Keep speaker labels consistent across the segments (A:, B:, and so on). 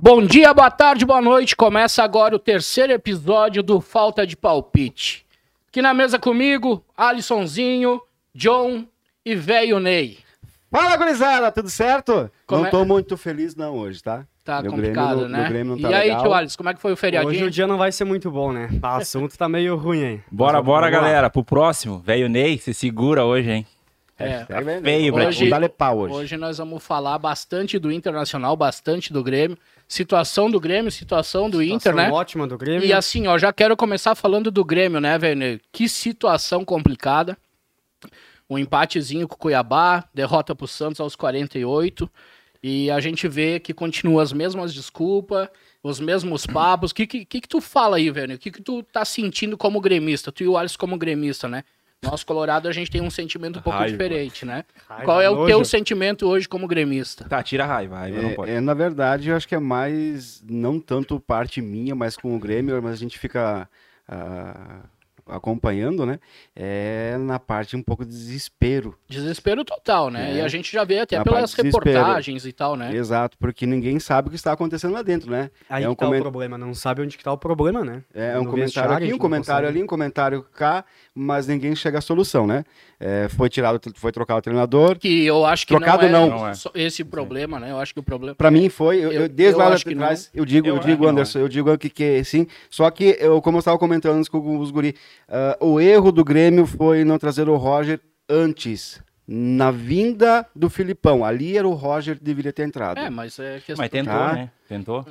A: Bom dia, boa tarde, boa noite. Começa agora o terceiro episódio do Falta de Palpite. Aqui na mesa comigo, Alissonzinho, John e velho Ney.
B: Fala, gurizada, tudo certo?
A: Como é-
B: Não tô muito feliz não hoje, tá?
A: Tá
B: Meu
A: complicado,
B: Grêmio não-
A: né?
B: meu Grêmio não tá
A: e aí,
B: legal.
A: tio Alisson, como é que foi o
C: Hoje
A: feriadinho?
C: o dia não vai ser muito bom, né? O assunto tá meio ruim aí.
D: Bora,
C: Mas
D: bora,
C: vamos lá.
D: galera. Pro próximo. Velho Ney, se segura hoje, hein?
A: É,
B: Tá bem,
D: feio
B: né?
A: pra
B: Hoje-
A: ti.
B: Dá-lhe pau hoje.
A: hoje. nós vamos falar bastante do Internacional, bastante do Grêmio, situação do Grêmio, situação do Inter,
C: Situação
A: né?
C: Ótima do Grêmio.
A: E assim, ó, já quero começar falando do Grêmio, né, velho? Ney? Que situação complicada. Um empatezinho com o Cuiabá, derrota pro Santos aos 48. E a gente vê que continua as mesmas desculpas, os mesmos papos. O que, que, que que tu fala aí, velho? O que, que tu tá sentindo como gremista? Tu e o Alisson como gremista, né? Nós, Colorado, a gente tem um sentimento um pouco
D: Raiva.
A: diferente, né?
C: Raiva,
A: Qual é o
C: nojo.
A: teu sentimento hoje como gremista?
D: Tá, tira a raiva. A raiva não pode.
B: É, é, na verdade, eu acho que é mais, não tanto parte minha, mas com o Grêmio, mas a gente fica ah, acompanhando, né? É na parte um pouco de desespero.
A: Desespero total, né?
B: É.
A: E a gente já vê até
B: Na
A: pelas
B: parte de desespero.
A: reportagens e tal, né?
B: Exato, porque ninguém sabe o que está acontecendo lá dentro, né?
C: Aí
B: é um
C: que tá
B: comen-
C: o problema. Não sabe onde que tá o problema, né?
B: É um
C: No
B: comentário
C: vestiário, a
B: aqui,
C: gente
B: um
C: não
B: comentário
C: consegue.
B: ali, um comentário cá, mas ninguém chega à solução, né? É, foi tirado, foi trocado o treinador.
A: que eu acho que
B: Trocado
A: não é,
B: não.
D: Não é.
A: só esse problema, né? Eu acho que o problema
B: Pra mim foi,
A: Eu-
B: eu, eu- desde
A: eu
B: lá
A: acho que
B: atrás, eu digo, eu,
D: Eu acho que
B: digo,
D: não,
B: Anderson, eu digo que, que sim. Só que, eu, como eu estava comentando antes com os guri, ah, o erro do Grêmio foi não trazer o Roger antes, na vinda do Filipão. Ali era o Roger que deveria ter entrado.
A: é, mas é questão
D: Mas tentou,
B: Tá.
D: né? Tentou.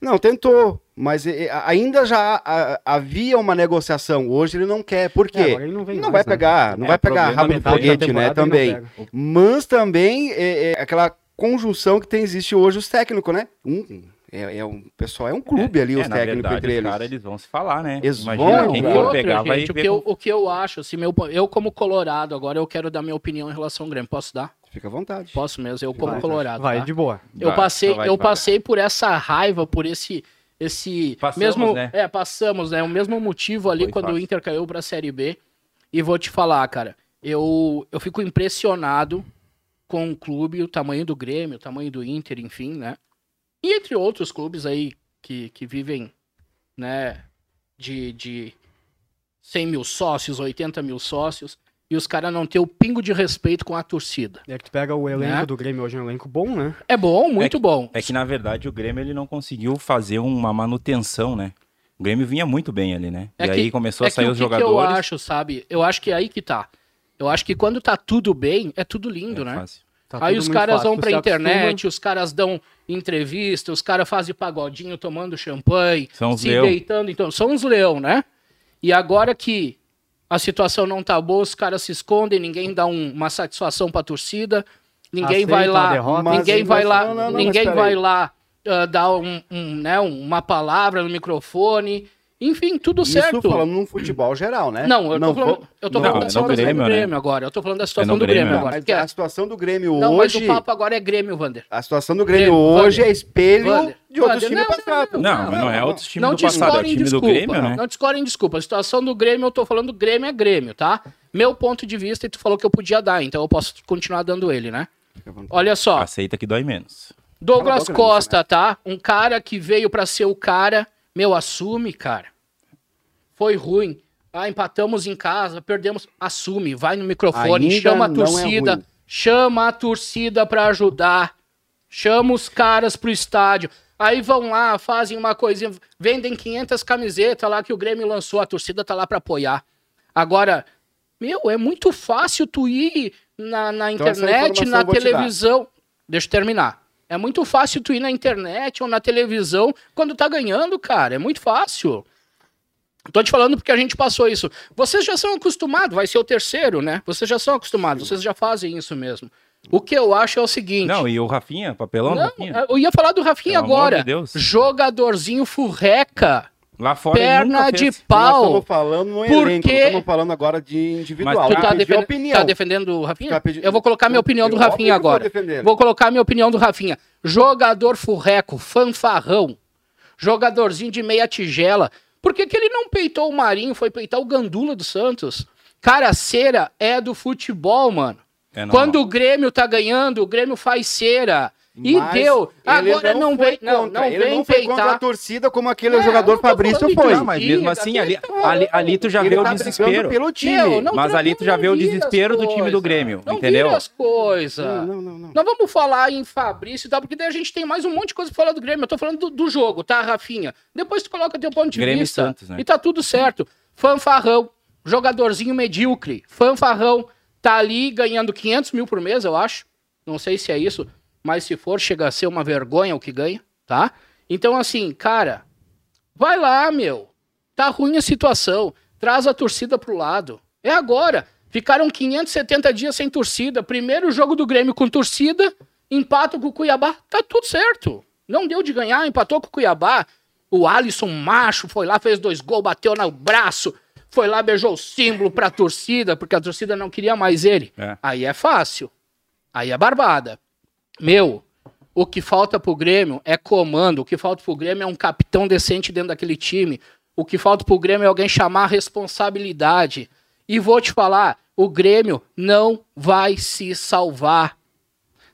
B: Não, tentou, mas eh, ainda já ah, havia uma negociação. Hoje ele não quer. Por
C: É,
B: quê?
C: agora ele não vem mais,
B: vai
C: né?
B: pegar, não
D: É,
B: vai pegar
D: problema
B: rabo do
D: metade da
B: foguete, né?
C: temporada ele não
B: Também.
C: pega.
B: Mas também é, é aquela conjunção que tem, existe hoje os técnicos, né? Um, é, é um pessoal, é um clube ali,
D: é,
B: os
D: na
B: técnicos
D: verdade,
B: entre
D: os
B: eles.
D: caras, eles vão se falar, né?
B: Eles
D: Imagina,
B: vão,
D: quem
B: cara.
D: for pegar
A: gente,
D: vai
A: o,
D: ver
A: que eu,
D: como-
A: o que eu acho, assim, meu, eu como colorado, agora eu quero dar minha opinião em relação ao Grêmio. Posso dar?
B: Fica à vontade.
A: Posso mesmo, eu como
C: Vai,
A: colorado.
C: Vai
A: tá?
C: de boa.
A: Eu
D: Vai,
A: passei,
D: então vai
A: eu
D: devagar.
A: passei por essa raiva, por esse esse
D: Passamos,
A: mesmo,
D: né?
A: é, passamos, né? O mesmo motivo ali
D: Foi
A: quando o
D: fácil.
A: Inter caiu pra Série B. E vou te falar, cara, eu eu fico impressionado com o clube, o tamanho do Grêmio, o tamanho do Inter, enfim, né? E entre outros clubes aí que, que vivem, né, de, de 100 mil sócios, 80 mil sócios, e os caras não têm o pingo de respeito com a torcida.
C: É que tu pega o elenco
A: Né?
C: do Grêmio hoje, é um elenco bom, né?
A: É bom, muito bom.
D: É que, na verdade, o Grêmio ele não conseguiu fazer uma manutenção, né? O Grêmio vinha muito bem ali, né?
A: É
D: e
A: que-
D: aí começou
A: é
D: a sair
A: que
D: os
A: o que que
D: jogadores.
A: eu acho, sabe? Eu acho que é aí que tá. Eu acho que quando tá tudo bem, é tudo lindo,
D: é
A: né?
D: fácil.
C: Tá
A: aí
C: tudo
A: os
C: muito
A: caras
C: fácil,
A: vão pra
C: se acostuma.
A: internet, os caras dão entrevista, os caras fazem pagodinho tomando champanhe,
D: São os
A: se
D: leão.
A: deitando. Então, são os leão, né? E agora que a situação não tá boa, os caras se escondem, ninguém dá um- uma satisfação pra torcida, ninguém
C: Aceita
A: vai
C: a
A: lá,
C: derrota.
B: Mas
A: ninguém
B: ainda
A: vai
B: assim-
A: lá,
B: não, não, não,
A: ninguém
B: mas
A: vai
B: peraí.
A: lá ah, dar um- um, né, uma palavra no microfone. Enfim, tudo
B: Isso
A: certo.
B: falando num futebol geral, né?
A: Não, eu tô falando,
B: vou-
A: eu tô
D: não,
A: falando
D: é
A: da
D: no
A: situação
D: Grêmio,
A: do
D: né?
A: Grêmio agora. Eu tô falando da situação
D: no
A: do Grêmio,
D: Grêmio, né?
A: agora.
B: mas
A: Porque
B: a situação do Grêmio
A: é- Não, mas
B: hoje.
A: o papo agora é Grêmio, Vander.
B: A situação do Grêmio
A: Grêmio,
B: hoje
A: Vander.
B: é espelho
A: Vander,
B: de outros
A: Vander,
B: times
A: não,
B: passados.
D: Não, mas não é outro time
A: Não
D: do passado, é o
A: discorem
D: time
A: desculpa.
D: do Grêmio, né?
A: Não discorem desculpa. A situação do Grêmio, eu tô falando Grêmio é Grêmio, tá? Meu ponto de vista, e tu falou que eu podia dar, então eu posso continuar dando ele, né? Olha só.
D: Aceita que dói menos.
A: Douglas
B: Cala a boca,
A: Costa, tá? Um cara que veio pra ser o cara, meu, assume, cara. Foi ruim. Ah, empatamos em casa, perdemos. Assume, vai no microfone,
B: Ainda
A: chama a
B: não é
A: torcida,
B: ruim.
A: chama a torcida pra ajudar. Chama os caras pro estádio. Aí vão lá, fazem uma coisinha, vendem 500 camisetas lá que o Grêmio lançou, a torcida tá lá pra apoiar. Agora, meu, é muito fácil tu ir na, na
B: Então, essa
A: internet,
B: informação
A: na
B: eu vou te dar.
A: televisão. Deixa eu terminar. É muito fácil tu ir na internet ou na televisão quando tá ganhando, cara. É muito fácil. Tô te falando porque a gente passou isso. Vocês já são acostumados, vai ser o terceiro, né? Vocês já são acostumados, vocês já fazem isso mesmo. O que eu acho é o seguinte.
D: Não, e o Rafinha, papelão do
A: Não,
D: Rafinha?
A: eu ia falar do Rafinha
D: Pelo amor
A: agora.
D: de Deus.
A: Jogadorzinho furreca,
D: Lá fora ele
A: é perna
D: nunca
A: de
D: fez.
B: Nós
A: pau.
B: estamos falando no
A: Por
B: elenco, não
A: quê?
B: estamos falando agora de individual.
D: Mas
A: Tu
D: Ah,
A: tá,
B: Pedir
A: defendendo-
B: opinião.
A: tá defendendo o Rafinha?
B: Tá pedi-
A: Eu vou colocar minha opinião do
B: Eu- óbvio
A: Rafinha
B: que eu tô
A: agora.
B: defendendo.
A: Vou colocar minha opinião do Rafinha. Jogador furreco, fanfarrão, jogadorzinho de meia tigela. Por que, que ele não peitou o Marinho, foi peitar o Gandula do Santos? Cara, cera é do futebol, mano.
D: É normal.
A: Quando o Grêmio tá ganhando, o Grêmio faz cera. E
B: Mas
A: deu.
B: ele
A: Agora não,
B: foi
A: vem, não,
B: contra,
A: não
B: ele
A: vem
B: não foi contra a
A: peitar.
B: torcida como aquele
A: É, eu
B: jogador
A: não tô
B: Fabrício
A: falando tá que
B: foi.
A: não,
D: Ah, mas mesmo assim, ali, ali, ali tu já
B: ele
D: vê o
B: tá brigando
D: desespero.
B: pelo time.
A: Meu, não
D: Mas
A: tra-
D: ali tu
A: não
D: já vê o
A: vira as
D: desespero do time do
A: coisa.
D: Grêmio,
A: Não
D: entendeu?
A: vira as coisas.
B: não, não, não.
A: Nós vamos falar em Fabrício, e tal, porque daí a gente tem mais um monte de coisa pra falar do Grêmio. Eu tô falando do, do jogo, tá, Rafinha? Depois tu coloca teu ponto de
D: Grêmio e
A: vista.
D: Santos, né?
A: E tá tudo certo. Fanfarrão, jogadorzinho medíocre. Fanfarrão tá ali ganhando 500 mil por mês, eu acho. Não sei se é isso, mas se for, chega a ser uma vergonha o que ganha, tá? Então, assim, cara, vai lá, meu. Tá ruim a situação. Traz a torcida pro lado. É agora. Ficaram 570 dias sem torcida. Primeiro jogo do Grêmio com torcida. Empata com o Cuiabá. Tá tudo certo. Não deu de ganhar, empatou com o Cuiabá. O Alisson macho foi lá, fez dois gols, bateu no braço. Foi lá, beijou o símbolo pra torcida, porque a torcida não queria mais ele.
D: É.
A: Aí é fácil. Aí é barbada. Meu, o que falta pro Grêmio é comando. O que falta pro Grêmio é um capitão decente dentro daquele time. O que falta pro Grêmio é alguém chamar a responsabilidade. E vou te falar, o Grêmio não vai se salvar.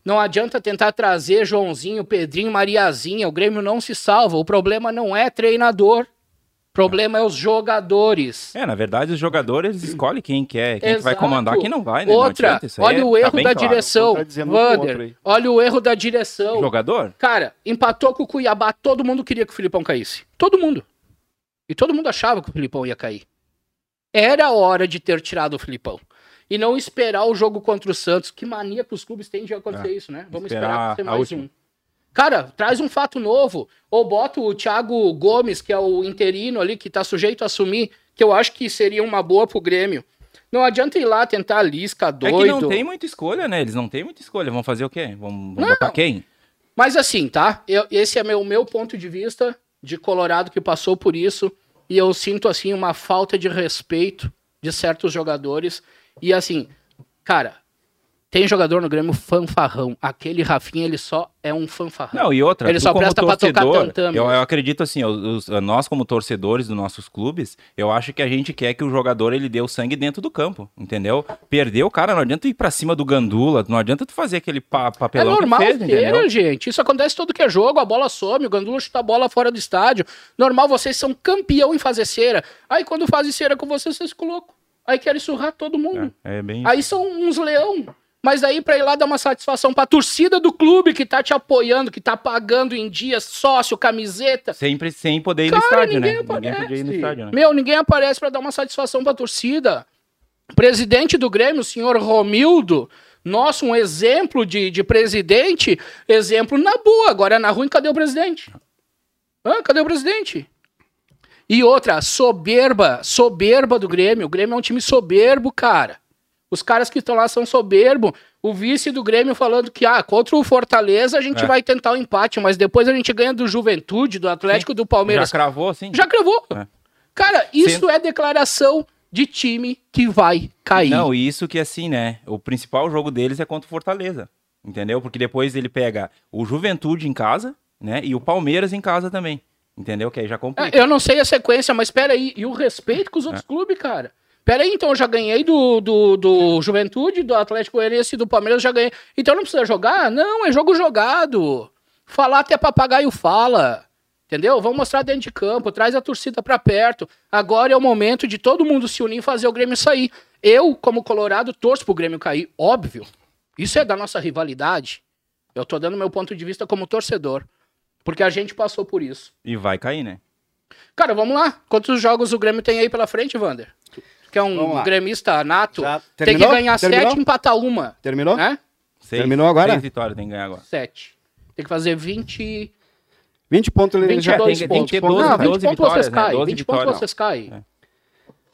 A: Não adianta tentar trazer Joãozinho, Pedrinho, Mariazinha. O Grêmio não se salva. O problema não é treinador. O problema é os jogadores.
D: É, na verdade, os jogadores escolhem quem quer, quem que vai
A: Exato.
D: comandar, quem não vai, né? não
A: Outra,
D: adianta, isso aí
A: olha
D: é-
A: o
D: tá
A: erro
D: bem
A: da
D: claro.
A: direção.
B: Contradizendo um
A: Wander,
B: outro aí.
A: olha o erro da direção.
D: Jogador?
A: Cara, empatou com o Cuiabá, todo mundo queria que o Filipão caísse. Todo mundo. E todo mundo achava que o Filipão ia cair. Era a hora de ter tirado o Filipão. E não esperar o jogo contra o Santos. Que mania que os clubes têm de acontecer isso, né? Vamos
D: É. esperar
A: esperar, acontecer
D: a
A: mais
D: última.
A: um. Cara, traz um fato novo. Ou bota o Thiago Gomes, que é o interino ali, que tá sujeito a assumir, que eu acho que seria uma boa pro Grêmio. Não adianta ir lá tentar Lisca, doido.
D: É que não tem muita escolha, né? Eles não têm muita escolha. Vão fazer o quê? Vão, vão botar quem?
A: Mas assim, tá? Eu- esse é meu, meu ponto de vista de Colorado que passou por isso. E eu sinto, assim, uma falta de respeito de certos jogadores. E assim, cara, tem jogador no Grêmio fanfarrão. Aquele Rafinha, ele só é um fanfarrão.
D: Não, e outra,
A: Ele
D: tu
A: só
D: como
A: presta pra tocar
D: torcedor,
A: tam-tam,
D: eu,
A: né?
D: eu acredito assim, os- os- nós como torcedores dos nossos clubes, eu acho que a gente quer que o jogador ele dê o sangue dentro do campo, entendeu? Perdeu o cara, não adianta tu ir pra cima do gandula, não adianta tu fazer aquele pa-
A: É
D: papelão
A: normal
D: que fez, entendeu?
A: ter, gente. Isso acontece todo que é jogo. A bola some, o Gandula chuta a bola fora do estádio. Normal, vocês são campeão em fazer cera. Aí quando fazem cera com vocês, vocês ficam loucos. Aí querem surrar todo mundo.
D: É, é bem...
A: Aí são uns leão. Mas daí pra ir lá dar uma satisfação pra torcida do clube que tá te apoiando, que tá pagando em dia sócio, camiseta.
D: Sempre sem poder ir no
A: Cara,
D: estádio, né?
A: ninguém é,
D: Ninguém podia ir no
B: aparece.
D: estádio, né?
A: Meu, ninguém aparece pra dar uma satisfação pra torcida. Presidente do Grêmio, o senhor Romildo, nosso um exemplo de, de presidente, exemplo na boa, agora é na ruim, cadê o presidente? Hã? Cadê o presidente? E outra, soberba, soberba do Grêmio. O Grêmio é um time soberbo, cara. Os caras que estão lá são soberbo. O vice do Grêmio falando que, ah, contra o Fortaleza a gente
D: É.
A: vai tentar o empate, mas depois a gente ganha do Juventude, do Atlético, do Palmeiras.
D: Já cravou, assim?
A: Já cravou.
D: É.
A: Cara, isso
D: Sendo-
A: é declaração de time que vai cair.
D: Não, e isso que assim, né? O principal jogo deles é contra o Fortaleza. Entendeu? Porque depois ele pega o Juventude em casa, né? E o Palmeiras em casa também. Entendeu? Que aí já complica.
A: É, Eu não sei a sequência, mas peraí, e o respeito com os outros clubes, cara? Peraí, então eu já ganhei do, do, do Juventude, do Atlético Goianiense, do Palmeiras, já ganhei. Então não precisa jogar? Não, é jogo jogado. Falar até papagaio fala. Entendeu? Vamos mostrar dentro de campo, traz a torcida pra perto. Agora é o momento de todo mundo se unir e fazer o Grêmio sair. Eu, como Colorado, torço pro Grêmio cair, óbvio. Isso é da nossa rivalidade. Eu tô dando meu ponto de vista como torcedor. Porque a gente passou por isso.
D: E vai cair, né?
A: Cara, vamos lá. Quantos jogos o Grêmio tem aí pela frente, Wander? Que é
B: Vamos
A: um
B: lá.
A: gremista nato.
B: Já
A: Tem que
B: terminou?
A: ganhar
B: Terminou?
A: sete e empatar uma.
B: Terminou?
A: Né?
D: Seis-
B: Terminou agora?
D: Seis vitórias tem que ganhar agora.
A: Sete. Tem que fazer 20.
B: 20 pontos ele já
A: 22
D: É, tem que- tem
A: pontos.
D: que ter
A: pontos.
D: 12
A: Não, 20
D: 12
A: Ah, pontos vocês
D: vitórias, né?
A: caem.
D: 12
A: 20 pontos
D: vitórias.
A: vocês caem.
D: É.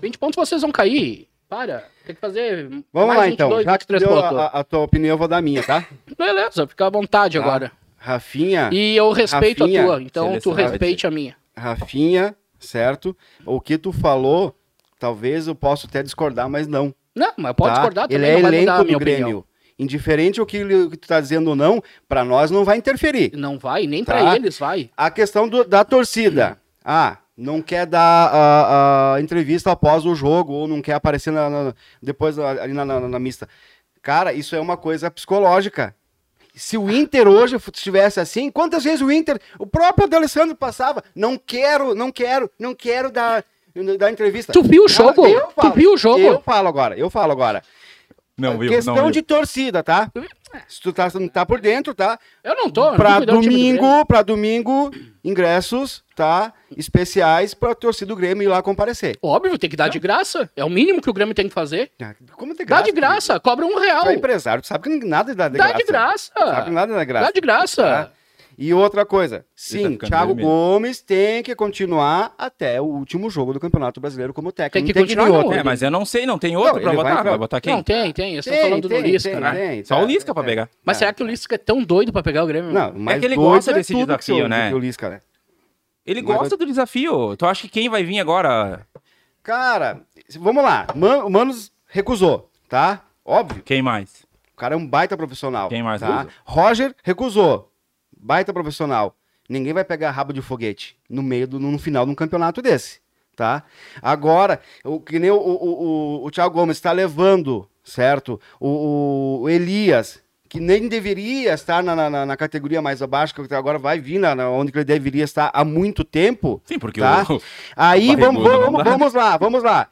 A: 20 pontos vocês vão cair. Para. Tem que fazer.
B: Vamos
A: mais
B: lá então.
A: 22,
B: Já que tu
A: 23
B: deu
A: pontos.
B: a, a tua opinião, eu vou dar a minha, tá?
A: Beleza, fica à vontade
B: Tá.
A: agora.
B: Rafinha,
A: E eu respeito
B: Rafinha,
A: a tua, então tu
D: selecionado.
A: respeite a minha.
B: Rafinha, certo? O que tu falou, talvez eu possa até discordar, mas não.
A: Não, mas pode
B: tá?
A: discordar também,
B: Ele é
A: não vai mudar
B: elenco
A: a
B: do
A: minha
B: Grêmio.
A: opinião.
B: Indiferente o que, ele- o que tu tá dizendo ou não, pra nós não vai interferir.
A: Não vai, nem
B: Tá.
A: pra eles vai.
B: A questão do- da torcida. Ah, não quer dar a, a entrevista após o jogo ou não quer aparecer na- na- depois ali na, na, na mista. Cara, isso é uma coisa psicológica. Se o Inter hoje estivesse assim, quantas vezes o Inter, o próprio Alessandro passava, não quero, não quero, não quero dar, dar entrevista.
A: Tu viu o jogo?
B: Ah, eu falo,
A: Tu viu o jogo?
B: Eu falo agora, eu falo agora.
D: Não, viu,
B: Questão
D: não viu.
B: de torcida, tá? Se tu tá, tá por dentro, tá?
A: Eu não tô. eu não tô
B: Pra
A: cuidando do time do Grêmio.
B: domingo, pra domingo, ingressos, tá? Especiais pra torcida do Grêmio ir lá comparecer.
A: Óbvio, tem que dar de graça. É o mínimo que o Grêmio tem que fazer.
B: Ah, Como de
A: Dá de graça, cobra um real.
B: Tu é empresário, tu sabe que nada dá de
A: Dá
B: graça.
A: de graça.
B: Sabe que nada dá de graça.
A: Dá de graça.
B: Tá? E outra coisa,
D: tá
B: sim,
D: ficando
B: Thiago
D: vermelho.
B: Gomes tem que continuar até o último jogo do Campeonato Brasileiro como
A: Tem
B: técnico.
A: que
B: não
A: continuar,
B: outro.
A: não,
D: É, mas eu não sei, não tem outro
B: Não,
D: pra
B: ele
D: botar.
B: vai-
D: Vai, botar quem? Ah,
A: Não, tem, tem. Eu estou
B: Tem,
A: falando
B: tem,
A: do Lisca,
B: tem,
A: né?
B: tem,
D: Só
B: tá,
D: o Lisca pra
B: tá.
D: pegar.
A: Mas
B: É.
A: será que o Lisca é tão doido pra pegar o Grêmio?
B: Não, mas
D: que ele
B: doido
D: gosta
B: é
D: desse
B: tudo que
D: desafio,
B: seu-
D: né?
B: que o Lisca, né?
D: Ele
B: Mas
D: gosta do desafio. Tu acha que quem vai vir agora?
B: Cara, vamos lá. Man- o Manos recusou, tá? Óbvio.
D: Quem mais?
B: O cara é um baita profissional.
D: Quem mais
B: tá?
D: recusou?
B: Roger recusou. Baita profissional. Ninguém vai pegar rabo de foguete no meio do no final de um campeonato desse, tá? Agora, o que nem o, o, o, o Thiago Gomes está levando, certo? O, o- o Elias, que nem deveria estar na, na- na, na categoria mais abaixo, que agora vai vir na, na- onde que ele deveria estar há muito tempo.
D: Sim, porque
B: Tá.
D: o.
B: Aí
D: Barrigudo
B: vamos, vamos,
D: não dá.
B: vamos lá, vamos lá.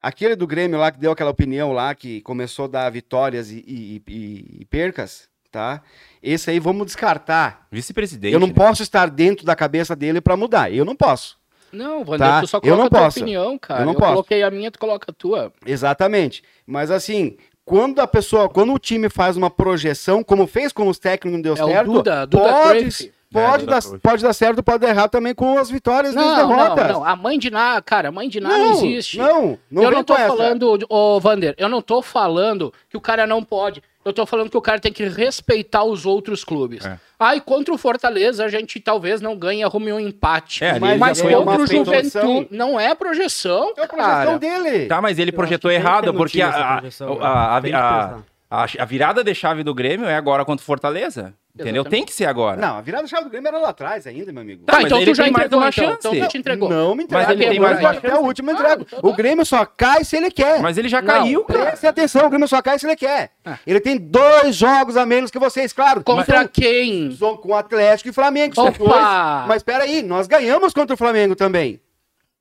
B: Aquele do Grêmio lá que deu aquela opinião lá, que começou a dar vitórias e, e- e- e percas, tá? Esse aí vamos descartar.
D: Vice-presidente.
B: Eu não
D: né?
B: posso estar dentro da cabeça dele pra mudar. Eu não posso.
A: Não, Vander,
B: Tá,
A: tu só
B: eu
A: coloca
B: não
A: a tua
B: posso.
A: opinião, cara.
B: Eu
A: Eu,
B: não posso.
A: coloquei a minha, tu coloca a tua.
B: Exatamente. Mas assim, quando a pessoa, quando o time faz uma projeção, como fez com os técnicos, não deu
A: É o
B: Tá certo.
A: Duda, Duda
B: pode,
A: Cruyff.
B: pode,
D: É, Duda
B: dar,
D: Cruyff.
B: pode dar certo, pode dar errado também com as vitórias e as
A: Não, não,
B: derrotas.
A: não. A mãe de Ná, cara, a mãe de Ná não, existe.
B: Não, não
A: eu
B: vem
A: não tô
B: com essa.
A: falando, de- ô Vander, eu não tô falando que o cara não pode. Eu tô falando que o cara tem que respeitar os outros clubes.
D: É.
A: Aí contra o Fortaleza a gente talvez não ganhe, arrume um empate.
D: É, ali
A: mas
D: ele
A: mas
D: já foi
A: contra o
B: uma
A: Juventude
B: projeção.
A: não é projeção,
B: É a
A: cara.
B: projeção dele.
D: Tá, mas ele
C: Eu
D: projetou
C: acho que tem que ter
D: errado,
C: no
D: porque
C: time
D: a,
C: essa
D: a,
C: projeção, né?
D: a- a-
C: tem que
D: a-
C: pensar.
D: a- a virada de chave do Grêmio é agora contra o Fortaleza. Entendeu?
A: Exatamente.
D: Tem que ser agora.
B: Não, a virada chave do Grêmio era lá atrás ainda, meu amigo.
A: Tá,
D: Tá, mas
A: então
D: ele
A: tu já
D: tem mais
A: entregou,
D: uma
A: então.
D: chance.
A: Então tu te entregou.
B: Não me entrega.
D: Mas ele
A: tem mais uma
B: até o
A: chance.
B: último
A: Ah,
B: entrego.
A: então
B: O
A: tá.
B: Grêmio só cai se ele quer.
D: Mas ele já
A: Não,
D: caiu, cara.
B: Preste atenção, o Grêmio só cai se ele quer. Ele tem dois jogos a menos que vocês, claro.
A: Ah. Contra
B: Mas-
A: quem?
B: São com o Atlético e Flamengo. são
A: Opa!
B: dois. Mas peraí, nós ganhamos contra o Flamengo também.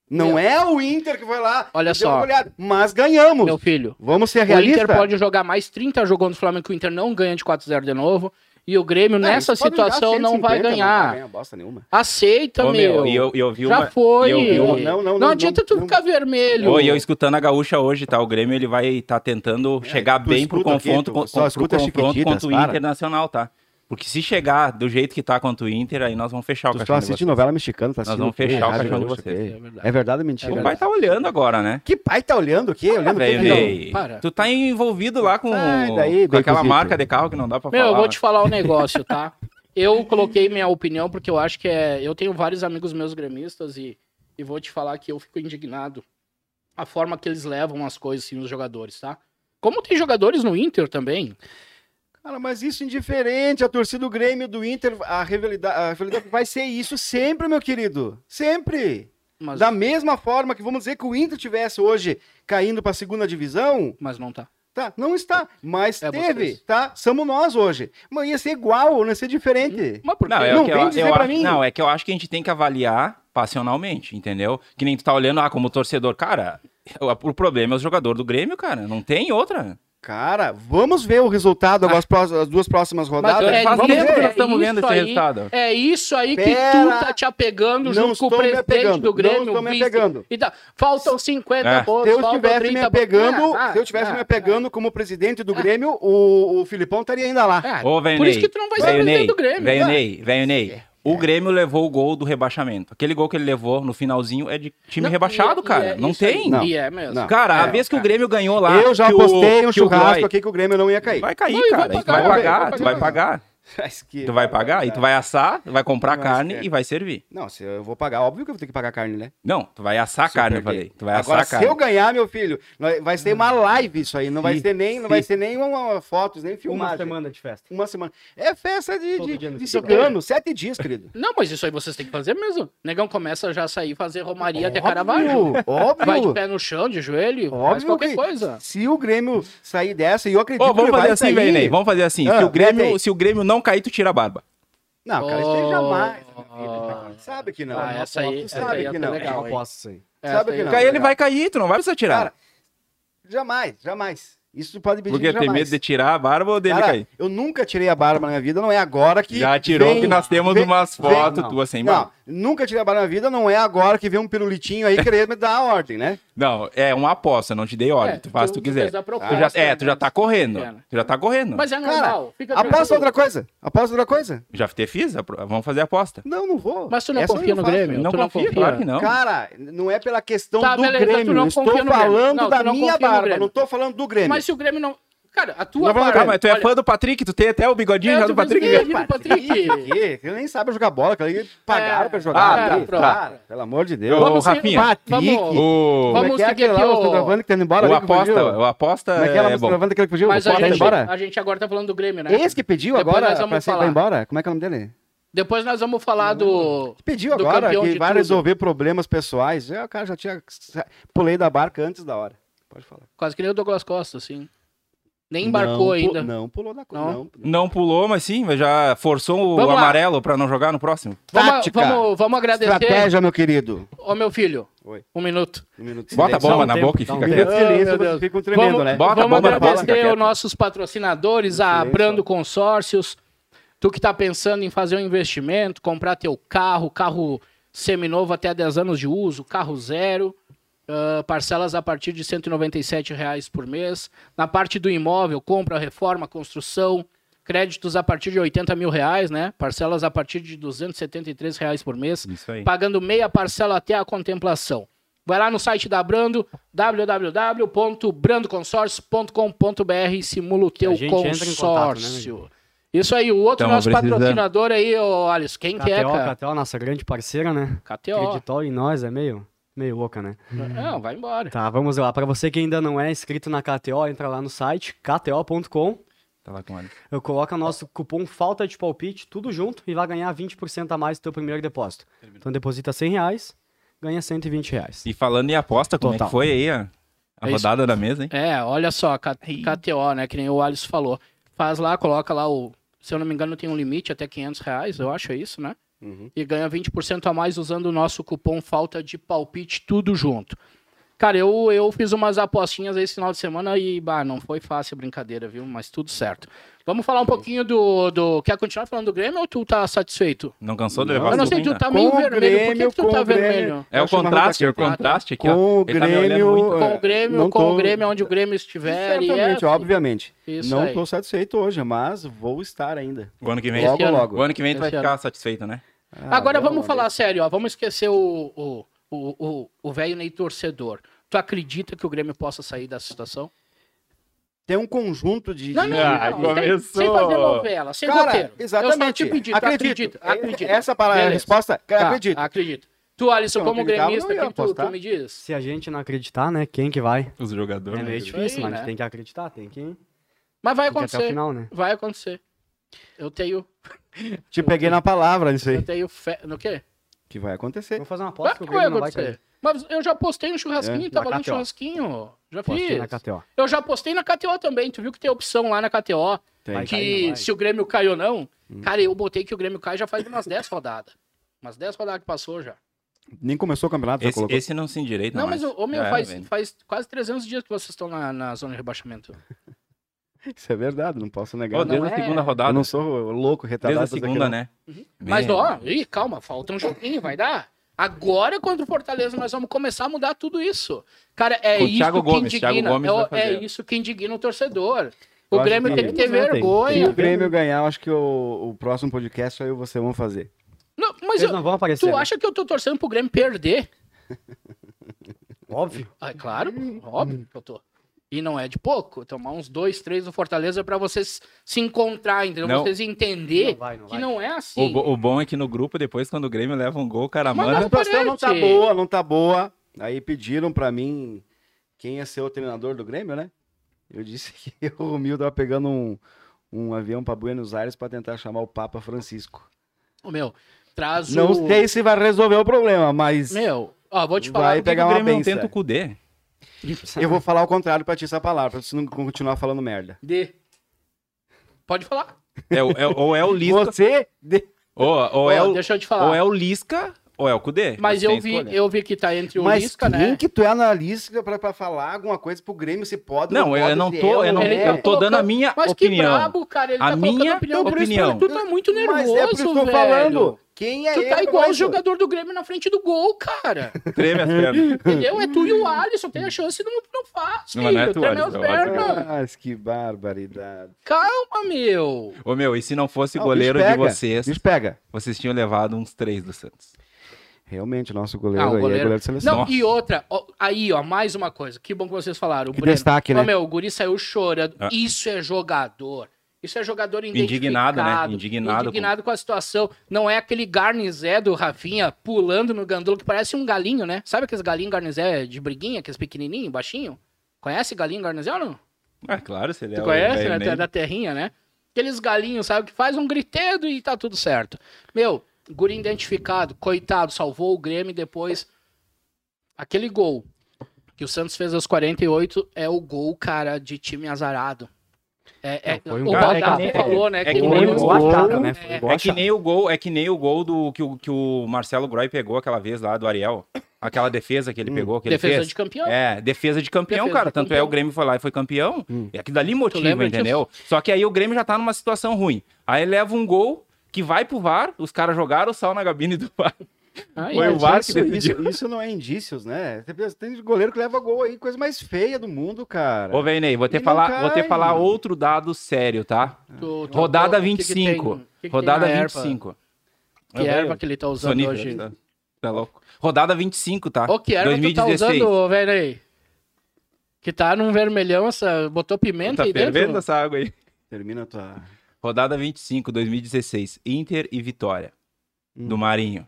B: Não
A: Meu.
B: é o Inter que foi lá.
A: Olha
B: deu
A: só.
B: uma goleada, Mas ganhamos.
A: Meu filho.
B: Vamos ser
A: O Inter
B: realistas.
A: pode jogar mais 30 jogando no Flamengo, que o Inter não ganha de 4x0 de novo. E o
B: É,
A: Grêmio,
B: Ah,
A: nessa situação, não vai
B: Não vai
A: ganhar.
B: ganhar bosta nenhuma.
A: Aceita,
D: Ô,
A: meu.
D: e eu, e eu vi
A: Já
D: uma-
A: foi.
D: e eu vi uma-
B: Não, não, não,
A: adianta
B: não,
A: tu
B: não.
A: ficar vermelho.
D: Ô, e eu escutando a gaúcha hoje, tá? O Grêmio ele vai estar tentando chegar
B: É, tu
D: bem pro
B: escuta aqui,
D: confronto,
B: tu
D: co-
B: só
D: co- pro
B: escuta
D: confronto
B: Chiquititas,
D: contra o
B: para.
D: Internacional, tá? Porque se chegar do jeito que tá contra o Inter, aí nós vamos fechar o
B: Tu só
D: caixão de
B: assiste novela mexicana, tá
D: Nós
B: assistindo
D: vamos
B: quê?
D: fechar o
B: Rádio
D: caixão de
B: Gaúcha,
D: vocês.
B: quê?
A: É verdade.
B: É verdade ou
A: É
B: mentira?
D: vocês. O
A: verdade.
D: pai tá olhando agora, né?
B: Que pai tá olhando o quê? Olhando
D: Velho,
B: tudo, não.
D: velho,
A: para.
D: tu tá envolvido lá com,
B: Sai daí,
D: com aquela
B: Beicozito.
D: marca de carro que não dá pra
A: Meu,
D: falar.
A: eu vou te falar um negócio, tá? Eu coloquei minha opinião porque eu acho que é. Eu tenho vários amigos meus gremistas e, e vou te falar que eu fico indignado a forma que eles levam as coisas, assim, os jogadores, tá? Como tem jogadores no Inter também.
B: Cara, mas isso é indiferente, a torcida do Grêmio, do Inter, a rivalidade, a rivalidade vai ser isso sempre, meu querido. Sempre.
A: Mas,
B: Da mesma forma que vamos dizer que o Inter tivesse hoje caindo para a segunda divisão,
A: mas não tá.
B: tá? Não está, mas
A: É
B: teve,
A: vocês.
B: tá? Somos nós hoje. Mas ia ser igual, não ia ser diferente.
A: Mas por quê?
D: Não, é,
B: Não
D: o que
B: vem
D: eu,
B: dizer
D: eu
B: pra
D: acho,
B: mim.
D: não, é que eu acho que a gente tem que avaliar passionalmente, entendeu? Que nem tu tá olhando, ah, como torcedor. Cara, o, o problema é o jogador do Grêmio, cara. Não tem outra.
B: Cara, vamos ver o resultado agora as, pró- as duas próximas
A: Ah. Mas
B: rodadas.
D: Nada.
A: é,
D: Faz
A: vamos
D: tempo que
A: ver,
D: nós estamos
A: é
D: vendo
A: isso
D: esse
A: aí,
D: resultado.
A: É isso aí que
B: Pera,
A: tu tá te apegando
B: não
A: junto com
B: estou
A: o
B: me
A: presidente
B: apegando,
A: do Grêmio.
B: não estou me
A: vice,
B: apegando.
A: e tá- faltam 50
D: É.
A: votos,
B: Se eu
A: faltam
B: estivesse me
A: 30 votos.
B: apegando,
A: Ah, ah,
B: se eu tivesse
A: ah,
B: me apegando como presidente do Grêmio, o, o Filipão estaria ainda lá.
A: ah,
D: Ô, velho
A: Por isso
D: Ney,
A: que tu não vai ser
D: velho
A: presidente
D: Ney,
A: do Grêmio. É.
D: Velho
A: vai.
D: Ney, velho Ney. O Grêmio levou o gol do rebaixamento. Aquele gol que ele levou no finalzinho é de time
A: Não,
D: rebaixado,
A: e- e
D: cara.
A: é
D: não
A: isso aí,
D: tem.
A: E é mesmo.
B: Não.
D: Cara, a
B: É,
D: vez que o
B: é.
D: Grêmio ganhou lá.
B: eu já
D: que o-
B: apostei um
D: que o
B: churrasco
D: Gloy-
B: aqui que o Grêmio não ia cair.
D: Vai cair,
A: Não, e vai
D: cara. Tu vai
A: pagar,
D: pagar,
B: vai
D: tu vai
B: pagar.
D: pagar.
B: Mas que-
D: Tu vai pagar, aí tu vai assar, tu vai comprar
B: Mas,
D: carne
B: é.
D: e vai servir.
B: Não, se eu vou pagar, óbvio que eu vou ter que pagar carne, né?
D: Não, tu vai assar a
B: Se eu
D: carne, eu
B: perder.
D: falei. Tu vai
B: Agora,
D: assar a carne. Hum.
B: se eu ganhar, meu filho, nós- vai ser uma live isso aí. Não vai
D: Sim,
B: ser nem, não
D: sim.
B: vai ser nem uma, fotos, nem
C: Uma
B: filmagem.
C: semana de festa.
B: Uma semana. É festa de,
C: Todo
B: de,
C: dia no
B: de
C: cigano.
B: cigano, sete dias, querido.
A: Não, mas isso aí vocês têm que fazer mesmo. Negão começa já a sair fazer romaria de Caravaggio.
B: Óbvio, óbvio.
A: Vai de pé no chão, de joelho, faz
B: Óbvio
A: qualquer
B: que-
A: coisa.
B: Se o Grêmio sair dessa, e eu acredito
D: Ô,
B: que
D: vamos
B: ele
D: fazer
B: vai
D: assim,
B: sair...
D: velho, Ney. Vamos fazer assim.
B: Ah,
D: se, o
B: pera
D: Grêmio,
B: aí.
D: se o Grêmio não cair, tu tira a barba.
B: Não, cara, isso aí
A: Oh.
B: jamais. Tu Sabe que não.
A: Ah, essa aí-
B: Tu
A: essa
B: sabe
A: aí
B: que
A: até
B: não.
A: legal.
C: Eu
A: hein?
C: aposto isso aí.
A: É,
B: Sabe
A: tem-
B: que não.
D: cair, ele
B: legal.
D: vai cair, tu não vai precisar tirar.
B: Cara, jamais, jamais. Isso tu pode pedir
D: Porque tem
B: jamais.
D: medo de tirar a barba ou dele
B: Cara,
D: cair.
B: eu nunca tirei a barba na minha vida, não é agora que.
D: Já tirou
B: vem-
D: que nós temos
B: vem-
D: umas
B: vem-
D: fotos
C: não.
D: tuas sem barba.
B: Não, nunca tirei a barba na vida, não é agora que vem um pirulitinho aí querendo me dar a ordem, né?
D: Não, é uma aposta, não te dei ordem.
A: É,
D: tu faz o que tu quiser.
A: fez a
D: Tu já-
A: proposta,
D: é, tu já tá
A: mas-
D: correndo.
A: Pena.
D: Tu já tá correndo.
A: Mas é
B: Cara,
A: normal. fica
B: aposta
A: tranquilo.
B: outra coisa. Aposta outra coisa.
D: Já te fiz? a pro- Vamos fazer a aposta.
B: Não, não vou.
A: Mas tu não
B: Essa eu
A: confia no
B: faço.
A: Grêmio?
D: Não
A: tu não
D: confia,
A: confia?
D: claro que não.
B: Cara, não é pela questão
A: Tá,
B: do
A: beleza, tu
B: Grêmio.
A: não
B: eu Estou
A: confia no Grêmio.
B: falando
A: Não, tu
B: da
A: não
B: minha
A: confia no
B: barba,
A: Grêmio.
B: não estou falando do Grêmio.
A: Mas se o Grêmio não. Cara, a tua
B: Não, vamos lá,
D: Ah,
A: barba-
D: mas tu é
A: olha,
D: fã do Patrick? Tu tem até o bigodinho
A: É,
D: já
A: tu
D: do Patrick?
A: fez o
D: né?
A: bigodinho. Patrick.
B: Que- que nem sabe jogar bola, que ali pagaram pra jogar.
A: ah,
B: cara,
A: tá, pronto.
B: cara, pelo amor de Deus.
D: Ô,
A: Vamos,
D: Rafinha.
A: Vamos,
B: Patrick.
A: Vamos
D: O,
B: Como é que é
A: seguir
B: aquele
A: aqui,
B: lá,
A: ô-
B: o centroavante que tá indo embora?
D: o
B: ali que fugiu?
D: aposta, o aposta
B: Como é que
D: é,
B: é
D: bom.
B: o que fugiu?
A: Mas
B: O
A: a
B: Potter
A: gente,
B: tá embora?
A: a gente agora tá falando do Grêmio, né?
B: Esse que pediu
A: Depois
B: agora
A: nós vamos
B: pra ser
A: falar.
B: vai embora? Como é que é o nome dele?
A: Depois nós vamos falar do.
B: Pediu
A: Do
B: agora
A: campeão
B: que
A: de
B: vai
A: tudo.
B: resolver problemas pessoais. Eu, cara, já tinha... Pulei da barca antes da hora. Pode falar.
A: Quase que nem o Douglas Costa, assim. Nem embarcou
B: Não, pu-
A: ainda.
B: Não, pulou da coisa.
A: Não?
B: Não.
D: Não pulou, mas sim, mas já forçou o
A: Vamos lá.
D: amarelo pra não jogar no próximo.
A: Vamos,
B: Tática.
A: vamos, vamos agradecer.
B: Estratégia, meu querido.
A: Ô, meu filho.
B: Oi.
A: Um minuto.
B: Um minuto de
D: Bota a
B: silêncio.
D: bomba na
C: Dá um
D: boca e
C: tempo,
D: fica
C: dá um
D: quieto.
A: tempo.
B: Minuto de silêncio,
A: Meu
B: vocês
A: Deus.
B: ficam tremendo,
A: vamos
B: né?
D: Bota a
A: vamos
D: bomba na bola, fica
A: agradecer
D: quieto.
A: os nossos patrocinadores, a
B: Silêncio.
A: Brando Consórcios. Tu que tá pensando em fazer um investimento, comprar teu carro, carro seminovo até 10 anos de uso, carro zero, ah, parcelas a partir de R$ 197 reais por mês. Na parte do imóvel, compra, reforma, construção, créditos a partir de 80 mil reais, né? Parcelas a partir de 273 reais por mês
D: Isso aí. tá
A: pagando meia parcela até a contemplação. Vai lá no site da Brando, www.brandoconsórcio.com.br e simula o teu
C: A gente entra em
A: consórcio.
C: contato, né, Então,
A: Isso aí, o outro
D: Tamo
A: nosso
D: precisando.
A: patrocinador aí, ô Alisson, quem que é,
C: KTO,
A: cara?
C: KTO, nossa grande parceira, né?
A: KTO.
C: Creditor e nós é meio, meio louca, né?
A: Não, vai embora.
C: Tá, vamos lá. Pra você que ainda não é inscrito na KTO, entra lá no site kto.com.
D: Tá lá com ela.
C: Eu coloco o nosso cupom falta de palpite, tudo junto, e vai ganhar 20% a mais do teu primeiro depósito. Então deposita 100 reais, ganha 120 reais.
D: E falando em aposta, como é
C: Total.
D: que foi aí a, a
A: É isso.
D: rodada da mesa, hein?
A: É, olha só, K- KTO, né? Que nem o Alisson falou. Faz lá, coloca lá o. Se eu não me engano, tem um limite até 500 reais, eu acho, é isso, né?
B: Uhum.
A: E ganha 20% a mais usando o nosso cupom Falta de Palpite, tudo junto. Cara, eu, eu fiz umas apostinhas esse final de semana e, bah, não foi fácil a brincadeira, viu? Mas tudo certo. Vamos falar um pouquinho do. do... Quer continuar falando do Grêmio ou tu tá satisfeito?
D: Não cansou de
B: Não.
D: levar
A: Eu não
D: suco
A: sei, tu
D: ainda?
A: tá meio
B: Com o
A: vermelho.
B: Grêmio,
A: Por que, que tu
B: com
A: tá
B: o Grêmio.
A: vermelho?
D: É o
B: Acho uma
D: contraste, é o
B: roupa
D: contraste aqui, ó.
B: Com o
D: Ele tá me olhando muito.
B: Grêmio...
A: Com
B: é,
A: o Grêmio,
B: não
A: com
B: tô-
A: o Grêmio, onde o Grêmio estiver. e
B: Exatamente,
A: é,
B: obviamente.
A: Isso
B: não
A: aí.
B: estou satisfeito hoje, mas vou estar ainda.
D: O ano que vem.
B: Logo,
A: Esse ano.
B: logo.
D: O ano que vem tu vai
A: Esse
D: ficar satisfeito, né?
B: Ah,
A: Agora
B: logo,
A: vamos
B: logo.
A: falar sério, ó. Vamos esquecer o o o- o- o velho Ney torcedor. Tu acredita que o Grêmio possa sair dessa situação?
B: Tem um conjunto de...
A: Não,
B: de-
A: não,
D: Ah,
A: não, não. Sem,
D: começou.
A: sem fazer novela, sem
B: Cara,
A: roteiro. Eu
B: exatamente.
A: só te pedi, tu
B: acredito. É,
A: acredita, acredita.
B: Essa para a
A: Beleza.
B: resposta, cara,
A: Tá,
B: acredito.
A: Acredito. Tu, Alisson,
B: Eu não
A: como
B: acreditava,
A: gremista,
B: não ia
A: o que tu,
B: apostar.
A: tu me diz?
C: Se a gente não acreditar, né, quem que vai?
D: Os jogadores.
C: É
D: né?
C: meio
A: isso
C: difícil,
A: aí,
C: mas a
A: né?
C: gente tem que acreditar, tem que, tem
A: Mas vai
C: que ir até o
A: acontecer,
C: final, né?
A: vai acontecer. Eu tenho,
B: Te peguei na palavra nisso
A: eu
B: aí.
A: tenho fé, no quê?
B: Que vai acontecer.
C: Vamos fazer uma
A: Claro
C: aposta que o
A: que vai
C: Grêmio não vai cair.
A: acontecer. Mas eu já postei no churrasquinho,
B: É,
A: tava
C: na
A: lá no
C: KTO.
A: churrasquinho, já
C: Apostei
A: fiz.
C: na KTO.
A: Eu já postei na KTO também, tu viu que tem opção lá na KTO.
B: Tem.
C: Vai
A: que
C: cair, não vai?
A: se o Grêmio cai ou não, cara, eu botei que o Grêmio cai já faz umas 10 rodadas. Umas 10 rodadas que passou já.
B: Nem começou o campeonato, já
D: Esse,
B: colocou.
D: esse não é, se endireita
A: Não,
D: mais.
A: mas, o ô, meu,
D: Já era,
A: faz,
D: velho.
A: faz quase 300 dias que vocês estão na, na zona de rebaixamento.
B: Isso é verdade, não posso negar.
D: Ó,
B: não. tá
D: desde
A: não
D: a
A: é- Uhum.
D: segunda rodada.
B: Eu não sou louco, retardado.
D: Desde a
B: pra dizer
D: segunda,
B: que não.
D: né?
A: Mas,
D: Meu.
A: ó, ih, calma, falta um joguinho, vai dar. Agora, contra o Fortaleza, nós vamos começar a mudar tudo isso. Cara, é
D: O
A: isso
D: Thiago
A: que
D: Gomes,
A: indigna.
D: Thiago Gomes
A: é, o-
D: vai fazer.
A: é isso que indigna o torcedor.
C: Eu
A: O
C: acho
A: Grêmio
C: que-
A: tem que ter
C: Não, tem-
B: Se o
A: vergonha.
B: Grêmio ganhar, eu acho que o, o próximo podcast eu e você vão fazer.
A: Não, mas
C: Eles
A: eu-
C: não vão aparecer.
A: tu
C: né?
A: acha que eu tô torcendo pro Grêmio perder?
C: Óbvio.
A: Ah, é claro, óbvio que eu tô. E não é de pouco. Tomar uns dois, três do Fortaleza pra vocês se encontrar, entendeu?
D: Não.
A: Vocês entender
C: Não vai, não
A: que
C: vai.
A: não é
D: O,
A: assim.
D: bo- o bom é que no grupo, depois, quando o Grêmio leva um gol, o cara
A: Mas
D: manda.
B: A situação não tá
A: Parece.
B: boa, não tá boa. Aí pediram pra mim quem ia ser o treinador do Grêmio, né? Eu disse que eu, o Romildo tava pegando um, um avião pra Buenos Aires pra tentar chamar o Papa Francisco.
A: Ô, Meu, traz
B: Não
A: o...
B: sei se vai resolver o problema, mas
A: Meu, ó, vou te
B: Vai
A: falar.
D: Por que
B: pegar
D: que o
B: uma
D: Grêmio não
B: benção.
D: tenta o Cudê.
B: eu vou falar o contrário pra ti essa palavra, pra você não continuar falando merda.
A: De... Pode falar.
D: É, o- é- ou é o Lisca.
B: Você? de-
D: ou, ou
A: Ó,
D: é o,
A: Deixa eu te falar.
D: ou é o Lisca, ou é o Cudê.
A: Mas
D: Você tem
A: eu vi,
D: escolha.
A: eu vi que tá entre o
B: Mas
A: Lisca,
B: quem
A: né?
B: que tu é analista pra, pra falar alguma coisa pro Grêmio? Se pode
D: Não, eu,
B: pode,
D: eu não
B: se
D: tô.
B: é
D: Eu,
B: ou
D: não,
A: ele
B: é.
D: eu tô
A: colocando-
D: dando a minha
A: Mas que
D: opinião.
A: brabo, cara. Ele
D: A
A: tá
D: minha
A: colocando opinião.
B: Então, por isso que
D: opinião.
A: Tu tá muito nervoso,
B: Mas é por isso que eu tô
A: velho.
B: falando. Quem é
A: Tu
B: ele?
A: tá igual o
B: Mas-
A: jogador do Grêmio na frente do gol, cara.
D: Treme as pernas.
A: Entendeu? É tu e o Alisson. Tem a chance e não, não faz, filho.
D: Não, mas não é tu,
A: Treme
D: Alisson,
A: as
D: é o Alisson.
A: pernas.
B: Mas que barbaridade.
A: Calma, meu.
D: Ô meu, e se não fosse
B: Não,
D: goleiro
B: bicho
D: de é
B: pega,
D: vocês,
B: bicho pega.
D: vocês tinham levado uns três do Santos.
B: Realmente, o nosso goleiro,
A: Ah, o
B: aí é
A: goleiro.
B: goleiro de seleção.
A: Não,
D: Nossa.
A: e outra, ó, aí, ó, mais uma coisa. Que bom que vocês falaram. O
B: Que
A: Breno.
B: destaque,
A: Ó,
B: né?
A: meu, o Guri saiu chorando.
D: Ah.
A: Isso é jogador. Isso é jogador
D: Indignado, né?
A: identificado,
D: Indignado com-
A: indignado com... a situação. Não é aquele garnizé do Rafinha pulando no gandula que parece um galinho, né? Sabe aqueles galinhos garnizé de briguinha, aqueles pequenininhos, baixinho? Conhece galinho garnizé ou não?
D: Ah, claro, se ele é
A: Tu
D: o
A: conhece,
D: velho
A: né?
D: Ney.
A: Tu é da terrinha, né? Aqueles galinhos, sabe? Que faz um gritedo e tá tudo certo. Meu, guri identificado, coitado, salvou o Grêmio e depois... Aquele gol que o Santos fez aos 48 é o gol, cara, de time azarado. É, é,
C: Não, foi um
A: o
D: cara- é
A: Baldasso
D: que nem-
A: falou, né?
D: é que
A: o
D: nem
A: Grêmio
D: o
A: sofreu,
C: Atala, né? Foi
A: É,
C: igual
D: É que nem o gol, é que nem o gol do que o, que o Marcelo Groy pegou aquela vez lá do Ariel. Aquela defesa que ele pegou, que
A: Hum. defesa
D: ele fez.
A: de campeão.
D: É, defesa de campeão,
A: Então, Defesa
D: cara.
A: de
D: Tanto é
A: campeão.
D: o Grêmio foi lá e foi campeão. É que dali
A: Tu
D: motiva,
A: lembra
D: entendeu? Só que aí o Grêmio já tá numa situação ruim. Aí leva um gol que vai pro VAR, os caras jogaram o sal na gabine do VAR.
A: Aí, né?
D: Foi o VAR que
B: é Isso,
D: decidiu.
B: isso, isso não é indícios, né? Tem- Tem goleiro que leva gol aí, coisa mais feia do mundo, cara.
D: Ô, Veinei, vou te
B: Ele
D: falar,
B: não
D: vou te
B: cai,
D: falar
B: mano.
D: outro dado sério, tá?
A: tu- tu-
D: Rodada
A: o que que
D: 25.
A: tem- o que que tem
D: Rodada
A: na erva?
D: 25.
A: Que
D: Eu,
A: erva
D: velho,
A: que ele tá usando
D: É sonífero,
A: hoje?
D: tá- Tá louco. Rodada 25, tá?
A: Ô, que erva tu tá
D: 2016.
A: usando, ô, velho aí? Que tá num vermelhão, essa... botou pimenta
D: Tá
A: aí
D: fervendo
A: dentro?
D: essa água aí.
B: Termina a tua.
D: Rodada 25, 2016. Inter e Vitória.
B: Hum.
D: Do Marinho.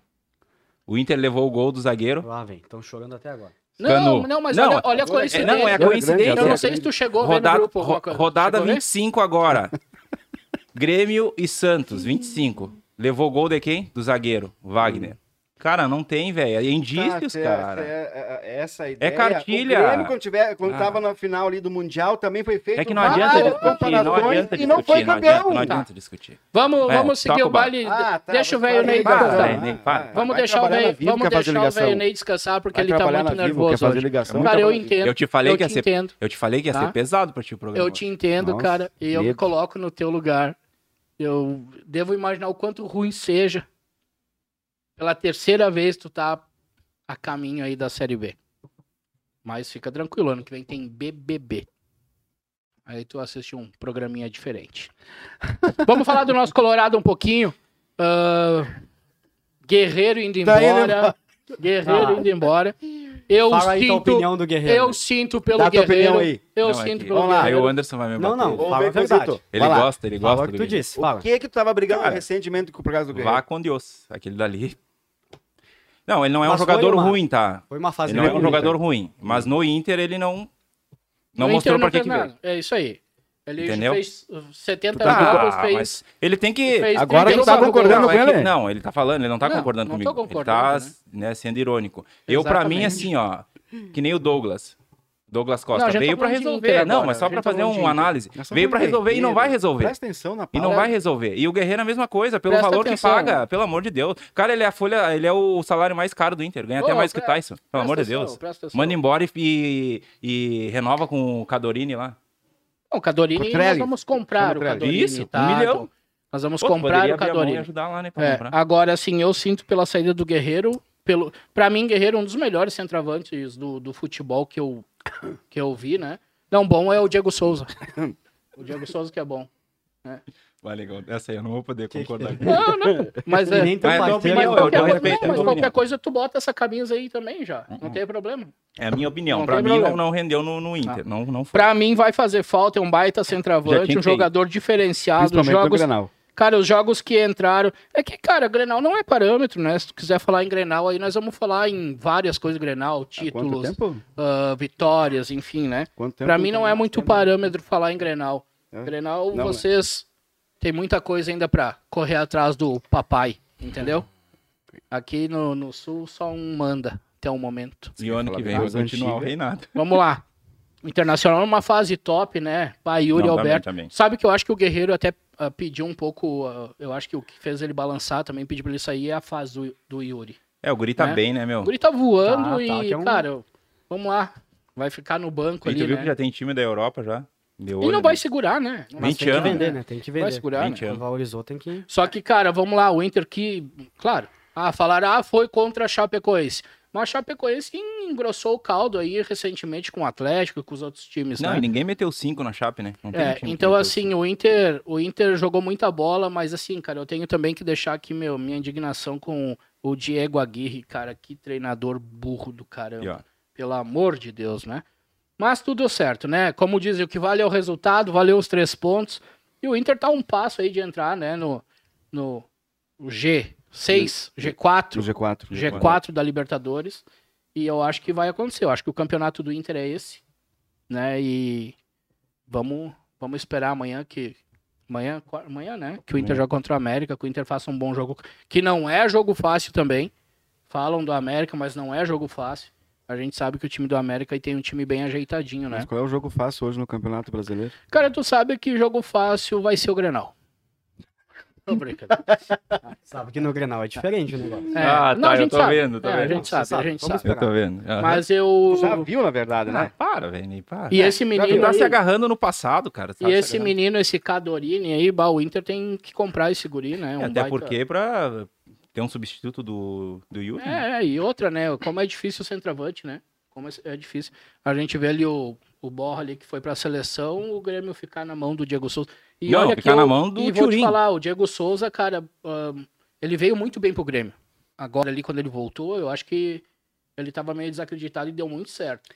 D: O Inter levou o gol do zagueiro.
C: Lá vem, estão chorando até agora.
A: Não,
D: Cano.
A: não, mas
D: Não,
A: olha, olha a
B: agora é-
A: coincidência.
D: não, é a
A: Eu-
D: coincidência.
A: Eu não sei se tu chegou a ver no
D: Rodada,
A: grupo alguma
D: ro-
A: coisa.
D: rodada
A: Chegou a ver?
D: 25 agora. Grêmio e Santos, 25. Levou o gol de quem? Do zagueiro, Wagner. Cara, não tem, velho. É indícios,
B: Tá,
D: cara.
B: Essa, é- é- essa ideia.
D: cartilha.
B: O Grêmio, quando, tiver, quando
D: Ah.
B: tava na final ali do Mundial, também foi feito.
D: É que não
A: Ah,
D: adianta
B: várias
D: discutir, não
B: comparações
D: adianta
B: E não foi
D: discutir, não
B: campeão.
D: adianta, não
A: Tá.
D: adianta discutir.
A: Vamos,
D: É,
A: vamos seguir
D: toca
A: o
D: o baile.
A: baile.
B: Ah, tá,
A: Deixa o
B: vai
A: velho Ney
B: trabalhar na
D: descansar.
B: Vivo,
D: Vai, Ney,
B: vai,
D: para.
A: Vamos
B: É, vai
A: deixar o
B: trabalhar na
A: velho,
B: Vivo,
A: vamos
B: quer fazer
A: deixar o velho
B: ligação.
A: Ney descansar porque
B: Vai
A: ele tá
B: trabalhar
A: muito
B: na Vivo, quer
A: nervoso
B: fazer
A: hoje.
B: ligação.
A: Cara, eu
B: Muito
A: entendo.
D: Eu te falei
A: eu
D: que ia
A: te
D: ser-
A: entendo.
D: Eu te falei que ia
A: Tá.
D: ser pesado pra ti o programa.
A: Eu te entendo,
B: Nossa,
A: cara, e eu me
B: medo.
A: coloco no teu lugar. Eu devo imaginar o quanto ruim seja. Pela terceira vez tu tá a caminho aí da Série B. Mas fica tranquilo, ano que vem tem BBB. Aí tu assiste um programinha diferente. Vamos falar do nosso Colorado um pouquinho. Ah, Guerreiro indo
B: Tá indo
A: embora. Guerreiro
C: Ah.
A: indo embora. Eu
C: Fala aí tua
A: sinto,
C: opinião do Guerreiro.
A: eu sinto pelo
B: Dá a tua
A: Guerreiro.
B: opinião aí.
A: Eu
D: Não, é
A: sinto
D: que-
A: pelo
B: Vamos lá,
D: Aí
A: Guerreiro.
D: o Anderson vai me bater.
C: Não, não,
B: Ô,
C: fala a
B: vem,
C: verdade.
B: Cozito.
D: Ele
B: Fala.
D: gosta, ele
C: Fala
D: gosta
C: o que
D: do
C: tu
D: Guerreiro.
C: disse, fala.
B: O que é que tu tava brigando
D: Cara,
B: recentemente com o caso do Guerreiro?
D: Vá com Deus, aquele dali. Não, ele não é um
C: Mas foi
D: jogador
C: uma-
D: ruim, tá?
C: Foi uma fase
D: Ele não é um
C: ruim.
D: jogador ruim, mas no Inter ele não não
A: No
D: mostrou
A: Inter
D: pra que
A: fez
D: que
A: nada.
D: veio.
A: É isso aí. Ele
D: Entendeu?
A: fez uh, 70
D: Tá,
A: jogos, fez...
D: mas ele tem que
A: fez
B: Agora que
A: 30
B: tu tá
A: jogos.
B: concordando
D: Não,
B: com
D: é que-
B: ele?
D: não, ele tá falando, ele não tá
A: Não,
D: concordando
A: não tô
D: comigo. ele
A: concordando,
D: tá né, sendo irônico. Eu, pra mim,
A: Exatamente.
D: assim, ó, que nem o Douglas. Douglas
A: Não,
D: Costa
A: a gente
D: veio
A: tá
D: pra
A: falando de
D: resolver.
A: Inter
D: não,
A: agora,
D: mas
A: a
D: só
A: gente
D: pra
A: tá
D: fazer
A: falando de
D: uma
A: Inter.
D: análise.
B: Nós estamos
D: Veio pra
B: falando de
D: resolver e não
B: Guerreiro.
D: vai resolver.
B: Presta atenção na
D: E
B: palavra.
D: não vai resolver. E o Guerreiro é a mesma coisa, pelo
A: Presta
D: valor
A: atenção.
D: que paga, pelo amor de Deus. Cara, ele é a folha, ele é o salário mais caro do Inter, ganha até
A: Ô,
D: mais que o
A: presta-
D: Tyson. Pelo amor de
A: presta
D: Deus.
A: atenção, presta atenção.
D: Manda embora e, e- e renova com o Cadorini lá.
A: Não, o Cadorini, nós
B: Cotrelli.
A: vamos comprar o
B: Cotrelli.
A: Cadorini.
D: Isso,
A: tá?
D: um milhão.
A: Então, Nós vamos
D: Pô, tu
A: comprar
D: poderia
A: o
D: abrir a mão e
A: Cadorini.
D: ajudar lá, né, pra
A: É,
D: comprar.
A: agora, assim, eu sinto pela saída do Guerreiro, pelo, pra mim, Guerreiro é um dos melhores centroavantes do, do futebol que eu, que eu vi, né? Não, bom é o Diego Souza. o Diego Souza que é bom. né?
D: legal. Essa aí eu não vou poder concordar com
A: Não, não. Mas é.
C: Nem
A: Mas,
C: tão
D: Mas-
C: parceiro, né? Então
D: mas- mas-
C: eu-
A: qualquer,
D: eu
A: coisa-
D: respeito,
A: não, mas
D: eu
A: qualquer
D: domino.
A: coisa tu bota essa camisa aí também já.
D: Uhum.
A: Não tem problema.
D: É a minha opinião.
A: Não
D: Pra
A: tem
D: mim, não,
A: problema. Ah.
D: não rendeu no, no Inter. Não, não foi.
A: Pra mim vai fazer falta é um baita
D: Já tinha
A: centroavante, um
D: que ter
A: jogador diferenciado,
B: Principalmente no
A: jogos
B: Grenal.
A: Cara, os jogos que entraram. É que, cara, Grenal não é parâmetro, né? Se tu quiser falar em Grenal, aí nós vamos falar em várias coisas: Grenal,
B: Há Quanto
A: títulos,
B: tempo?
A: ah, vitórias, enfim, né?
B: Quanto tempo?
A: Pra mim não é muito
B: Tempo. né?
A: parâmetro falar em Grenal.
B: É.
A: Grenal,
B: Não,
A: vocês têm muita coisa ainda pra correr atrás do papai, entendeu? Aqui no, no Sul só um manda até o momento.
D: E o ano que vem vai
B: Palavras
D: continuar o
B: antigas.
D: reinado.
A: Vamos lá. Internacional numa fase top, né? Pá, Yuri
D: Não, também,
A: Alberto.
D: também.
A: Sabe que eu acho que o Guerreiro até ah, pediu um pouco. ah, eu acho que o que fez ele balançar também, pediu pra ele sair, é a fase do, do Yuri.
D: É, o Guri tá
A: Né?
D: bem, né,
A: O
D: meu?
A: Guri tá voando
C: Tá,
A: e,
C: tá, que é um-
A: cara, vamos lá. Vai ficar no banco
D: E tu
A: ali.
D: viu
A: né?
D: que já tem time da Europa já? Deu
A: Ele
D: olho
A: não vai
D: ali.
A: segurar, né? Não vai
D: 20
C: tem que
D: anos,
C: vender,
A: né?
C: né? Tem que
A: Vai
C: vender.
A: segurar,
D: 20
A: né?
D: anos.
C: Valorizou, tem que.
A: Só que, cara, vamos lá, o Inter que, claro, ah, falaram, ah, foi contra a Chapecoense. Mas a Chapecoense que engrossou o caldo aí recentemente com o Atlético e com os outros times,
D: Não,
A: né?
D: e ninguém meteu 5 na Chape, né? Não tem
A: É,
D: time que
A: então
D: meteu
A: assim, o Inter, o Inter jogou muita bola, mas assim, cara, eu tenho também que deixar aqui meu, minha indignação com o Diego Aguirre, cara, que treinador burro do
D: cinco.
A: caramba.
D: E, ó,
A: Pelo amor de Deus, né? Mas tudo deu certo, né? Como dizem, o que vale é o resultado, valeu os três pontos. E o Inter tá um passo aí de entrar, né, no, no G6,
B: No
A: G4,
B: G4.
A: G4 da Libertadores. E eu acho que vai acontecer. Eu acho que o campeonato do Inter é esse, né? E vamos, vamos esperar amanhã que amanhã, qua- amanhã, né, que o Inter joga contra o América, que o Inter faça um bom jogo, que não é jogo fácil também. Falam do América, mas não é jogo fácil. A gente sabe que o time do América aí tem um time bem ajeitadinho,
B: Mas
A: né?
B: qual é o jogo fácil hoje no Campeonato Brasileiro?
A: Cara, tu sabe que jogo fácil vai ser o Grenal. Tô brincando.
C: Sabe que no Grenal é diferente o negócio.
A: É,
D: Ah, tá,
A: não, a
D: eu
A: gente
D: tô
A: sabe.
D: vendo, tô
A: É,
D: vendo.
A: A gente sabe,
C: Sabe,
A: a gente
C: vamos
A: sabe.
D: Eu tô vendo. Ah,
A: Mas eu.
B: Já viu, na verdade,
D: ah,
B: né?
D: para, velho. Para.
A: E esse
D: Já
A: menino.
D: tá
A: aí-
D: se agarrando no passado, cara. tá
A: E
D: se
A: esse
D: agarrando.
A: menino, esse Cadorini aí, bah, o Inter tem que comprar esse guri, né? Um
D: É, Até
A: baita-
D: porque pra ter um substituto do, do Yuri, né?
A: É, é, e outra, né? Como é difícil o centroavante, né? Como é, é difícil. A gente vê ali o, o Borra ali que foi pra seleção, o Grêmio ficar na mão do Diego Souza. E
D: Não,
A: olha
D: ficar
A: que
D: na
A: eu-
D: mão do
A: E vou te
D: Turim.
A: falar, o Diego Souza, cara, ahn, ele veio muito bem pro Grêmio. Agora ali, quando ele voltou, eu acho que ele tava meio desacreditado e deu muito certo.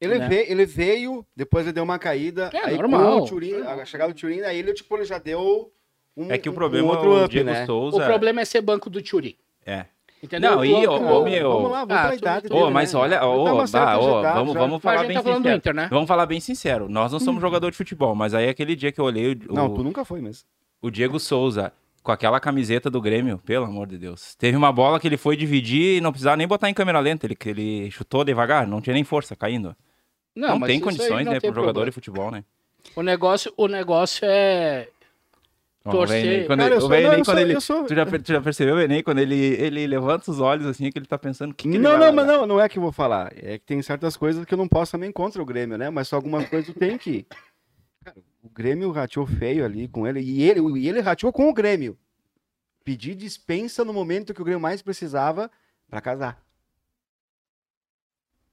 B: Ele,
A: Né?
B: veio, ele veio, depois ele deu uma caída.
A: É,
B: aí
A: normal.
B: com o Turin, a chegada do Turin, aí ele tipo, ele já deu um,
D: É, que o
B: um-
D: problema
B: um
D: é o
B: outro up,
D: Diego
B: né?
D: Souza.
A: O problema é ser banco do Turim.
D: É.
A: Entendeu?
D: Não, e,
A: O-
D: ô,
B: Ô,
D: ô, meu,
B: Vamos lá, vamos
A: Ah,
B: pra
A: tudo
B: idade
A: bem.
D: Ô,
B: dele,
D: mas
B: né?
D: olha,
B: Já
D: ô,
B: tá uma
D: bah,
B: certa
D: ô,
B: idade,
D: vamos,
B: já.
D: vamos
A: Mas
D: falar
A: a gente
D: bem
A: tá falando do
D: sincero.
A: Inter, né? Hum.
D: Vamos falar bem sincero. Nós não somos jogador de futebol, mas aí é aquele dia que eu olhei o,
B: Não,
D: o-
B: tu nunca foi mesmo.
D: o Diego Souza com aquela camiseta do Grêmio, pelo amor de Deus. Teve uma bola que ele foi dividir e não precisava nem botar em câmera lenta. Ele, ele chutou devagar, não tinha nem força caindo. Não,
A: mas
D: tem
A: isso aí
D: condições,
A: não
D: né,
A: tem
D: pro jogador
A: problema.
D: de futebol, né?
A: O negócio, o negócio é.
D: Ó,
A: Torcer.
D: O Enem, quando
B: Cara,
D: ele,
B: eu sou-
D: o Enem,
B: não, eu
D: quando
B: sou-
D: ele-
B: eu sou-
D: tu, já, per- tu já percebeu o Enem quando ele, ele levanta os olhos assim, que ele tá pensando o que, que ele
B: não,
D: vai
B: não,
D: largar?
B: mas não, não é que eu vou falar. É que tem certas coisas que eu não posso também contra o Grêmio, né? Mas só algumas coisas tu tem que. Cara, o Grêmio rateou feio ali com ele. E ele, e ele rateou com o Grêmio. Pedir dispensa no momento que o Grêmio mais precisava pra casar.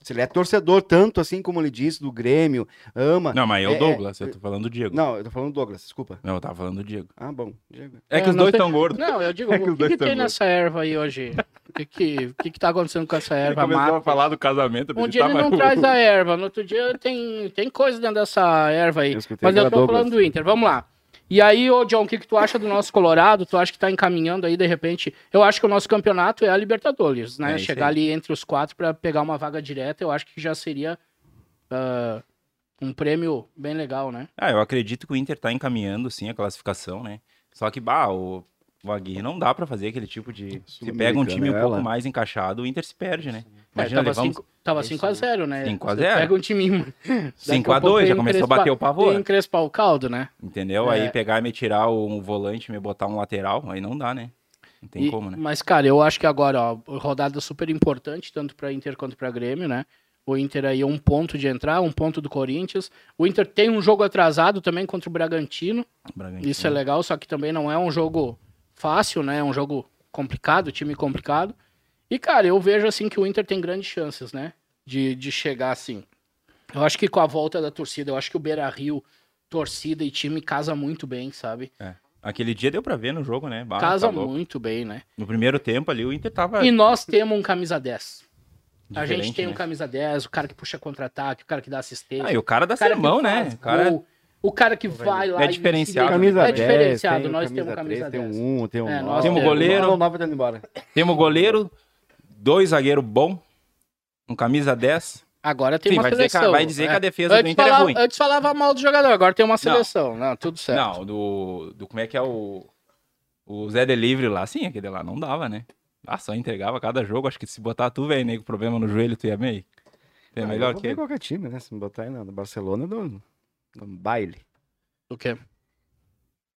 B: Se ele é torcedor, tanto assim como ele disse, do Grêmio, ama.
D: Não, mas é
B: É,
D: o Douglas, eu tô falando do Diego. Não,
B: Não, eu tô falando do Douglas, desculpa.
D: eu tava falando do Diego.
B: Ah, bom. Diego.
D: É que
A: É,
D: os
A: não
D: dois
A: tem-
D: tão gordos.
A: Não, eu digo,
D: É que os
A: o que,
D: dois
A: que
D: tão
A: tem
D: gordos.
A: nessa erva aí hoje? O que, que, o que que tá acontecendo com essa
D: Ele
A: erva?
D: começou a
A: Mata.
D: falar do casamento dele,
A: Um dia
D: tá,
A: ele
D: mas
A: não
D: o-
A: traz a erva, no outro dia tem, tem coisa dentro dessa erva aí.
B: Eu escutei
A: Mas eu
B: que era
A: tô
B: Douglas.
A: falando do Inter, vamos lá. E aí, ô John, o que, que tu acha do nosso Colorado? Tu acha que tá encaminhando aí, de repente? Eu acho que o nosso campeonato é a Libertadores,
D: É
A: né?
D: isso
A: Chegar
D: aí.
A: ali entre os quatro pra pegar uma vaga direta, eu acho que já seria ah, um prêmio bem legal, né?
D: Ah, eu acredito que o Inter tá encaminhando, sim, a classificação, né? Só que, bah, o, o Aguirre não dá pra fazer aquele tipo de... Se pega um time um
B: Sul-Americana,
D: pouco
B: ela.
D: mais encaixado, o Inter se perde, né?
A: É,
D: Imagina,
A: tava
D: levamos
A: 5 tava cinco a 0 né?
D: 5 a
A: Você
D: 0.
A: Pega um time.
D: 5x2, já começou a bater o pavor.
A: Tem encrespar o caldo, né?
D: Entendeu?
A: É.
D: Aí pegar e me tirar o, um volante, me botar um lateral, aí não dá, né? Não tem
A: E-
D: como, né?
A: Mas, cara, eu acho que agora, ó, rodada super importante, tanto pra Inter quanto pra Grêmio, né? O Inter aí é um ponto de entrar, um ponto do Corinthians. O Inter tem um jogo atrasado também contra o Bragantino.
D: Bragantino.
A: Isso é legal, só que também não é um jogo fácil, né? É um jogo complicado, time complicado. E, cara, eu vejo assim que o Inter tem grandes chances, né? De, de chegar assim. Eu acho que com a volta da torcida, eu acho que o Beira Rio, torcida e time casa muito bem, sabe?
D: É. Aquele dia deu pra ver no jogo, né? Bah,
A: Casa
D: tá louco.
A: muito bem, né?
D: No primeiro tempo ali, o Inter tava.
A: E nós temos um camisa 10. A
D: diferente,
A: gente tem um
D: né?
A: camisa 10, o cara que puxa contra-ataque, o cara que dá assistência.
D: Ah, e o cara dá
A: o cara
D: sermão,
A: que
D: né?
A: faz
D: O cara...
A: gol, o cara que vai lá
D: É
A: e se
D: diferenciado. né?
A: dedica.
B: Camisa
A: é
B: 10,
A: diferenciado,
B: tem o
A: nós temos camisa 10.
B: 3, Tem um 1, tem um
A: É,
B: 9.
A: nós
D: Temos temos. goleiro.
B: O
A: é
B: 9 tá indo embora.
D: Temos um goleiro, dois zagueiro bom, um camisa 10.
A: Agora tem
D: Sim,
A: uma
D: vai dizer que a-
A: seleção.
D: vai dizer que a defesa do
A: antes
D: Inter é
A: falava,
D: ruim.
A: Antes falava mal do jogador, agora tem uma seleção. Não, tudo certo.
D: Não, do, do. Como é que é o. O Zé Delivery lá, sim, aquele lá não dava, né? Ah, só entregava cada jogo. Acho que se botar tu, velho, nego, problema no joelho, tu ia meio. É
B: Ah, eu
D: melhor
B: vou
D: que
B: ver
D: ele.
B: qualquer time, né? Se me botar aí na no Barcelona, eu dou um- dou um baile.
A: O quê?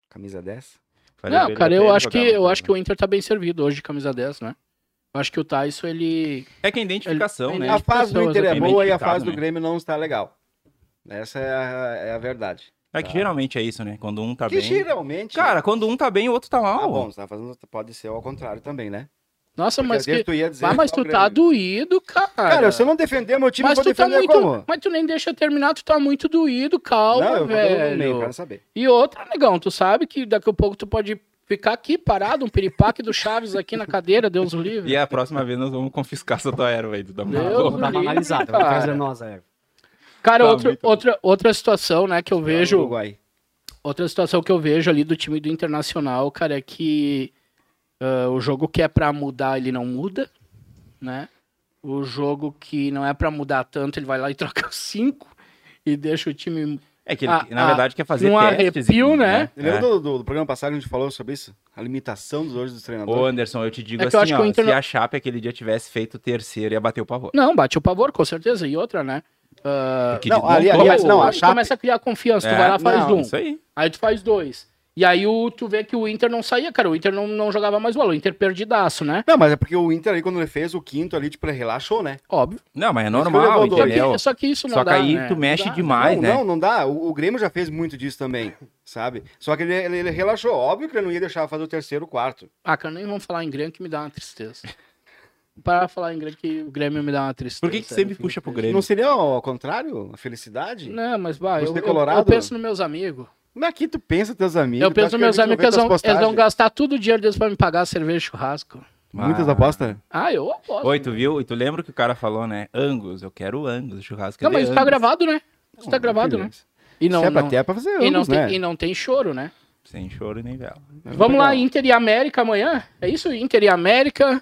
B: Camisa 10.
D: Faria
A: Não,
D: bem né?
A: cara,
D: até
A: eu
D: ele
A: acho, que,
D: jogar,
A: eu
D: mas-
A: acho que o Inter tá bem servido hoje de camisa 10, né? Eu acho que o Tyson, ele.
D: É que a identificação,
A: ele-
D: né?
A: É,
B: A fase
A: pessoas,
B: do
A: tá
B: Inter é
D: eu tô
B: boa e a
D: identificado,
B: fase do
D: né?
B: Grêmio não está legal. Essa é a, é a verdade.
D: É que geralmente é isso, né? Quando um tá
B: que
D: bem.
B: geralmente.
D: Cara, quando um tá bem, o outro tá
B: tá
D: mal.
B: bom, você tá fazendo, pode ser ao contrário também, né?
A: Nossa,
B: Porque
A: mas
B: às vezes
A: que.
B: tu ia dizer
A: Ah, mas
B: só o
A: tu tá
B: Grêmio.
A: doído, cara.
B: Cara, se eu não defender meu time, eu
A: mas
B: vou
A: tu tá
B: defender
A: muito.
B: como?
A: Mas tu nem deixa eu terminar, tu tá muito doído, calma,
B: não, eu vou dando no meio,
A: velho.
B: quero saber.
A: E outra, negão, tu sabe que daqui a pouco tu pode ficar aqui parado, um piripaque do Chaves aqui na cadeira, Deus o livre.
D: E é a próxima vez nós vamos confiscar essa tua erva aí, tu tá muito
A: Deus
D: louco.
A: do
C: Dá
A: livre,
C: uma analisada, vai
A: cara.
C: trazer nós é. aí.
A: Cara,
D: Tá
A: outra,
D: muito-
A: outra, outra situação, né, que eu vejo.
B: Uruguai.
A: Outra situação que eu vejo ali do time do Internacional, cara, é que ah, o jogo que é pra mudar, ele não muda, né? O jogo que não é pra mudar tanto, ele vai lá e troca os cinco e deixa o time.
D: É que ele,
A: Ah,
D: na
A: ah,
D: verdade, quer fazer
A: num
D: testes.
A: arrepio,
D: e- É.
A: né?
B: Lembra do, do programa passado que a gente falou sobre isso? A limitação dos olhos dos
D: Ô,
B: treinadores.
D: Anderson, eu te digo
A: É que eu
D: assim,
A: acho que
D: ó,
A: o Inter
D: se
A: não-
D: a Chape aquele dia tivesse feito o terceiro, ia bater o pavor.
A: Não, bate o pavor, com certeza. E outra, né? Ah,
D: Porque
B: Não,
D: desmontou.
B: ali- ali-
A: começa,
B: aliás, não,
A: tu
B: a Chape-
A: começa a criar confiança. Tu
D: É,
A: vai lá faz
B: não,
A: um.
D: Isso aí.
A: Aí tu faz dois. E aí o, tu vê que o Inter não saía, cara. O Inter não, não jogava mais bola. O Inter perdidaço, né?
B: Não, mas é porque o Inter aí, quando ele fez o quinto ali, tipo, ele relaxou, né?
A: Óbvio.
D: Não, mas é
B: que eu
D: normal,
B: levanto
A: Só
D: entendeu?
A: que, só que isso não
D: Só que
A: dá,
D: aí
A: né?
D: tu
A: Não
D: mexe
A: dá.
D: demais,
B: não,
D: né?
B: não, não dá. O, o Grêmio já fez muito disso também, sabe? Só que ele, ele- ele relaxou. Óbvio que ele não ia deixar fazer o terceiro, o quarto.
A: Ah, cara, nem vamos falar em Grêmio que me dá uma tristeza. Para falar em Grêmio que o Grêmio me dá uma tristeza.
D: Por que, que
A: é,
D: sempre
A: enfim.
D: puxa pro Grêmio?
B: Não seria ao contrário? A felicidade? Não.
A: Não, mas vai,
B: Você
A: eu,
B: é
A: eu-
B: colorado?
A: eu penso nos meus amigos.
B: Aqui tu pensa teus amigos.
A: eu
B: tu
A: penso
B: acha
A: nos
B: que
A: meus
B: eles vão
A: amigos
B: ver
A: que eles
B: tuas
A: vão, eles vão
B: postagens?
A: gastar todo o dinheiro deles pra me pagar cerveja e churrasco.
B: Muitas
D: Ah.
B: apostas?
A: Ah, eu aposto.
D: Oi, tu viu? E tu lembra que o cara falou, né? Angus, eu quero Angus, churrasco. é
A: Não,
D: de
A: mas isso tá
D: Angus.
A: gravado, né? Isso tá gravado, né? E não,
B: Se é pra
A: não-
B: ter, é pra fazer
A: e, não
B: ambos, né?
A: tem, e não tem choro, né?
D: Sem choro nem vela.
A: Vamos lá, Inter e América amanhã? É isso? Inter e América,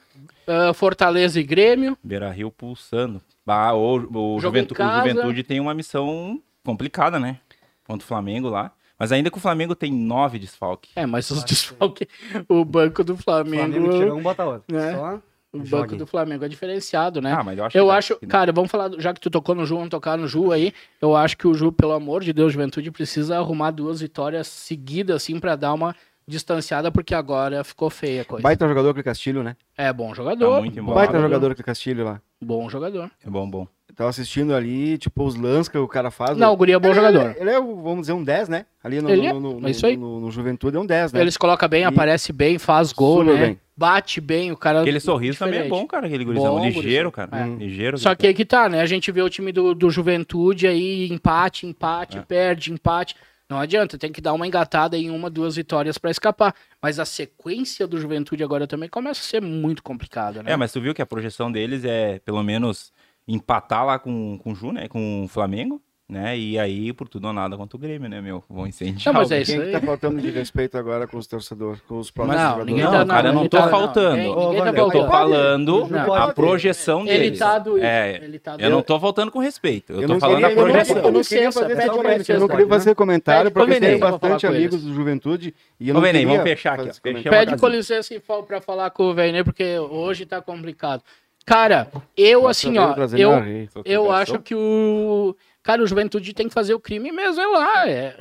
A: ah, Fortaleza e Grêmio.
D: Beira Rio pulsando. Ah, o, o,
A: Jogo
D: Juventu-
A: em casa.
D: o Juventude tem uma missão complicada, né? Contra o Flamengo lá. Mas ainda que o Flamengo tem nove desfalques.
A: É, mas os desfalques. O banco do Flamengo.
C: Flamengo tira um, bota outro.
A: Né?
C: Só
A: O banco
C: joguem.
A: do Flamengo é diferenciado, né?
D: Ah, mas eu acho
A: eu
D: que-
A: acho,
D: que-
A: cara, vamos falar, do- já que tu tocou no Ju, vamos tocar no Ju aí. Eu acho que o Ju, pelo amor de Deus, Juventude precisa arrumar duas vitórias seguidas, assim, pra dar uma distanciada, porque agora ficou feia a coisa.
B: Baita jogador que Castilho, né?
A: É bom jogador.
D: Tá muito embolado.
B: Baita
D: Bom
B: jogador que Castilho lá.
A: Bom jogador.
D: É bom, bom.
B: Eu Tava assistindo ali, tipo, os lances que o cara faz.
A: Não, o Guri é bom
B: Ele-
A: jogador.
B: Ele é, o- vamos dizer, um 10, né? Ali no,
A: Ele é-
B: no, no- no-
A: é isso aí.
B: no- no Juventude é um 10, né?
A: Eles colocam bem,
B: E-
A: aparece bem, faz gol,
B: Super
A: né?
B: bem.
A: Bate bem, o cara.
D: Aquele sorriso também é
A: diferente.
D: bom, cara, aquele gurizão.
A: Bom, gurizão.
D: Ligeiro, cara.
A: É.
D: Ligeiro.
A: Só que aí que tá, né? A gente vê o time do, do Juventude aí, empate,
D: É.
A: empate, perde, empate. Não adianta, tem que dar uma engatada em uma, duas vitórias pra escapar. Mas a sequência do Juventude agora também começa a ser muito complicada, né?
D: É, mas tu viu que a projeção deles é, pelo menos, empatar lá com, com o Ju, né? Com o Flamengo, né? E aí, por tudo ou nada contra o Grêmio, né, meu? Vão incendiar.
A: Não, mas
D: o-
A: é isso
B: Quem que
A: aí.
B: tá faltando de respeito agora com os torcedores, com os
A: Não,
B: próprios jogadores?
A: ninguém
D: Não,
A: tá,
D: cara, eu não
A: ninguém
D: tô
A: tá-
D: faltando.
A: ninguém-
C: Ô,
A: ninguém tá
C: Wander,
D: Eu tô
A: faltando.
D: falando
A: Não,
D: a
C: pode.
D: projeção
A: Ele
D: deles.
A: tá doido,
D: É,
A: ele tá
D: Eu não
A: doido.
D: tô faltando com respeito. Eu,
B: Eu
D: tô
B: não
D: falando
B: queria-
D: a
B: eu não queria-
D: projeção.
B: eu não queria
A: Licença,
B: fazer
A: pede
B: comentário,
A: licença,
B: eu não queria
A: pode, né?
B: fazer comentário,
A: Pede
B: porque eu tenho
D: licença,
A: vou falar
B: bastante
A: com eles.
B: amigos do Juventude. E eu
D: Ô,
B: não
D: Venen,
B: queria
D: vamos fechar aqui,
B: fazer
D: ó.
B: esse comentário.
D: Fechamos.
A: Pede com licença e fal- pra falar com o Vernê, porque hoje tá complicado. Cara, eu assim, ó,
B: Trazer
A: eu,
B: meu rei.
A: Eu acho que o. Cara, o Juventude tem que fazer o crime mesmo, é lá. É,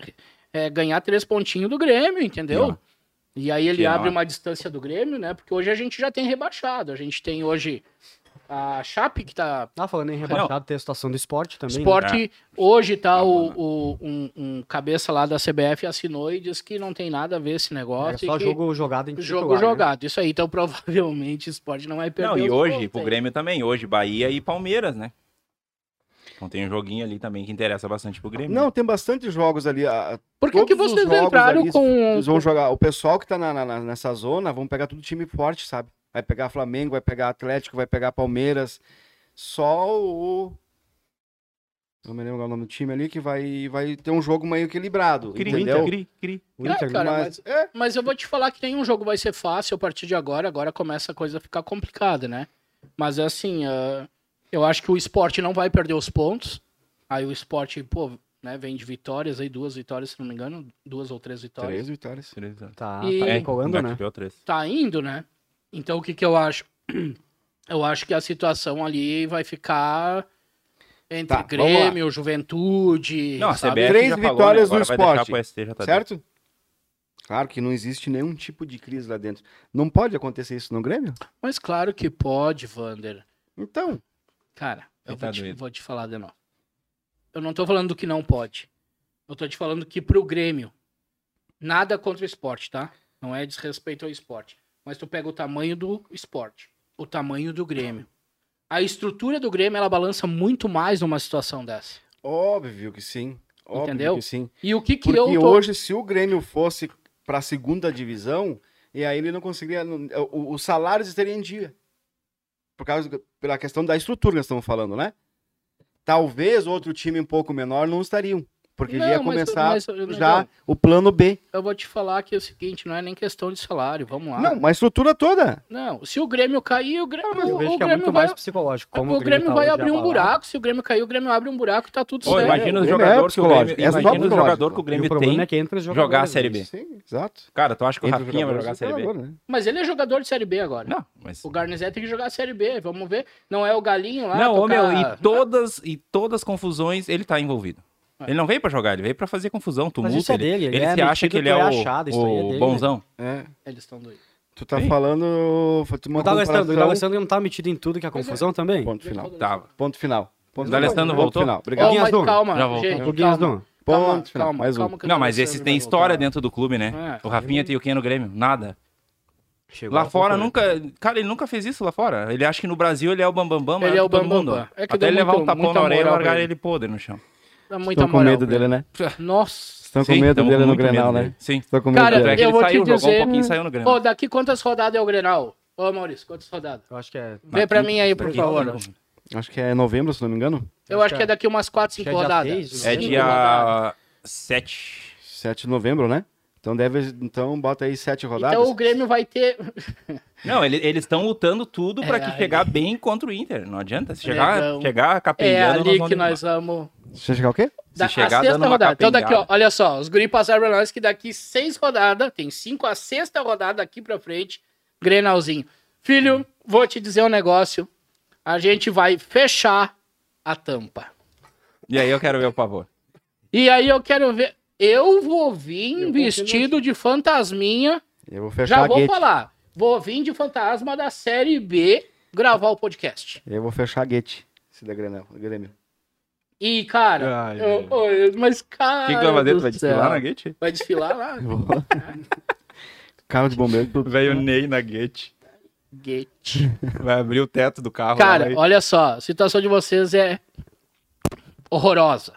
A: é ganhar três pontinhos do Grêmio, entendeu?
D: Não.
A: E aí ele
D: Que
A: abre
D: não.
A: uma distância do Grêmio, né? Porque hoje a gente já tem rebaixado. A gente tem hoje a Chape, que tá.
C: Ah, falando em rebaixado, tem a situação do esporte também. né?
A: Esporte, hoje tá
D: Tá
A: o,
D: bom, né?
A: o- um, um cabeça lá da CBF assinou e diz que não tem nada a ver esse
C: É
A: negócio. e
C: só
A: que
C: jogo jogado em
A: jogo
C: titular, né?
A: jogado. Isso aí, então provavelmente o esporte não vai perder.
D: Não,
A: os
D: e hoje,
A: pontos
D: pro
A: aí.
D: Grêmio também. Hoje, Bahia e Palmeiras, né? Então tem um joguinho ali também que interessa bastante pro Grêmio.
B: Não, tem bastante jogos ali. a-
A: Por que, que
B: todos os
A: vocês
B: jogos
A: entraram
B: ali,
A: com.
B: Eles vão jogar. O pessoal que tá na- na- na- nessa zona vão pegar tudo time forte, sabe? Vai pegar Flamengo, vai pegar Atlético, vai pegar Palmeiras. Só o. Não me lembro o nome do time ali que vai, vai ter um jogo meio equilibrado.
D: Cri,
B: entendeu?
D: cri, cri.
C: O Inter,
A: É, cara,
B: mas,
A: mas-
B: é,
A: Mas eu vou te falar que nenhum jogo vai ser fácil a partir de agora. Agora começa a coisa a ficar complicada, né? Mas assim, ah, eu acho que o esporte não vai perder os pontos. Aí o esporte, pô, né, vem de vitórias aí, duas vitórias, se não me engano, duas ou três vitórias.
B: três vitórias.
C: Tá,
A: E-
C: tá
A: É,
C: decolando, né?
D: engatilhou três.
A: tá indo, né? Então o que que eu acho? Eu acho que a situação ali vai ficar entre
B: Tá, vamos lá.
A: Grêmio, Juventude.
D: Não, a
A: sabe?
D: CBF
B: Três
D: já falou,
B: vitórias
D: né? Agora
B: do
D: vai deixar
B: esporte,
D: pro ST, já tá dentro.
B: Certo? Claro que não existe nenhum tipo de crise lá dentro. Não pode acontecer isso no Grêmio?
A: Mas claro que pode, Vander.
B: Então,
A: Cara, eu
D: Ele tá
A: vou, te,
D: doido.
A: vou te falar de novo. Eu não tô falando que não pode. Eu tô te falando que pro Grêmio, nada contra o esporte, tá? Não é desrespeito ao esporte. Mas tu pega o tamanho do esporte, o tamanho do Grêmio. A estrutura do Grêmio, ela balança muito mais numa situação dessa.
B: óbvio que sim. Óbvio
A: Entendeu?
B: que sim.
A: E o que que
B: Porque
A: eu tô...
B: hoje, se o Grêmio fosse para a segunda divisão, e aí ele não conseguiria. não- é, o- Os salários estariam em dia. Por causa, pela questão da estrutura que nós estamos falando, né? Talvez outro time um pouco menor não estariam. Porque já ia
A: Não, mas-
B: começar
A: mas, eu-
B: já
A: eu-
B: o plano B.
A: Eu vou te falar que é o seguinte, não é nem questão de salário, vamos lá.
B: Não, a estrutura toda.
A: Não, se o Grêmio cair, o Grêmio,
C: Eu
A: o,
C: vejo que é
A: Grêmio
C: muito
A: vai...
C: mais psicológico.
A: O
C: Como
A: Grêmio,
C: tá
A: vai
C: hoje
A: abrir um
C: abalado.
A: buraco, se o Grêmio cair, o Grêmio abre um buraco e tá tudo
D: Ô,
A: certo.
D: imagina
B: Grêmio é
D: os jogadores que o
B: psicológico, é
D: Grêmio,
B: só
D: imagina os
B: psicológico.
D: jogador que o
C: E o
D: Grêmio
C: problema
D: tem.
C: é que entra os
D: jogar
C: jogadores,
D: a Série B.
C: né?
B: Sim, exato.
D: Cara, tu acha que o
B: Entre os
D: Rafinha vai
B: jogadores,
D: jogar a Série B?
B: jogador, né?
A: Mas ele é jogador de Série B agora.
D: Não, mas...
A: O Garnizé tem que jogar a Série B, vamos ver. Não é o Galinho lá.
D: não, ô, meu,
A: tocar-
D: e todas, e todas as confusões ele tá envolvido.
A: É.
D: Ele não veio pra jogar, ele veio pra fazer confusão, tumulto.
C: isso é dele, ele
D: ele
C: é
D: se acha
C: metido,
D: que ele
C: tu
D: é
C: é
D: o,
C: achado, isso aí é
D: o
C: dele,
D: bonzão.
B: É.
A: Eles estão doidos.
B: Tu tá
D: Sim. Tá
B: falando. Tu uma
C: O D'Alessandro o
B: comparação-
C: D'Alessandro não tá metido em tudo que é confusão também?
B: Ponto final.
D: Tava.
B: Ponto final. Ponto
D: O D'Alessandro
B: final.
D: Tá
B: Ponto
D: voltou?
B: final.
A: Ó,
B: Obrigado.
C: Guinhas
A: mas
C: Dom, Um
A: calma,
D: já voltou.
A: gente,
C: O Guinhas
A: calma,
C: Dum.
A: calma,
B: Ponto final,
A: calma,
B: mais um.
A: calma que o
D: Não, mas
A: D'Alessandro
D: esses têm
A: vai
D: história
A: voltar.
D: dentro do clube, né?
A: É.
D: o Rafinha tem o que no Grêmio? Nada.
C: Chegou
D: Lá
C: a
D: fora
C: pouco, né?
D: nunca. Cara, ele nunca fez isso lá fora. Ele acha que no Brasil ele é o bambambam, mas
A: Ele é o Bam Bam
D: mundo.
A: Bam. É que
D: Até
A: deu
D: ele levar
A: muito-
D: um tapão
A: muita
D: na orelha e
A: moral
D: largar
A: pra
D: ele podre no chão.
A: Dá muita
B: Estão com
A: moral
B: medo
A: pra
B: dele,
A: ele.
B: né?
A: Nossa.
B: Estão com
D: Sim,
B: medo
D: tamo
B: dele
D: com
B: no
D: muito
B: Grenal,
D: medo dele.
B: né?
D: Sim.
B: Estão com medo
A: Cara,
D: Tanto é
B: dele.
D: que
A: eu
D: ele
A: vou
D: saiu,
A: te
D: jogou um
A: dizer...
D: pouquinho e saiu no Grêmio.
A: Ô, daqui quantas rodadas é o Grenal? Ô, Maurício, quantas rodadas?
C: Eu acho que é...
A: Vê pra mim aí, por
D: Daqui-
A: favor.
B: Acho que é novembro, se não me engano.
A: Eu acho que é daqui umas 4, 5
C: Acho que é dia
A: rodadas.
C: seis, né?
D: É
A: Cinco rodadas.
D: dia 7.
B: 7 de novembro, né? Então deve. Então bota aí 7 rodadas.
A: Então o Grêmio vai ter.
D: Não, ele- eles estão lutando tudo pra
A: É,
D: que
A: aí.
D: chegar bem contra o Inter. Não adianta. Se chegar,
A: Negão.
D: chegar
A: É
D: capengando,
A: ali
D: vamos
A: que
D: derrubar.
A: nós vamos.
B: Deixa eu chegar o quê?
D: Se
A: Da,
D: chegar
A: a
D: dando
A: sexta
D: uma
A: rodada. Então daqui,
D: capengada.
A: ó, olha só, os guri passaram pra nós que daqui seis rodadas, tem cinco a sexta rodada aqui pra frente, Grenalzinho. Filho, vou te dizer um negócio. A gente vai fechar a tampa.
D: E aí eu quero ver o pavor.
A: E aí eu quero ver. Eu vou vir
C: Eu vou
A: vestido de fantasminha.
B: Eu vou fechar
A: Já
B: a
A: vou
B: gate.
A: falar. Vou vir de fantasma da série B gravar o podcast.
B: Eu vou fechar a gate. Se der Grenal, Grêmio.
A: E, cara,
C: Ai,
A: eu- eu- mas, cara.
D: O que, que tu vai fazer?
A: do
D: Tu vai
A: céu.
D: desfilar na gate?
A: Vai desfilar lá?
B: Eu vou. Carro de bombeiro, tudo.
D: Veio o Ney na gate.
A: Gate.
D: Vai abrir o teto do carro.
A: Cara,
D: lá, vai-
A: olha só, a situação de vocês é horrorosa.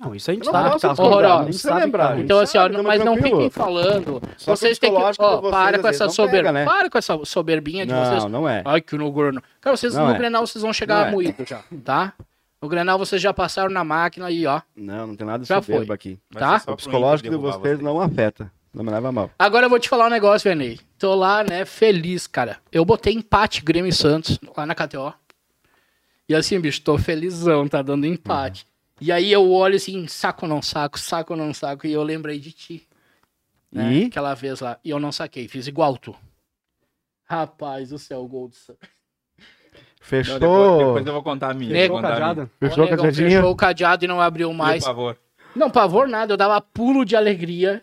C: Não, isso a gente
B: Eu não
C: sabe que
B: posso
C: tá
A: discordar,
C: rolando,
A: não
C: a gente
B: precisa
C: sabe que
B: lembrar,
C: tá
B: gente.
C: rolando.
A: Então, assim, ó,
B: sabe, tamo
A: mas não
B: tranquilo.
A: fiquem falando.
B: Só que
A: vocês
B: o
A: têm que.
B: psicológico
A: Ó,
B: de vocês,
A: para
B: às
A: com essa
B: vezes, não pega,
A: soberba.
B: né?
A: Para com essa soberbinha de vocês.
B: Não, não é.
A: Ai, que no Grenal. Cara, vocês
B: Não
A: no
B: é.
A: Grenal vocês vão
B: Não
A: chegar
B: é.
A: moído já, tá? No Grenal vocês já passaram na máquina aí, ó.
B: Não, não tem nada de
A: Já
B: soberba
A: foi.
B: aqui.
D: vai
A: tá?
B: O
D: ser só pro Inter
B: psicológico de
D: derrubar
B: vocês não afeta. Não me leva a mal.
A: Agora eu vou te falar um negócio, Venei. Tô lá, né, feliz, cara. Eu botei empate Grêmio e Santos lá na KTO. E assim, bicho, tô felizão, tá dando empate. E aí eu olho assim, saco ou não saco, saco ou não saco, e eu lembrei de ti. Né?
B: E?
A: Aquela vez lá. E eu não saquei, fiz igual tu. Rapaz, o céu, gol do Santos.
D: Não,
B: Fechou.
D: depois, depois eu vou contar a minha.
A: né? Nego,
D: vou
C: Fechou o
D: contar a minha.
C: cadeado?
B: Fechou
A: Ô,
B: o
A: negão,
B: cajadinho.
A: Fechou o cadeado e não abriu
D: E o
A: mais.
D: pavor.
A: Não, pavor nada, eu dava pulo de alegria.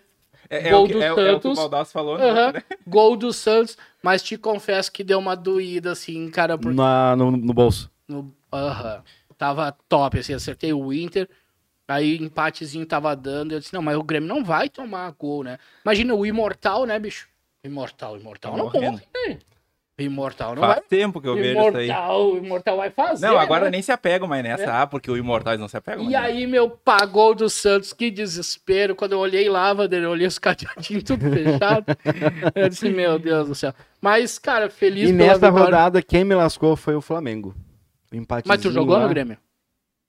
D: É, é
A: Gol
D: o que,
A: do
D: é, é o que o
A: Santos.
D: Baldassi falou. né?
A: Aham, Gol do Santos, mas te confesso que deu uma doída, assim, cara, porque
B: Na- no, no bolso.
A: No, aham. Tava top, assim, acertei o Inter. Aí empatezinho tava dando. Eu disse, não, mas o Grêmio não vai tomar gol, né? Imagina o Imortal, né, bicho? Imortal, Imortal
D: Tá
A: não
D: morrendo.
A: morre, né? Imortal não
D: Faz
A: vai.
D: tempo que eu vejo isso aí.
A: Imortal, Imortal vai fazer.
D: Não, agora
A: né?
D: nem se apegam mais nessa, ah, porque o Imortais não se apegam
A: E
D: mais.
A: aí, meu pagou do Santos, que desespero. Quando eu olhei lá, Vander, eu olhei os cadeadinhos tudo fechado. Eu disse, meu Deus do céu. Mas, cara, feliz
B: E nessa rodada, quem me lascou foi o Flamengo. O empate.
A: Mas tu jogou no Grêmio?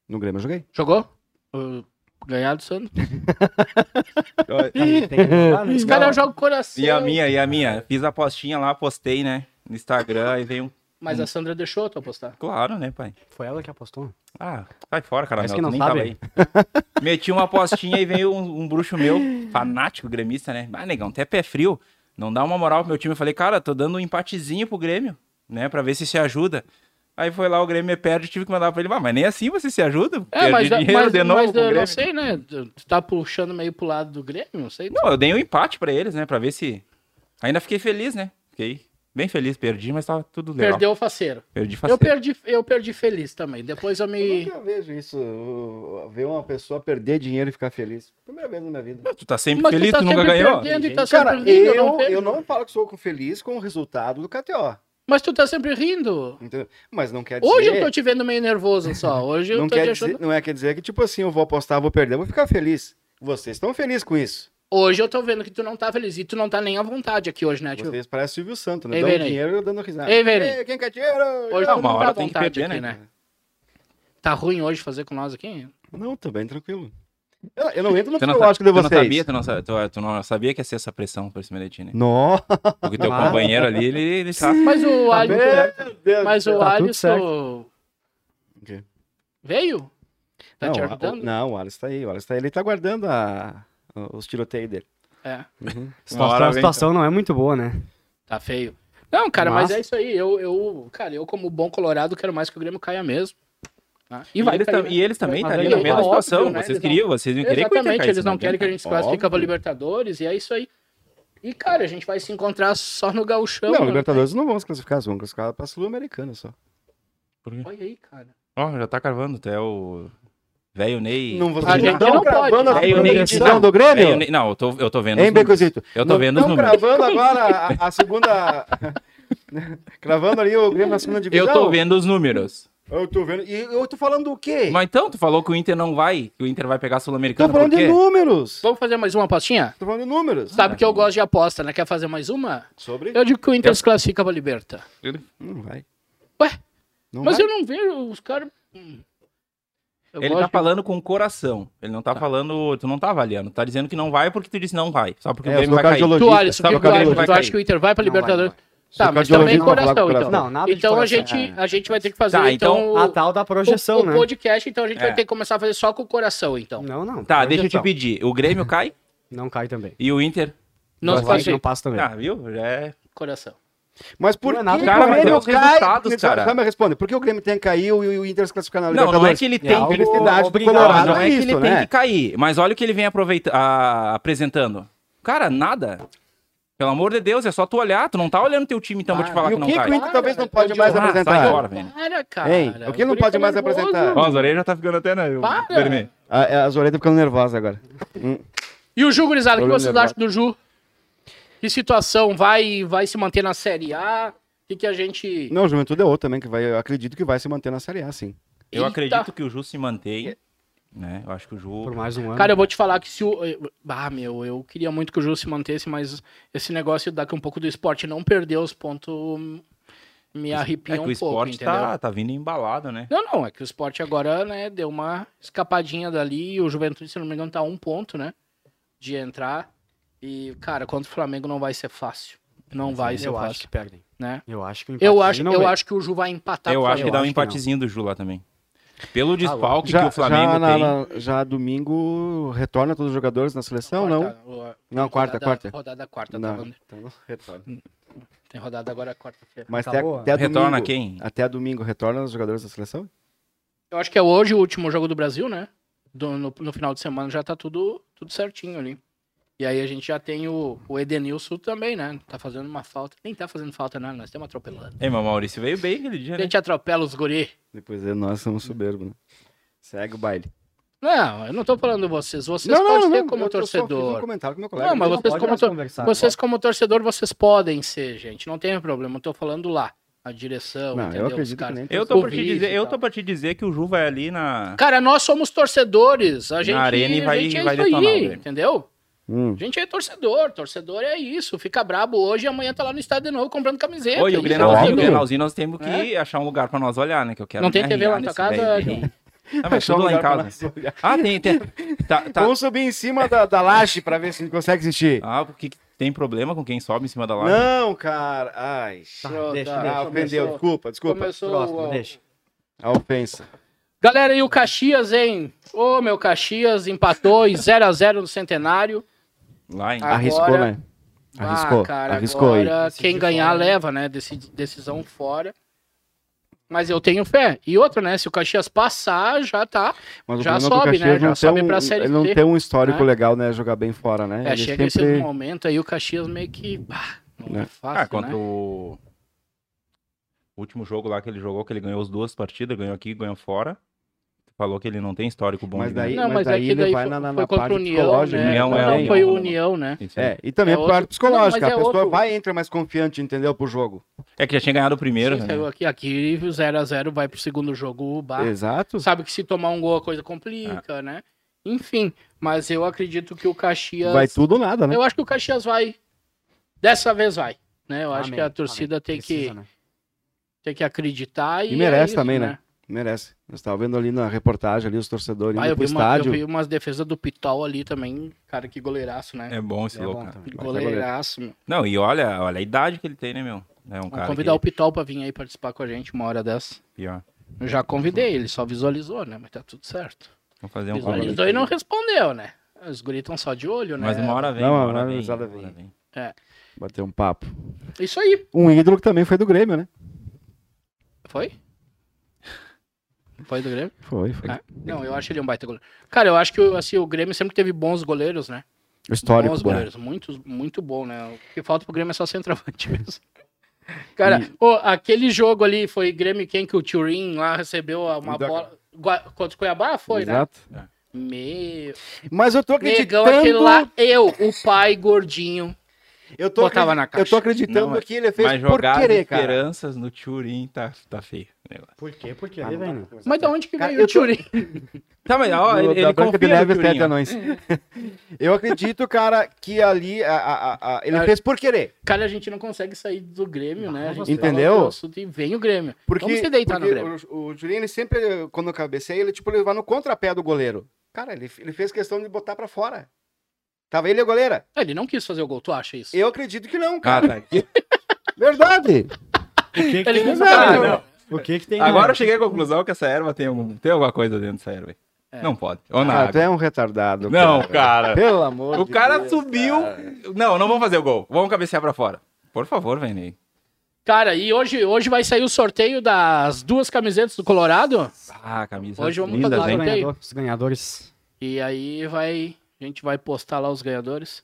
B: No Grêmio eu joguei.
A: Jogou? Uh, Ganhar do Santos.
C: Tem que jogar, né?
B: Então,
A: Os caras jogam coração.
D: E a minha, e a minha. Fiz a apostinha lá, postei, né? No Instagram, e veio um.
A: Mas a Sandra deixou tu apostar.
D: Claro, né, pai?
C: Foi ela que apostou.
D: Ah, sai fora, cara.
C: Parece
D: tu
C: que não
D: nem
C: sabe.
D: tava aí. Meti uma apostinha e veio um, um bruxo meu, fanático gremista, né? Ah, negão, até pé frio. Não dá uma moral pro meu time. Eu falei, cara, tô dando um empatezinho pro Grêmio, né? Pra ver se se ajuda. Aí foi lá, o Grêmio me perde, tive que mandar pra ele. Ah, mas nem assim você se ajuda.
A: É, mas,
D: Perdi dinheiro
A: mas,
D: de novo
A: mas
D: com o
A: eu não
D: Grêmio.
A: sei, né? Tu tu tá puxando meio pro lado do Grêmio, não sei.
D: Não, eu dei um empate pra eles, né? Pra ver se. Ainda fiquei feliz, né? Fiquei bem feliz, perdi, mas tava tudo legal.
A: Perdeu o faceiro.
D: Perdi
A: Eu
D: faceiro.
A: perdi, eu perdi feliz também. Depois eu
B: Eu
A: me.
B: nunca vejo isso. o- Ver uma pessoa perder dinheiro e ficar feliz. Primeira vez na minha vida.
D: Tu tá sempre
A: Mas
D: feliz, tu,
A: tá
D: nunca
A: sempre
D: ganhou.
A: perdendo e tá
B: Cara,
A: sempre rindo,
B: eu,
A: eu não vejo.
B: eu não falo que sou feliz com o resultado do KTO.
A: Mas tu tá sempre rindo.
B: entendeu? Mas não quer dizer.
A: Hoje eu tô te vendo meio nervoso só. Hoje eu
B: não
A: tô
B: quer
A: te
B: dizer,
A: achando.
B: não é quer dizer que, tipo assim, eu vou apostar, vou perder, eu vou ficar feliz. Vocês estão felizes com isso.
A: Hoje eu tô vendo que tu não tá feliz. E tu não tá nem à vontade aqui hoje, né, tio?
B: Vocês parecem Silvio Santos, né?
A: Ei,
B: Dão
A: Verei.
B: dinheiro e eu dando risada.
A: Ei, Verei.
B: Ei, quem quer dinheiro?
A: Hoje
D: Não,
A: tu não
D: uma
A: tá
D: hora
A: à
D: tem que
A: vontade
D: perder,
A: aqui,
D: né?
A: né? Tá ruim hoje fazer com nós aqui?
B: Não, tô bem tranquilo. Eu, eu não entro no
D: Tu não,
B: psicológico
D: sa-
B: de
D: tu não tá
B: vocês.
D: sabia, tu não, sa- tu, tu não sabia que ia ser essa pressão por cima de ti, né?
B: Nossa,
D: Porque teu
B: Ah.
C: Claro.
D: companheiro ali, ele, ele tá.
A: Mas o Alisson.
B: meu Deus.
A: Mas o
C: Tá tudo
A: Alisson.
B: O quê?
A: Veio? Tá
B: não,
A: te
B: a-
A: ajudando?
B: o- não, o Alisson tá aí, o Alisson tá aí. Ele tá guardando a- os tiroteios dele. Uhum.
A: É.
D: hora
C: Situação, a
D: vem,
C: situação não é muito boa, né?
A: Tá feio. Não, cara, mas,
C: Mas-
A: é isso aí. Eu, eu, cara, eu como bom colorado quero mais que o Grêmio caia mesmo. tá? E,
D: E,
A: vai
D: eles
A: cair,
D: tam-
A: né?
D: e eles também
A: Vai
D: tá
A: cair,
D: ali na
A: né?
D: mesma
A: Óbvio,
D: situação.
A: né?
D: vocês
A: Eles não-
D: queriam, vocês não queriam que o Inter
A: Exatamente,
D: caísse,
A: eles não querem que a gente se classifique
B: Óbvio.
A: para Libertadores e é isso aí. E cara, a gente vai se encontrar só no gauchão.
B: Não,
A: né?
B: Libertadores não vão se classificar, eles vão classificar pra Sul-Americana só.
D: Por quê?
A: Olha aí, cara.
D: Ó, já tá carvando, até o. Velho Ney.
B: Não, vocês
A: A gente
B: tão
A: não
B: cravando
A: pode. né?
B: a
D: Velho Ney
B: divisão do Grêmio?
D: Velho Ney- Não, eu tô, eu tô vendo. os
B: Hein, é
D: números.
B: Becozito?
D: Eu tô vendo os
B: Estão
D: números.
B: cravando agora a, a segunda. cravando ali o Grêmio na segunda divisão?
D: Eu tô vendo os números.
B: Eu tô vendo. E eu tô falando o quê?
D: Mas então, tu falou que o Inter não vai, que o Inter vai pegar a
B: Tô
D: Sul-Americana, por
B: falando de
D: quê?
B: números.
A: Vamos fazer mais uma apostinha?
B: Tô falando de números.
A: Sabe que eu gosto de aposta, né? Quer fazer mais uma?
B: Sobre?
A: tá. Eu digo que o Inter se classifica para Liberta.
B: Não vai.
A: Ué,
B: Não
A: mas
B: vai.
A: eu não vejo os caras. Hum. Eu
D: Ele
A: gosto
D: tá
A: de-
D: falando com o coração. Ele não tá, falando. Tu não tá avaliando. Tu tá dizendo que não vai porque tu disse não vai. Só porque
B: É,
D: o
B: eu sou
D: Grêmio vai cair.
B: cardiologista.
A: Tu, Alisson, o
D: Sabe
A: que
D: o
A: tu
D: cara que
A: acha?
D: vai
A: Tu acha
D: cair?
A: que o Inter vai para
C: Não vai,
A: Libertadores?
C: não
A: Tá,
B: Sou
A: mas também
B: cardiologista, não
A: coração,
B: vou falar
A: então.
B: com o
C: Não, nada de
A: então a
C: coração.
A: gente, a gente vai ter que fazer
D: Tá,
A: então,
D: então-
A: o-
C: A tal da Ah, projeção,
A: o, o
C: né?
A: podcast, então a gente
D: É.
A: vai ter que começar a fazer só com o coração, então.
C: Não, não.
D: Tá, deixa eu te
C: projeção.
D: pedir. O Grêmio cai
C: Não cai também.
D: e o Inter.
A: Não se
C: Mas
A: classifica.
C: não passa também.
D: Ah, viu? Já é.
A: Coração.
B: Mas por
C: Não é
B: que
C: nada
B: que
C: Cara,
B: o
C: mas
B: Grêmio
D: é os resultados,
B: cai?
D: cara.
B: Sabe, me responde. Por que o Grêmio tem que cair e o, e o Inter se classificar na
D: Não,
B: Libertadores?
D: não é que ele tem
C: algo
D: que.
B: Felicidade do
C: obrigado,
B: Colorado
D: não é que ele
B: isso,
D: tem
B: né?
D: que cair. Mas olha o que ele vem aproveita... ah, apresentando. Cara, nada. Pelo amor de Deus, é só tu olhar. Tu não tá olhando teu time, então vou te falar
B: E
D: que
B: o
D: não
B: que, que o
D: cai.
B: Inter talvez não pode
A: Ah,
B: mais
A: sai
B: apresentar?
D: fora, velho.
A: Para, cara.
B: Ei, o que não
A: é
B: pode mais apresentar?
D: Ó, as orelhas já tá ficando até, né?
A: Para!
D: vermelho.
B: A- é, a- As orelhas estão ficando nervosas agora.
A: E o Ju, gurizada, o que
B: Problema
A: vocês acham do Ju? Que situação? Vai, vai se manter na Série A? O que, que a gente...
B: Não, o Juventude é outro também, que vai, eu acredito que vai se manter na Série A, sim.
D: Eu
A: Eita.
D: acredito que o Ju se mantém. Né? Eu acho que o Ju.
C: Por mais um ano.
A: Cara, eu vou te falar que se o... Ah, meu, eu queria muito que o Ju se mantesse, mas esse negócio daqui um pouco do esporte não perder os pontos me arrepia
D: É que
A: um
D: o
A: pouco,
D: esporte
A: entendeu?
D: tá, tá vindo embalado, né?
A: Não, não, é que o esporte agora, né, deu uma escapadinha dali e o Juventude, se não me engano, tá a um ponto, né, de entrar. E, cara, contra o Flamengo não vai ser fácil. Não vai ser
C: eu acho
A: fácil,
C: que perdem.
A: né?
C: Eu acho que o
A: Eu
C: empatezinho
A: acho,
C: não
A: eu
C: vem.
A: acho que o Ju vai
B: tá
A: empatar
D: eu
A: com o
D: acho que
A: Flamengo.
D: dá um
C: acho que não.
D: empatezinho do Ju lá também. Pelo desfalque que
B: já,
D: o Flamengo
B: já, na-
D: tem.
B: na- já domingo retorna todos os jogadores na seleção, não?
A: Quarta, o-
B: Não, quarta,
A: rodada,
B: quarta.
A: Rodada quarta, tá,
B: Não,
A: Wander?
B: então retorna. Tá
A: Tem rodada agora quarta-feira.
B: Mas até,
C: Acabou?
B: até é domingo.
D: Retorna quem?
B: Até domingo retorna os jogadores da seleção?
A: Eu acho que é hoje o último jogo do Brasil, né? Do- no, no final de semana já tá tudo, tudo certinho ali. E aí a gente já tem o, o Edenilson também, né? Tá fazendo uma falta. Nem tá fazendo falta nada, nós estamos atropelando.
D: Ei, meu Maurício veio
B: É,
D: bem aquele dia,
A: A
D: né?
A: gente atropela os guri.
B: Depois é, nós somos soberbos, né? Segue o baile.
A: Não, eu não tô falando de vocês. Vocês
B: não,
A: podem
B: não,
A: ter
B: não,
A: como
B: eu só fiz Um
A: torcedor.
B: comentário com meu colega.
A: Não, mas
C: Não,
A: vocês
C: pode
A: como,
C: mais
A: tor-
C: conversar.
A: vocês como torcedor, vocês podem ser, gente. Não tem problema. Eu tô falando lá. A direção,
B: Não, eu
A: entendeu? Os
B: acredito que
A: caras.
B: nem
D: Eu tô, pra te
A: Covid tá?
D: dizer,
A: e
D: eu
A: tal.
D: tô pra te dizer que o Ju vai ali na.
A: Cara, nós somos torcedores. A gente,
D: arena e
A: a
D: vai-
A: gente é
D: vai
A: isso
D: detonar o
A: aí,
D: Grêmio.
A: entendeu?
B: Hum.
A: A gente é torcedor. Torcedor é isso. Fica brabo hoje e amanhã tá lá no estádio de novo comprando camiseta.
D: Oi,
A: Isso
D: o
A: é
D: Grenalzinho, o
A: óbvio.
D: Grenalzinho nós temos que achar um lugar pra nós olhar, né? Que eu
A: É?
D: quero
A: Não tem
D: me
A: TV lá
D: arranhar
A: na tua
D: nesse
A: casa,
D: velho.
A: João?
D: Não, mas
B: Achar um
D: tudo Tá, lá em
B: lugar pra
D: casa.
B: nós olhar.
D: Ah, tem, tem. Tá, tá.
B: Vamos subir em cima da, da laje pra ver se a gente consegue assistir.
D: Ah, porque tem problema com quem sobe em cima da laje?
B: não, cara. Ai,
A: Tá,
C: deixa,
A: tá,
C: deixa.
B: ah,
A: começou-
B: ofendeu. Desculpa, desculpa.
A: Começou
C: Próximo,
A: o-
C: deixa.
B: A ofensa.
A: Galera, e o Caxias, hein? Ô, meu Caxias empatou em 0x0 no Centenário.
D: Lá, hein?
A: Agora-
B: Arriscou, né? Arriscou,
A: ah, cara,
B: arriscou aí.
A: agora
C: Decide
A: quem ganhar
C: fora.
A: leva, né? Deci- decisão fora. Mas eu tenho fé. E outra, né? Se o Caxias passar, já tá.
B: Mas o
A: Já
B: problema
A: sobe,
B: do Caxias
A: né? Já
B: não tem
A: sobe
B: um,
A: pra Série
B: ele não
A: C,
B: tem um histórico
A: né?
B: legal, né? Jogar bem fora, né?
A: É,
B: ele
A: chega
B: sempre...
A: esses momentos aí, o Caxias meio que. bah, não é
B: Né?
A: fácil,
D: Ah, contra
A: né?
D: o último jogo lá que ele jogou, que ele ganhou as duas partidas, ganhou aqui, ganhou fora. Falou que ele não tem histórico bom.
B: Mas
D: de
B: daí-
D: ganhar.
A: Não, mas,
B: daí
A: é que
B: ele
A: daí
B: vai
A: foi,
B: na- na-
A: foi
B: na
A: contra o
B: parte
A: União,
B: psicológica,
A: né?
D: né? União é
A: não,
D: o
A: foi o
D: União.
A: União, né?
D: Isso aí.
B: É, e também
A: É
B: por
A: outro-
B: parte psicológica.
A: Não, mas
B: né? a
A: é
B: pessoa
A: outro-
B: vai e entra mais confiante, entendeu? Pro jogo.
D: É que já tinha ganhado o primeiro,
A: Sim,
D: né?
A: saiu aqui, aqui 0x0, vai pro segundo jogo, o Bar.
B: Exato.
A: Sabe que se tomar um gol a coisa
B: Ah.
A: complica, né? Enfim, mas eu acredito que o Caxias.
B: Vai tudo ou nada, né?
A: Eu acho que o Caxias vai. Dessa vez vai. Né? Eu acho
C: Amém,
A: que a torcida
C: amém.
A: tem,
C: Precisa,
A: que,
C: né?
A: tem que acreditar e.
B: E merece
A: é isso,
B: também, né? Merece. Eu estava vendo ali na reportagem ali os torcedores
A: Ah,
B: indo
A: eu,
B: pro
A: vi uma, eu
B: estádio.
A: vi umas defesas do Pitol ali também. Cara, que goleiraço, né?
D: É bom esse
C: É
D: louco.
C: bom
D: cara.
C: também.
A: goleiraço,
B: Um
A: meu.
D: Não, e olha, olha a idade que ele tem, né, meu? É um
A: Vamos
D: cara
A: convidar o
D: que...
A: Pitol pra vir aí participar com a gente uma hora dessa.
D: pior.
A: Eu já convidei, ele só visualizou, né? Mas tá tudo certo.
D: Vamos fazer um convite.
A: Visualizou e não respondeu, né? Os guris estão só de olho, né?
D: Mas uma hora vem,
B: Não,
D: uma
B: uma
D: hora
B: hora a
D: vem. uma
B: gurizada
D: hora
B: vem.
D: vem.
B: Bater um papo.
A: Isso aí,
B: Um ídolo que também foi do Grêmio, né?
A: foi? Foi do Grêmio?
B: Foi, foi.
A: Ah, não, eu acho ele um baita goleiro. Cara, eu acho que assim, o Grêmio sempre teve bons goleiros, né?
B: O histórico, né?
A: bons
B: bom.
A: goleiros. Muito, muito bom, né? O que falta pro Grêmio é só centroavante mesmo. Cara, ô, aquele jogo ali foi Grêmio e quem que o Turin lá recebeu uma
B: Da-
A: bola. Gua- Contra o Cuiabá foi, né?
B: Exato.
A: Meu.
B: Mas eu tô acreditando.
A: Negão, aquele lá, eu, o pai gordinho.
B: eu tô
A: botava
B: acredi-
A: na caixa.
B: Eu tô acreditando
D: Não,
B: que ele
D: Mas
B: fez por
D: jogar as
B: querer, cara.
D: esperanças no Turin tá, tá feio. o negócio.
C: Por quê? Por quê?
B: Ah,
C: Aí
B: não
C: vem,
B: dá
C: né?
B: pra
A: Mas
B: começar.
A: da onde que
B: Cara,
A: veio
B: eu
A: o
B: tô-
A: Turin?
D: Tá, mas ó,
B: Do-
D: ele,
B: da
D: ele
B: Branca de
D: confia no
B: Neve,
D: Turin,
B: Sete
D: ó.
B: Anões. Eu acredito, cara, que ali a- a- a- a- ele
A: Cara-
B: fez por querer.
A: Cara, a gente não consegue sair do Grêmio, né? A gente
B: Entendeu?
A: fala do assunto E vem o Grêmio.
B: Porque,
A: Vamos se deitar no
B: porque
A: Grêmio.
B: O, o Juliano ele sempre, quando cabeceia, ele tipo ele vai no contrapé do goleiro. Cara, ele, ele fez questão de botar pra fora. Tava ele e a goleira.
A: Ah, Ele não quis fazer o gol, tu acha isso?
B: Eu acredito que não,
D: Ah,
B: cara.
D: tá aqui.
B: Verdade.
C: O que que
A: Ele
C: tem
A: não
C: nessa
A: sabe,
C: erva?
D: não.
C: O que que tem
D: Agora eu
C: nessa?
D: cheguei à conclusão que essa erva tem, algum, tem alguma coisa dentro dessa erva aí.
A: É.
D: Não pode. Ou
B: Ah,
D: nada.
B: tu é um retardado.
D: Não, cara.
B: Pelo amor
D: O
B: de
D: cara
B: Deus,
D: subiu.
B: cara.
D: Não, não vamos fazer o gol. Vamos cabecear pra fora. Por favor, Vene.
A: Cara, e hoje, hoje vai sair o sorteio das duas camisetas do Colorado.
D: Ah, camisa
A: Hoje vamos
D: linda,
A: fazer
C: Os
A: o
D: hein?
A: gol.
C: ganhadores- Os ganhadores.
A: E aí vai. A gente vai postar lá os ganhadores.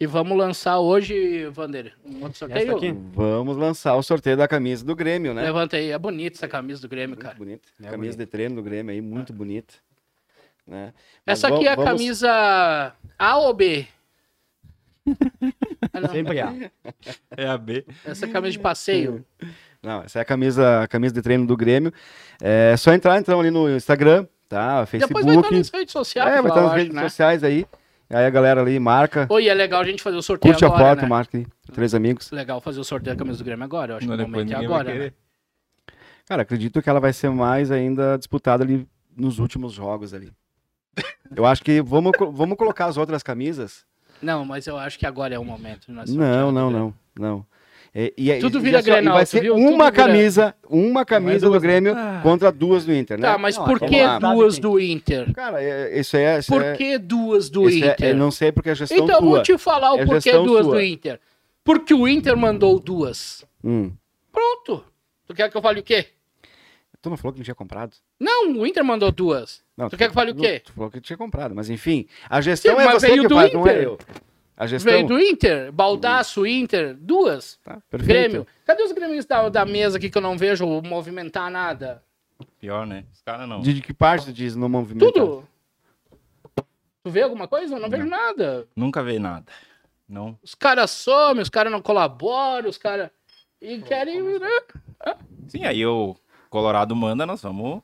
A: E vamos lançar hoje, Vander, um outro
C: Essa
A: sorteio.
C: aqui?
B: Vamos lançar o sorteio da camisa do Grêmio, né?
A: Levanta aí. É bonita essa camisa do Grêmio,
B: Muito
A: cara.
B: bonita.
C: É
B: camisa
C: bonito.
B: de treino do Grêmio aí, muito bonita. Né? Mas
A: Essa aqui
B: va-
A: é a
B: vamos-
A: camisa A ou B? Ah, não.
C: Sempre há.
D: É a B.
A: Essa é a camisa de passeio.
B: Não, essa é a camisa, a camisa de treino do Grêmio. É só entrar então ali no Instagram, tá? Facebook.
A: Depois vai estar nas redes sociais,
B: é, vai
A: lá,
B: estar nas
A: eu acho,
B: redes
A: né?
B: sociais aí. Aí a galera ali marca,
A: Oi, é legal a gente fazer o sorteio
B: curte
A: agora,
B: a foto,
A: né? É
B: marca aí. Três amigos.
A: Legal fazer o sorteio da camisa do Grêmio agora. Eu acho
D: Não,
A: que o
D: depois
A: momento é
D: ninguém vai
A: agora, né?
D: querer.
B: Cara, acredito que ela vai ser mais ainda disputada ali nos últimos jogos ali. Eu acho que vamos, co- vamos colocar as outras camisas.
A: Não, mas eu acho que agora é o momento. de nós sortearmos,
B: Não, não,
A: né?
B: não, não. É, e, é-
A: Tudo
B: e-
A: vira
B: e assim, ó, e
A: Grenal,
B: Vai
A: tu
B: ser
A: viu? Tudo
B: uma
A: vira-
B: camisa, uma camisa do Grêmio
D: Ah.
B: contra duas do Inter, né?
A: Tá, mas
C: Não,
A: por
C: então
A: que
B: vamos
C: lá.
A: duas do Inter?
B: Cara, é- isso é. Isso
A: Por
B: é,
A: que duas do
B: isso é-
A: Inter?
B: eu não sei porque é gestão
A: então eu
B: tua.
A: vou te falar o
B: É
A: porquê
B: gestão
A: duas do
B: sua.
A: Inter. Porque o Inter mandou duas.
B: Hum.
A: Pronto. Tu quer que eu fale o quê?
B: Tu não falou que não tinha comprado?
A: Não, o Inter mandou duas.
B: Não,
A: tu quer que eu fale o
B: não-
A: quê?
B: Tu falou que tinha comprado, mas enfim. A gestão
A: Sim,
B: é
A: mas
B: você
A: veio
B: que
A: do
B: faz, não é
A: Inter.
B: eu. A gestão.
A: Veio do Inter, Baldaço, Inter, duas.
B: Tá, perfeito.
A: Grêmio. Cadê os grêmios da, da mesa aqui que eu não vejo movimentar nada?
D: Pior, né? Os caras não.
B: De, de que parte tu diz no movimento?
A: Tudo. Tu vê alguma coisa? Eu não vejo nada.
D: Nunca vi nada. Não.
A: Os caras somem, os caras não colaboram, os caras. E querem. né?
D: Sim, aí o Colorado manda, nós vamos,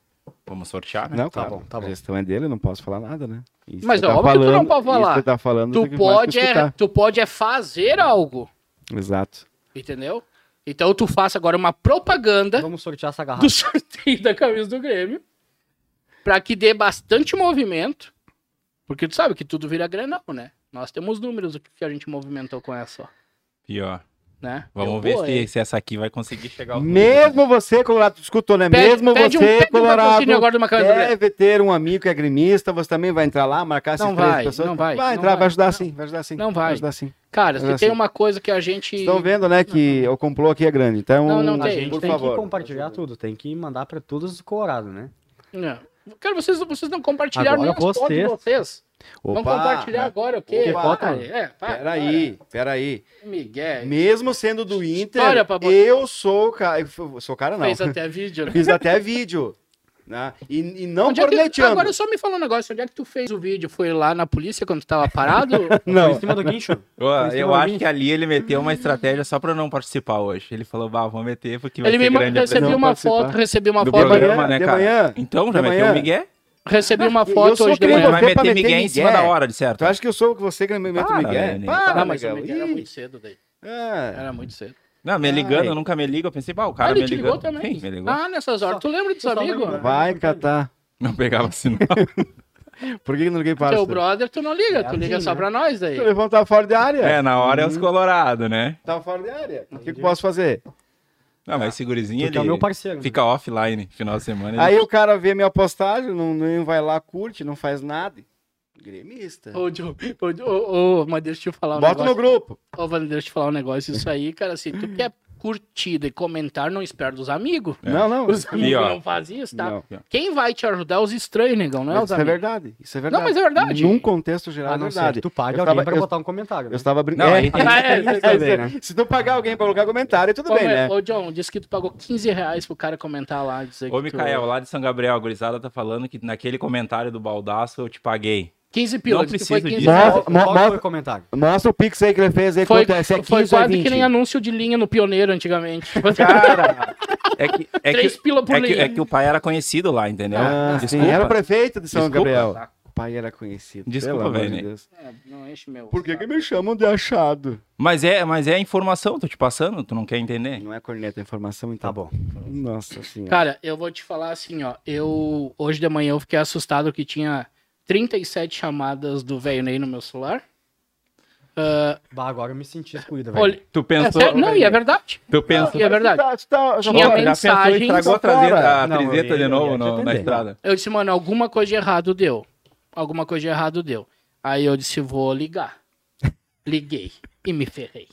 D: vamos sortear, né?
B: Não,
C: Tá
B: tá
C: bom, tá bom.
B: A gestão é dele, eu não posso falar nada, né? Isso
A: Mas
B: que
A: é
B: tá
A: óbvio que tu não pode
B: isso
A: falar.
B: que tá falando, tem
A: Tu
B: que mais que
A: pode, é,
B: escutar.
A: tu pode é fazer algo,
B: Exato.
A: entendeu? Então tu faça agora uma propaganda
C: Vamos sortear essa garrafa.
A: do sorteio da camisa do Grêmio pra que dê bastante movimento, porque tu sabe que tudo vira granão, né? Nós temos números do que a gente movimentou com essa, ó,
D: Pior.
A: né?
D: Vamos
A: Eu,
D: ver
A: pô, é-
D: se, se essa aqui vai conseguir chegar ao.
B: Mesmo você, Colorado, tu escutou, né?
A: Pede-
B: Mesmo
A: pede um-
B: você,
A: pede um
B: Colorado,
A: patrocínio agora de uma camisa
B: deve ter um amigo que é gremista, você também vai entrar lá, marcar essas
A: Não
B: três
A: vai,
B: pessoas.
A: não vai,
B: Vai
A: não
B: entrar,
A: vai.
B: vai ajudar sim, vai ajudar sim.
A: Não vai.
B: ajudar sim.
A: Cara, se
B: Mas
A: tem
B: assim,
A: uma coisa que a gente.
B: Estão vendo, né, que o complô aqui é grande, então...
A: Não, não
C: A
A: tem,
C: gente
B: por
C: tem
B: favor.
C: que compartilhar tudo, tem que mandar pra todos os Colorado, né?
A: Não. É. Cara, vocês, vocês não compartilharam
C: Agora
A: nem as fotos de
C: vocês.
A: vocês. Vamos
B: Opa,
A: compartilhar agora o quê?
B: Que
A: Vai,
C: foto?
A: é, vai,
B: Peraí, peraí.
A: para. Miguel.
B: Mesmo sendo do
A: Olha,
B: Inter,
A: Pablo.
B: eu sou o cara... eu Sou o cara, não.
A: Fez até vídeo. né?
B: Fiz até vídeo. Né? E, e não
A: Onde é que-
B: corneteando.
A: Agora só me fala um negócio. Onde é que tu fez o vídeo? Foi lá na polícia quando tu tava parado?
C: Foi
B: Não,
C: em cima do guincho.
D: Ó,
C: Foi em cima
D: eu
C: do
D: acho
C: guincho.
D: que ali ele meteu uma estratégia só pra eu não participar hoje. Ele falou, bah, vou meter porque vai
A: Ele
D: ser
A: me mandou,
D: grande a
A: recebi
B: Não,
A: uma
B: participar.
A: foto, recebi uma
D: do
A: foto,
D: programa,
B: manhã,
D: né,
B: de
D: cara?
B: manhã.
D: Então, já
B: De
D: meteu
B: manhã.
D: o Miguel?
A: recebi uma
B: eu
A: foto
B: sou
A: hoje de
B: crente,
D: Ele
B: Você
A: manhã.
D: vai meter
B: pra
D: Miguel,
B: meter
D: em cima
B: Miguel.
D: da hora, de certo?
B: Tu acha que eu sou que você que mete o
D: Para,
B: Miguel?
D: Lenny.
B: Para,
A: Não, mas o
B: Miguel.
A: Miguel era
B: Ih,
A: muito cedo daí.
B: é.
A: Era muito cedo.
D: Não, me ligando,
B: Ai.
D: eu nunca me ligo. Eu pensei, bah, o
A: Ah,
D: cara
A: ele
D: me
A: te
D: ligou.
A: ligou também?
D: Sim, me ligou.
A: Ah, nessas horas.
C: Só-
A: Tu lembra dos
C: só
A: amigos?
C: lembra.
B: Vai catar.
D: Não pegava sinal.
B: Por que que não liguei para
A: Teu
B: você?
A: brother, tu não liga.
C: É
A: Tu liga
C: assim,
A: só
C: né?
A: pra nós daí.
B: O telefone tava fora de área.
D: é, na hora é os colorados, né?
B: Tava fora de área. O que, que eu posso fazer?
D: Não, mas esse gurizinho,
C: Tu que é o
D: ele
C: meu parceiro, né?
D: fica offline final de semana. ele-
B: Aí o cara vê a minha postagem, não, não vai lá, curte, não faz nada. Gremista.
A: Ô, Diogo, ô, Diogo, ô, ô, mas deixa eu te falar um
B: Bota no
A: negócio.
B: grupo.
A: Ô, Vander, deixa eu te falar um negócio. Isso aí, cara, se tu quer curtida e comentar, não espera dos amigos.
D: É.
B: Não, não.
A: Os amigos
D: ó.
A: não fazem isso, tá?
B: Não.
A: Quem vai te ajudar é os estranhos, negão, não é os
B: Isso é
A: amigos.
B: verdade. Isso é verdade.
A: mas é verdade.
B: Num contexto geral,
C: Ah,
B: é
C: não
B: verdade.
C: sei. Tu paga
B: Eu
C: alguém
B: tava-
C: pra
B: eu-
C: botar um comentário.
B: Eu
C: Né?
B: estava
D: Não,
B: brincando.
D: aí tem-
A: Ah, é, é,
C: também, né?
B: Se tu pagar alguém pra colocar comentário, tudo
A: Como
B: bem,
A: é?
B: né?
A: Ô, John, disse que tu pagou 15 reais pro cara comentar lá. Dizer
D: Ô,
A: que tu- é.
D: Micael, lá de São Gabriel, a gurizada tá falando que naquele comentário do Baldaço eu te paguei.
A: 15 pila.
D: Não
A: disse que foi 15
D: preciso disso.
A: reais.
B: Nossa,
C: Qual, qual
B: mo-
C: foi o comentário?
B: Mostra o pix aí que ele fez aí.
A: Foi,
B: quanto é, se é 15
A: foi
B: ou é
A: quase
B: 20.
A: que nem anúncio de linha no Pioneiro antigamente.
D: Cara, é que, é
A: Três
D: que,
A: pila por
D: é que,
A: linha.
D: é que o pai era conhecido lá, entendeu?
B: Ah, sim,
D: Desculpa.
B: era prefeito de São
D: Desculpa,
B: Gabriel.
D: tá.
B: O pai era conhecido.
D: Desculpa,
B: pelo amor
D: velho,
B: de
D: né?
B: Deus.
A: É, não enche meu.
B: Por que, que me chamam de achado?
D: Mas é, mas é a informação, tô te passando, tu não quer entender?
B: Não é corneta a informação, então.
C: Tá bom.
B: Nossa senhora.
A: Cara, eu vou te falar assim, ó. Eu hoje de manhã eu fiquei assustado que tinha 37 chamadas do velho Ney no meu celular. Ah,
C: Bah, agora eu me senti excluído, velho.
A: olha,
D: Tu
A: é
D: pensou,
A: sério, não, e é verdade.
D: tu pensou,
A: E é verdade.
B: Tá, tá, já
A: Tinha
B: foi.
D: já pensou,
A: mensagens-
D: estragou a
B: Cara,
D: trazeta, a
C: não,
D: trizeta
C: eu
D: de
C: ia-
D: novo
C: eu ia te
D: no- na
C: atender.
D: estrada.
A: Eu disse, mano, alguma coisa de errado deu. Alguma coisa de errado deu. Aí eu disse, vou ligar. Liguei e me ferrei.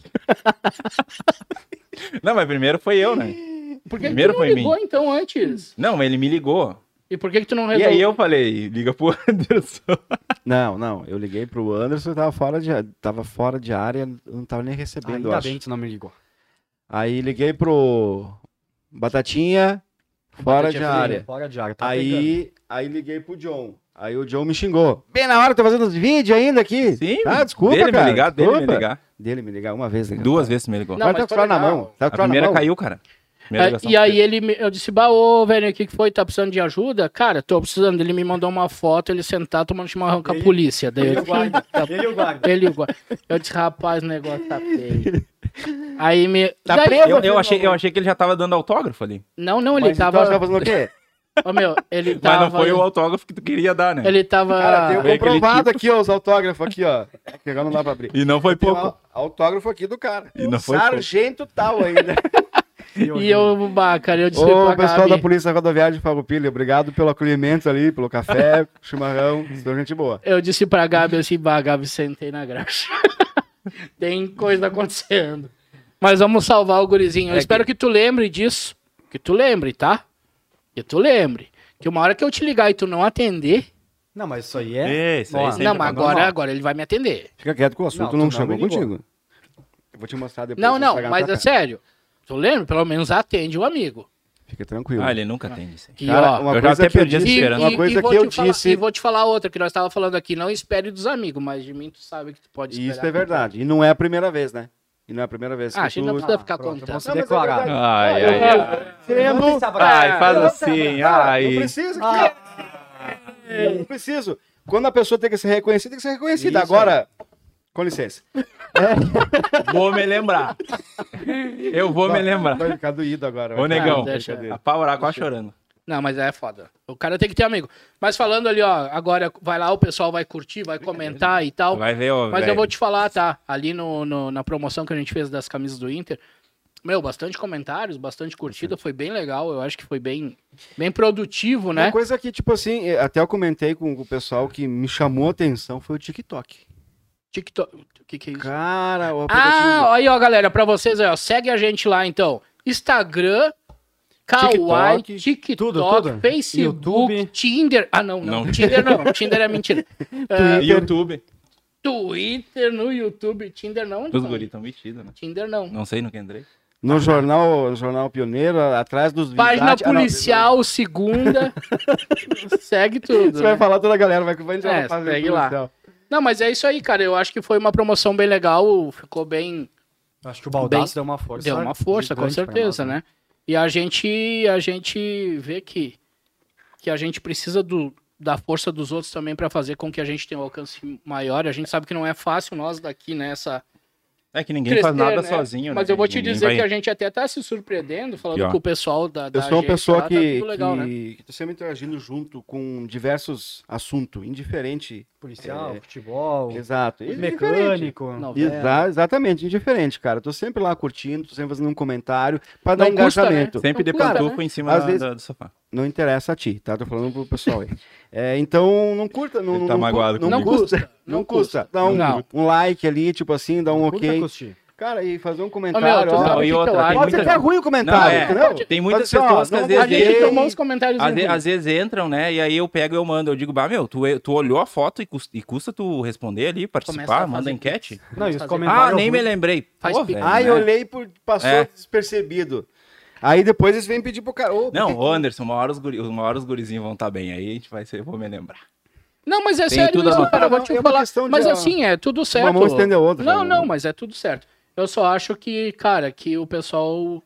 D: Não, mas primeiro foi eu, né?
A: Por que, que
D: Primeiro
A: tu não
D: foi em
A: ligou então antes?
D: Não, mas ele me ligou.
A: E por que, que tu não
D: E
A: resolveu?
D: aí eu falei, liga pro Anderson.
B: Não, não. Eu liguei pro Anderson, eu tava fora de, tava fora de área, eu não tava nem recebendo, eu
C: Ainda
B: acho.
C: bem que tu não me ligou.
B: Aí liguei pro Batatinha, fora
A: Batatinha
B: de
A: fria.
B: área.
C: Fora de área. Tá pegando.
B: Aí, aí liguei pro John. Aí o John me xingou. Bem na hora, tô fazendo os vídeos ainda aqui. ah, desculpa,
D: dele
B: cara.
D: me ligar, dele me
B: desculpa.
D: ligar.
B: Dele me ligar uma vez. né?
D: Duas vezes me ligou.
A: Não,
B: Mas
A: mas
B: tá com o
A: foi
B: celular na
A: legal.
B: mão. Tá com
D: a
B: o celular na
D: primeira
B: mão.
D: caiu, cara. Primeira
A: É,
D: ligação
A: e aí ele me- eu disse, bah, ô, velho, o que que foi? Tá precisando de ajuda? Cara, tô precisando. Ele me mandou uma foto, ele sentado tomando chimarrão com a
C: Ele-
A: polícia. Daí eu
C: Ele o
A: disse,
C: guarda.
A: "Tá
C: Ele o guarda.
A: Ele igual. Eu disse, rapaz, o negócio tá feio. Aí me.
B: Tá
A: Daí-
B: preso?
D: Eu, eu achei, eu achei que ele já tava dando autógrafo ali.
A: Não, não, ele
B: Mas então
A: tava.
B: tava fazendo o quê?
A: Ô, meu, ele
D: Mas
A: tava.
D: não foi o autógrafo que tu queria dar, né?
A: Ele tava.
B: Cara, um tem o
D: Veio aquele tipo.
B: comprovado aqui, ó, os autógrafos aqui, ó. Que agora não dá pra abrir.
D: E não foi
B: Tem um
D: pouco.
B: au- autógrafo aqui do cara. Um
D: E não foi
B: Sargento tal ainda.
A: E eu, bah, cara, eu disse
B: Ô,
A: pra
B: pessoal
A: Gabi,
B: da Polícia Rodoviária de Farroupilha, obrigado pelo acolhimento ali, pelo café, chimarrão, são gente boa.
A: Eu disse pra Gabi assim, bah, Gabi, sentei na graxa. tem coisa acontecendo. Mas vamos salvar o
B: É
A: gurizinho. Eu espero que... tu lembre disso. Que tu lembre, tá? Que tu lembre. Que uma hora que eu te ligar e tu não atender.
C: Não, mas isso aí é.
D: Isso aí
C: Ó,
D: sempre
A: Não, mas
D: acontece.
A: agora, agora ele vai me atender.
B: Fica quieto que o assunto
C: tu
B: não,
C: não
B: chegou
C: me ligou.
B: contigo. Eu vou te mostrar depois.
A: Não,
B: vou
A: não,
B: chegar
A: mas
B: pra
A: é
B: cá.
A: sério. Tu lembra? Pelo menos atende o amigo.
B: Fica tranquilo.
D: Ah, ele nunca atende isso aí.
A: E,
B: Cara, é
A: ó,
B: uma
D: eu já
B: coisa
D: até
B: que eu
D: perdi essa
B: disse,
D: esperança.
B: uma coisa
A: vou
B: que eu
A: te falar-
B: disse,
A: e vou te falar outra que nós estávamos falando aqui. Não espere dos amigos, mas de mim tu sabe que tu pode
B: e
A: esperar.
B: isso é verdade. E não é a primeira vez, né? E não é a primeira vez.
A: Ah,
B: que
A: a gente
B: tu-
A: não é precisa
C: Ah,
A: ficar
C: pronto, eu
A: contando.
C: posso declarar.
D: Ai,
B: eu-
D: ai, ai.
B: Sendo-
D: Ai, faz assim,
B: Não
D: ai.
B: precisa. cara. Não preciso. Quando a pessoa tem que ser reconhecida, tem que ser reconhecida. Agora, com licença.
D: Vou me lembrar. Eu vou me lembrar.
B: Vai ficar doído agora.
D: Ô, negão.
A: deixa.
B: Brincadeira. Né?
D: Apavorar, quase chorando.
A: Não, mas é foda. O cara tem que ter amigo. Mas falando ali, ó, agora vai lá, o pessoal vai curtir, vai
B: né?
A: comentar e tal.
D: Vai ver, ó.
A: Mas
D: velho.
A: eu vou te falar, tá? Ali no, no- na promoção que a gente fez das camisas do Inter, meu, bastante comentários, bastante curtida, foi bem legal. Eu acho que foi bem, bem produtivo,
B: Uma
A: né?
B: coisa que, tipo assim, eh, até eu comentei com o pessoal que me chamou a atenção foi o TikTok.
A: TikTok. O que, que é isso?
B: Cara, o
A: Ah,
B: aplicativo.
A: olha aí, ó, galera, pra vocês aí, ó. Segue a gente lá, então. Instagram, Kawaii,
B: TikTok,
A: TikTok,
C: tudo, tudo.
A: Facebook,
C: YouTube.
A: Tinder. Ah, não, não.
D: Não.
A: Tinder não. Tinder é mentira. Ah,
B: Twitter.
D: YouTube.
A: Twitter no YouTube. Tinder não.
D: Os
A: então.
D: guris estão metidos, né?
A: Tinder não.
D: Não sei no que entrei.
B: No jornal, no jornal Pioneiro, atrás dos
A: Página
B: Visate- Ah, não,
A: policial, segunda. segue tudo.
B: Você vai
A: né?
B: falar toda a galera, vai que vai entrar
A: É,
B: na página
A: segue lá.
B: policial.
A: Não, mas é isso aí, cara. Eu acho que foi uma promoção bem legal. Ficou bem.
C: Acho que o
A: Bem,
C: Baldaço deu uma força.
A: Deu uma força, com
C: gigante pra
A: certeza,
C: nós,
A: né? E a gente, a gente vê que, que a gente precisa do, da força dos outros também para fazer com que a gente tenha um alcance maior. A gente sabe que não é fácil nós daqui nessa.
D: É que ninguém faz
A: crescer,
D: nada
A: né?
D: sozinho, né?
A: Mas eu vou te
D: Ninguém
A: dizer
D: vai-
A: que a gente até tá se surpreendendo falando
D: Aqui, ó.
A: com o pessoal da. da
B: Eu sou uma
A: agência lá,
B: pessoa
A: tá
B: que,
A: tudo legal,
B: que,
A: né?
B: que tô sempre interagindo junto com diversos assuntos, indiferente.
C: Policial,
B: É.
C: futebol,
B: Exato. Indiferente.
C: mecânico.
A: Não,
B: Exa- exatamente, indiferente, cara. Tô sempre lá curtindo, tô sempre fazendo um comentário pra dar
A: Não custa, né?
B: engajamento.
D: Sempre de
A: Não, cara,
D: pantufa em cima
B: às
D: da-
B: vezes-
D: da- do sofá.
B: Não interessa a ti, tá? Tô falando pro pessoal aí. É, então, não curta. Não,
D: Ele tá
B: não,
D: magoado
B: não, não
D: comigo.
B: custa. Não custa. Dá um,
A: Não.
B: um like ali, tipo assim, dá um
C: Curta,
B: ok.
C: curti.
B: Cara, e fazer um
A: Ô, meu,
B: comentário.
A: tu tá
B: ó.
A: sabe
D: Não,
A: o
D: e
A: que
D: outra,
A: que eu
D: tem
A: acho?
B: Pode ser até ruim o
D: Não,
B: comentário,
D: é.
B: entendeu?
D: Tem muitas
B: Pode ser, ó,
D: pessoas que
B: não
D: às
A: A
D: vezes...
B: vou-
A: gente
D: entram-
A: tomou uns comentários.
D: Às, ve-
A: ruins.
D: às vezes entram, né? E aí eu pego e eu mando. Eu digo, bah, meu, tu, tu olhou a foto e, cus- e custa tu responder
A: Começa
D: ali,
A: a
D: participar,
A: fazer
D: manda
A: pix.
D: enquete?
C: Não, e os
A: fazer.
D: Ah,
C: comentários.
D: nem me
C: ruins-
D: lembrei.
A: Faz
D: Pô,
A: pix.
D: velho,
B: Ai,
D: né?
B: olhei por. Passou
D: É.
B: despercebido. Aí depois eles vêm pedir pro cara. ô,
D: Não,
B: por
D: ô, Anderson, uma hora, os guri, uma hora os gurizinhos vão estar bem. Aí a gente vai ser, vou me lembrar.
A: Não, mas é
D: Tem
A: sério
D: tudo
A: isso,
D: anotado.
A: cara. Eu vou
B: É
A: te
B: uma
A: falar.
B: questão de
A: Mas
B: a-
A: assim, é tudo certo.
B: mão estende a outra,
A: Não,
B: né?
A: não, mas é tudo certo. Eu só acho que, cara, que o pessoal.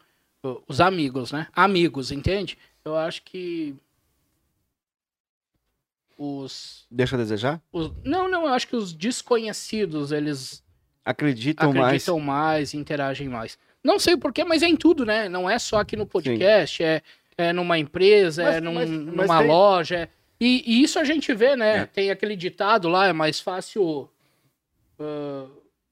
A: Os amigos, né? Amigos, entende? Eu acho que. Os.
B: que- Deixa eu desejar?
A: os não, não, eu acho que os desconhecidos, eles
B: Acreditam, mais.
A: acreditam mais. interagem mais. Não sei porquê, mas é em tudo, né? Não é só aqui no podcast, é, é numa empresa,
B: Mas-
A: é num-
B: mas- mas
A: numa
B: tem-
A: loja. é- E, e isso a gente vê, né?
D: É.
A: Tem aquele ditado lá, é mais fácil ah,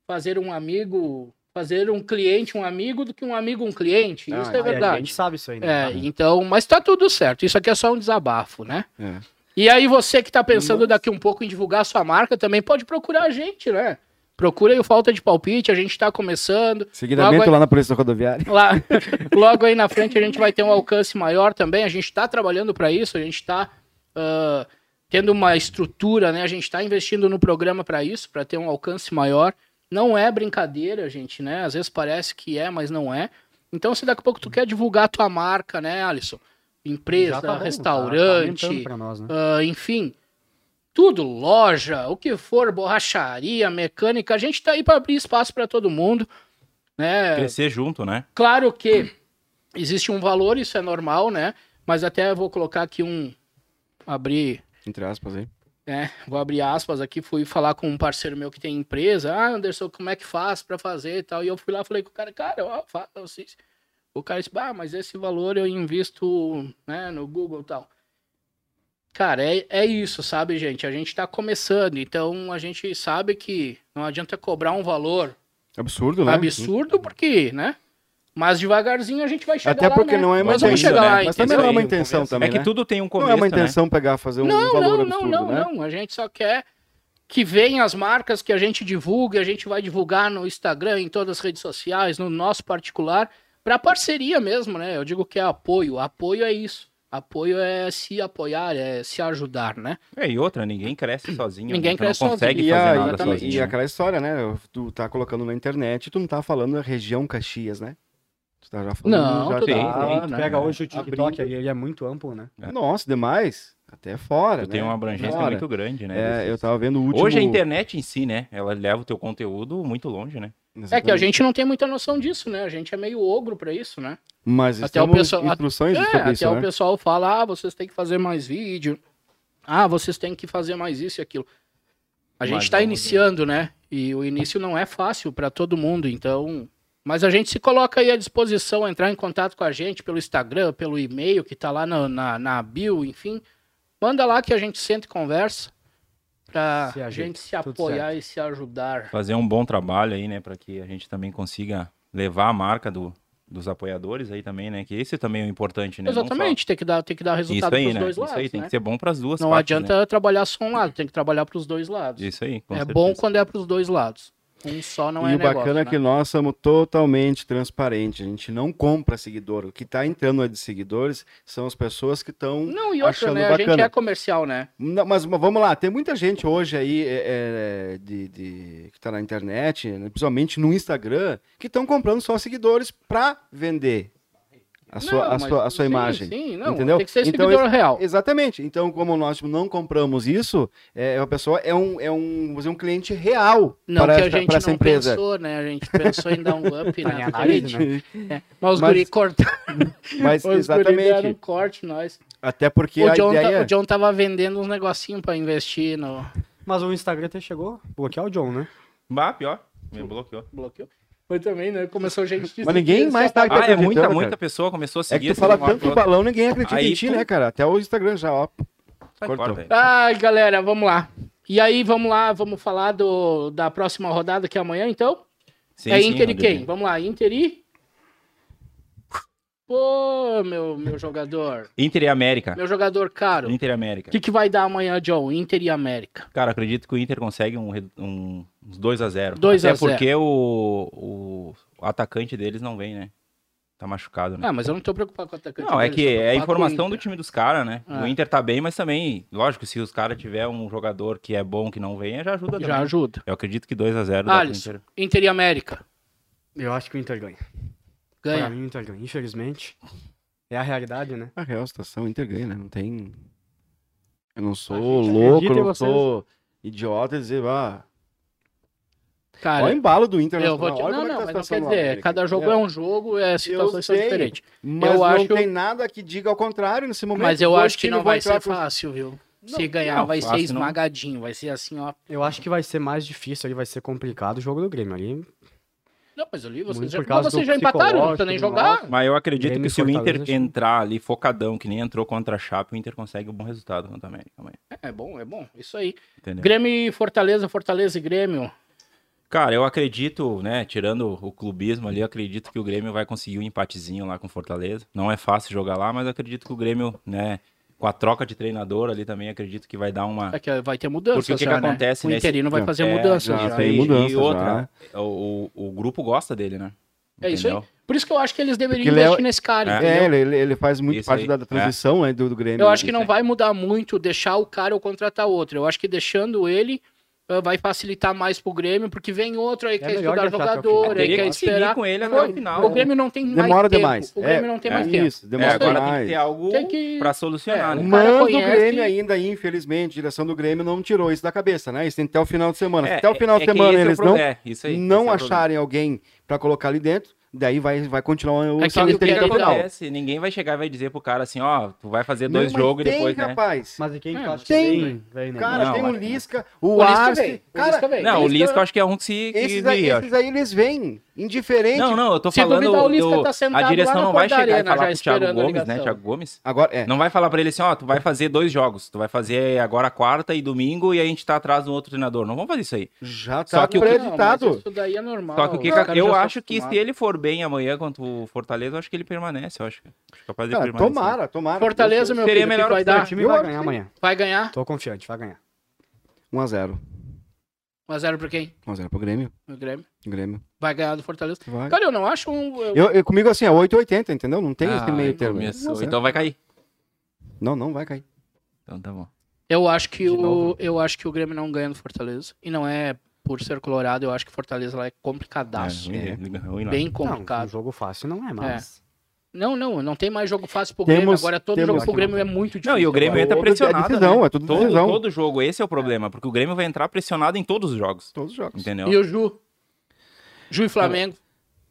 A: fazer um amigo, fazer um cliente um amigo do que um amigo um cliente.
B: Ah,
A: Isso é
B: é, a
C: Aí A gente
A: verdade.
C: sabe isso aí, né?
A: É, então, mas tá tudo certo. Isso aqui é só um desabafo, né?
B: É.
A: E aí, você que tá pensando daqui um pouco em divulgar a sua marca, também pode procurar a gente, né? Procura aí o Falta de Palpite, a gente tá começando.
B: Seguidamente
A: Logo aí-
B: lá na Polícia Rodoviária.
A: Lá, logo aí na frente a gente vai ter um alcance maior também. A gente está trabalhando para isso, a gente está tendo uma estrutura, né? A gente está investindo no programa para isso, para ter um alcance maior. Não é brincadeira, gente, né? Às vezes parece que é, mas não é. Então, se daqui a pouco tu quer divulgar a tua marca, né, Alisson?
C: Já
A: Empresa,
C: tá bom, tá- Tá,
A: restaurante,
C: aumentando pra nós, né?
A: ah, enfim, tudo, loja, o que for, borracharia, mecânica, a gente está aí para abrir espaço para todo mundo,
B: É.
A: né?
D: Crescer junto, né?
A: Claro que existe um valor, isso é normal, né? Mas até vou colocar aqui um. Abrir.
B: Entre aspas aí.
A: Né? Vou abrir aspas aqui. Fui falar com um parceiro meu que tem empresa. Ah, Anderson, como é que faz pra fazer e tal? E eu fui lá falei com o cara, cara, ó, faz assim. O cara disse, bah, mas esse valor eu invisto né, no Google e tal. Cara, é, é isso, sabe, gente? A gente tá começando, então a gente sabe que não adianta cobrar um valor
B: Absurdo, né?
A: absurdo, porque, né? Mas devagarzinho a gente vai chegar
B: Até
A: lá,
B: porque
A: né?
B: não é uma
A: Nós vamos
D: intenção,
A: chegar lá,
D: né?
B: Mas também não é
D: Isso
B: uma
D: aí,
B: intenção
D: É
B: também,
D: que
B: né?
D: tudo tem um
B: Não
D: começo,
B: é uma
D: né?
B: intenção pegar, fazer um
A: Não,
B: valor
A: não,
B: absurdo,
A: não, não,
B: né?
A: não. A gente só quer que venham as marcas que a gente divulgue, a gente vai divulgar no Instagram, em todas as redes sociais, no nosso particular, para parceria mesmo, né? Eu digo que é apoio. Apoio é isso. Apoio é se apoiar, é se ajudar, né?
D: É, e outra, ninguém cresce sozinho.
A: Ninguém
D: né? Tu
A: cresce
D: não consegue
A: sozinho.
B: E,
D: fazer
B: a,
D: nada
B: exatamente,
D: sozinho.
B: e
D: né?
B: aquela história, né? Tu tá colocando na internet, tu não tá falando a região Caxias, né? Tu tá já falando.
A: Não,
B: já
A: tu
D: tem,
A: tá,
D: tem,
C: Tu
A: né?
C: pega hoje o TikTok,
B: Abrindo.
C: aí ele é muito amplo, né?
D: É.
B: Nossa, demais. Até fora.
D: Tu tem
B: né?
D: uma abrangência
B: Fora.
D: muito grande, né?
B: É,
D: desses-
B: eu tava vendo o último.
D: Hoje a internet em si, né? Ela leva o teu conteúdo muito longe, né?
A: É que a
B: Exatamente.
A: gente não tem muita noção disso, né? A gente é meio ogro pra isso, né?
B: Mas
A: Até
B: estamos
A: o pessoal-
B: instruções
A: É,
B: sobre
A: até
B: isso,
A: o
B: né?
A: pessoal fala, ah, vocês têm que fazer mais vídeo, ah, vocês têm que fazer mais isso e aquilo. A gente
D: Mas
A: tá
D: vamos
A: iniciando, né? E o início não é fácil pra todo mundo, então... Mas a gente se coloca aí à disposição, entrar em contato com a gente pelo Instagram, pelo e-mail que tá lá na, na, na bio, enfim. Manda lá que a gente senta e conversa pra
C: Se
A: a
C: ajeita,
A: gente se
C: tudo
A: apoiar e se ajudar.
D: Fazer um bom trabalho aí, né? Pra que a gente também consiga levar a marca do, dos apoiadores aí também, né? Que esse também é o importante, né? Não só-
A: Exatamente, tem que dar, tem que dar
D: Isso
A: resultado
D: aí,
A: pros
D: né?
A: dois
D: Isso
A: lados,
D: aí tem
A: né?
D: que ser né? bom pras duas
A: Não
D: partes,
A: adianta trabalhar só um lado, tem que trabalhar pros dois lados.
D: Né? Isso aí. com
A: é
D: certeza.
A: bom quando é pros dois lados. Um só não
B: e
A: é
B: o
A: negócio.
B: bacana é
A: né?
B: que nós somos totalmente transparentes. A gente não compra seguidor. O que tá entrando de seguidores são as pessoas que estão.
A: Não, e outra,
B: achando
A: né? A gente
B: bacana.
A: é comercial, né?
B: Não, mas, mas vamos lá, tem muita gente hoje aí é, é, de, de- que tá na internet, né, principalmente no Instagram, que estão comprando só seguidores para vender a sua,
A: Não,
B: a
A: mas-
B: sua, a sua
A: sim,
B: imagem.
A: Sim, não.
B: entendeu?
A: Tem que ser
B: Então,
A: seguidor real.
B: Exatamente. Então, como nós tipo, não compramos isso, é, a pessoa é um, é um, vamos dizer, um cliente real
A: Não
B: para,
A: que a
B: esta-
A: gente
B: para essa
A: não
B: empresa.
A: pensou, né? A gente pensou em dar um up
C: Em
A: na
C: análise,
A: frente.
C: né?
A: né? Mas os
B: Mas-
A: guri cortaram.
B: Mas,
A: Os guri deram um
B: exatamente.
A: corte, nós.
B: Até porque
A: o,
B: a
A: John
B: ideia... é-
A: tá- o John tava vendendo uns negocinhos pra investir no...
C: Mas o Instagram até chegou a bloquear o John, né?
D: Bah, pior. Me bloqueou.
A: Bloqueou. Foi também, né? Começou gente... de
B: Mas ninguém
A: seguir,
B: mais
A: se
B: tá-
A: apagar.
D: Ah, é
B: acreditando,
D: muita,
B: cara.
D: muita pessoa começou a
B: É que
D: seguir.
B: tu
D: assim,
B: fala
D: uma
B: tanto
D: pro
B: do balão, ninguém acredita
D: Aí
B: em ti,
D: tu-
B: né, cara? Até o Instagram já, ó.
D: outra. Sai
B: Cortou.
D: fora, velho.
A: Ai, galera, vamos lá. E aí, vamos lá, vamos falar do, da próxima rodada que é amanhã, então?
D: Sim,
A: é
D: sim,
A: Inter e
D: Rodrigo.
A: quem? Vamos lá, Inter e. Pô, meu, meu jogador.
D: Inter e América.
A: Meu jogador caro.
D: Inter e
A: O
D: América.
A: que, que vai dar amanhã, John? Inter e América.
D: Cara, acredito que o Inter consegue um, re- um, uns 2x0.
A: 2 a
D: Até
A: 0.
D: porque o, o atacante deles não vem, né? Tá machucado, né?
A: Ah, mas eu não tô preocupado com o atacante.
D: Não, é
A: deles,
D: que
A: tô
D: é a
A: preocupado com o
D: informação do
A: Inter.
D: time dos caras, né?
A: Ah.
D: O Inter tá bem, mas também, lógico, se os caras tiver um jogador que é bom, que não venha, já ajuda
A: Já
D: também.
A: ajuda.
D: Eu acredito que 2x0 dá pro
A: Alisson,
D: Inter.
A: Inter e América.
C: Eu acho que o Inter ganha. Pra
A: Ganha.
C: mim, o Inter ganha, infelizmente. É a realidade, né?
B: A real situação, o Inter ganha, né? Não tem... Eu não sou
C: A gente
B: louco,
C: acredita
B: eu
C: em
B: não
C: vocês.
B: sou idiota de dizer, ah...
A: Cara,
B: Olha o embalo do Inter.
A: eu vou te...
B: Nacional, olha
A: Não,
B: como é
A: não,
B: que
A: mas
B: tá a
A: não quer
B: situação do
A: dizer.
B: América.
A: Cada jogo é um jogo, é, situações são
B: sei.
A: diferentes.
B: Mas
A: Eu
B: não
A: acho-
B: tem nada que diga ao contrário nesse momento.
A: Mas eu
B: é Dois
A: acho que
B: times
A: não
B: vão
A: vai
B: entrar
A: ser
B: com-
A: fácil, viu?
B: Não, é
A: Se ganhar,
D: não,
A: vai ser
D: fácil não.
A: esmagadinho, vai ser assim, ó.
C: Eu acho que vai ser mais difícil, aí vai ser complicado o jogo do Grêmio. Ali,
A: Não, mas ali vocês
C: Muito
A: já,
C: por
A: mas
C: causa
A: vocês
C: do
A: já empataram, não precisa nem
C: psicológico,
A: jogar.
D: Mas eu acredito que
C: Grêmio e
D: se o Inter
C: Fortaleza, acho que-
D: entrar ali focadão, que nem entrou contra a Chape, o Inter consegue um bom resultado contra a América amanhã.
A: É bom, é bom. Isso aí.
D: Entendeu?
A: Grêmio e Fortaleza, Fortaleza e Grêmio.
D: Cara, eu acredito, né, tirando o clubismo ali, eu acredito que o Grêmio vai conseguir um empatezinho lá com o Fortaleza. Não é fácil jogar lá, mas eu acredito que o Grêmio, né, com a troca de treinador ali também, acredito que vai dar uma...
A: É que vai ter mudança.
D: Ah. Porque o que
A: já,
D: que
A: né?
D: acontece
A: O
D: nesse-
A: Interino vai
B: Não,
A: fazer
D: É,
A: mudança.
B: já
A: já.
B: tem
D: e-
B: mudança,
D: E outra, O, o, o grupo gosta dele, né?
A: É isso aí.
D: Entendeu?
A: Por isso que eu acho que eles deveriam
B: Porque ele é-
A: investir nesse cara,
D: É.
B: É,
A: entendeu?
B: ele, ele- ele faz muito
D: Isso
B: parte
D: aí.
B: da da transição né, do, do Grêmio.
A: Eu acho que
D: Isso
A: não
D: aí.
A: vai mudar muito deixar o cara ou contratar outro. Eu acho que deixando ele eh, vai facilitar mais pro Grêmio, porque vem outro aí que quer
C: melhor
A: estudar
C: deixar até o
A: jogador,
C: final.
A: aí
D: Teria
A: quer
D: que seguir
A: esperar.
D: com ele até
A: Foi. é
D: o final.
A: O Grêmio não tem mais
B: Demora
A: tempo.
B: demais.
A: O Grêmio
B: É,
A: não tem
D: é
A: mais tempo.
B: Isso,
D: É,
B: demora
D: agora tem
B: demais.
D: que ter algo
A: Tem que-
D: pra solucionar,
A: É,
D: né?
A: um cara
B: Mas o
A: conhece-
B: Grêmio ainda, infelizmente, a direção do Grêmio não tirou isso da cabeça, né? Isso tem até o final de semana. Se
D: É,
B: até o final
D: é
B: de
D: que
B: semana
D: esse é o
B: eles
D: pro-
B: não,
D: é, isso aí, esse
B: não
D: é o problema.
B: acharem alguém pra colocar ali dentro, daí vai, vai continuar o
A: É que
B: salário
A: eles querem
B: até o final.
A: dar-
D: acontece, ninguém vai chegar e vai dizer pro cara assim, ó, tu vai fazer dois
B: Não, mas
D: jogos e
B: tem,
D: depois, né?
B: rapaz.
C: Mas e quem
A: É,
C: que tu acha que
B: tem,
C: vem, vem, né?
B: Cara,
D: Não, é.
B: tem o
D: mas-
B: Lisca,
A: O
B: o
A: Lisca
B: Arce.
A: vem, o
B: Cara,
A: Lisca vem.
D: Não, o
B: eles
D: Lisca eu
B: tão-
D: acho que é um que se... que
B: esses, aí,
D: viria,
B: esses aí eles vêm, indiferente.
D: Não, não, eu tô
A: Se
D: falando.
A: duvidar, o Lisca
D: do-
A: tá sentado
D: a
A: lá
D: direção
A: na
D: não vai
A: porta da
D: chegar e
A: arena, já
D: falar pro Thiago
A: esperando a
D: Gomes, né?
A: ligação.
D: Thiago Gomes.
B: Agora, é.
D: Não vai falar pra ele assim, ó, tu vai fazer dois jogos. Tu vai fazer agora quarta e domingo e a gente tá atrás do outro treinador. Não vamos fazer isso aí.
B: Já
D: Só
B: tá
D: que o que-
B: preditado.
A: Não, mas isso daí é normal.
D: Só que o que
A: Os caras
D: eu
A: já são
D: acho que se
A: acostumados.
D: ele for bem amanhã contra o Fortaleza, eu acho que ele permanece, eu acho. Acho capaz de
B: Cara,
D: permanecer.
B: tomara, tomara.
A: Fortaleza, meu filho, o
D: Seria
A: que
D: melhor
A: que vai
D: opção,
A: dar?
C: O time
B: Eu
C: vai
B: acho
C: ganhar
B: que-
C: amanhã.
A: Vai ganhar?
C: Tô confiante, vai ganhar. Tá,
B: 1x0.
A: 1x0 pra quem?
B: 1x0 pro Grêmio.
A: O Grêmio.
B: O Grêmio.
A: Vai ganhar do Fortaleza.
B: Vai.
A: Cara, eu não acho um. eu-
B: Eu, eu- comigo assim, é 8,80, entendeu? Não tem esse
D: Ah,
B: meio termo.
D: começou.
B: 1x0.
D: Então vai cair.
B: Não, não vai cair.
D: Então tá bom.
A: Eu acho que
C: De
A: o
C: novo.
A: eu acho que o Grêmio não ganha do Fortaleza e não é por ser colorado, eu acho que Fortaleza lá é complicadaço.
D: É, ruim, ruim lá.
A: Bem
C: Não, um
A: complicado.
C: jogo fácil não é, mas...
A: Não, não, não tem mais jogo fácil pro Grêmio.
B: Temos-
A: Agora todo
B: temos
A: jogo pro
B: aqui-
A: Grêmio é muito difícil.
D: Não, e o Grêmio
A: agora.
D: entra
B: Todo- é
D: pressionado.
B: decisão,
D: né?
B: é tudo
D: todo,
B: decisão.
D: todo jogo, esse é o problema, porque o Grêmio vai entrar pressionado em todos os jogos,
B: Todos os jogos.
D: entendeu?
A: E o Ju? Ju e Flamengo.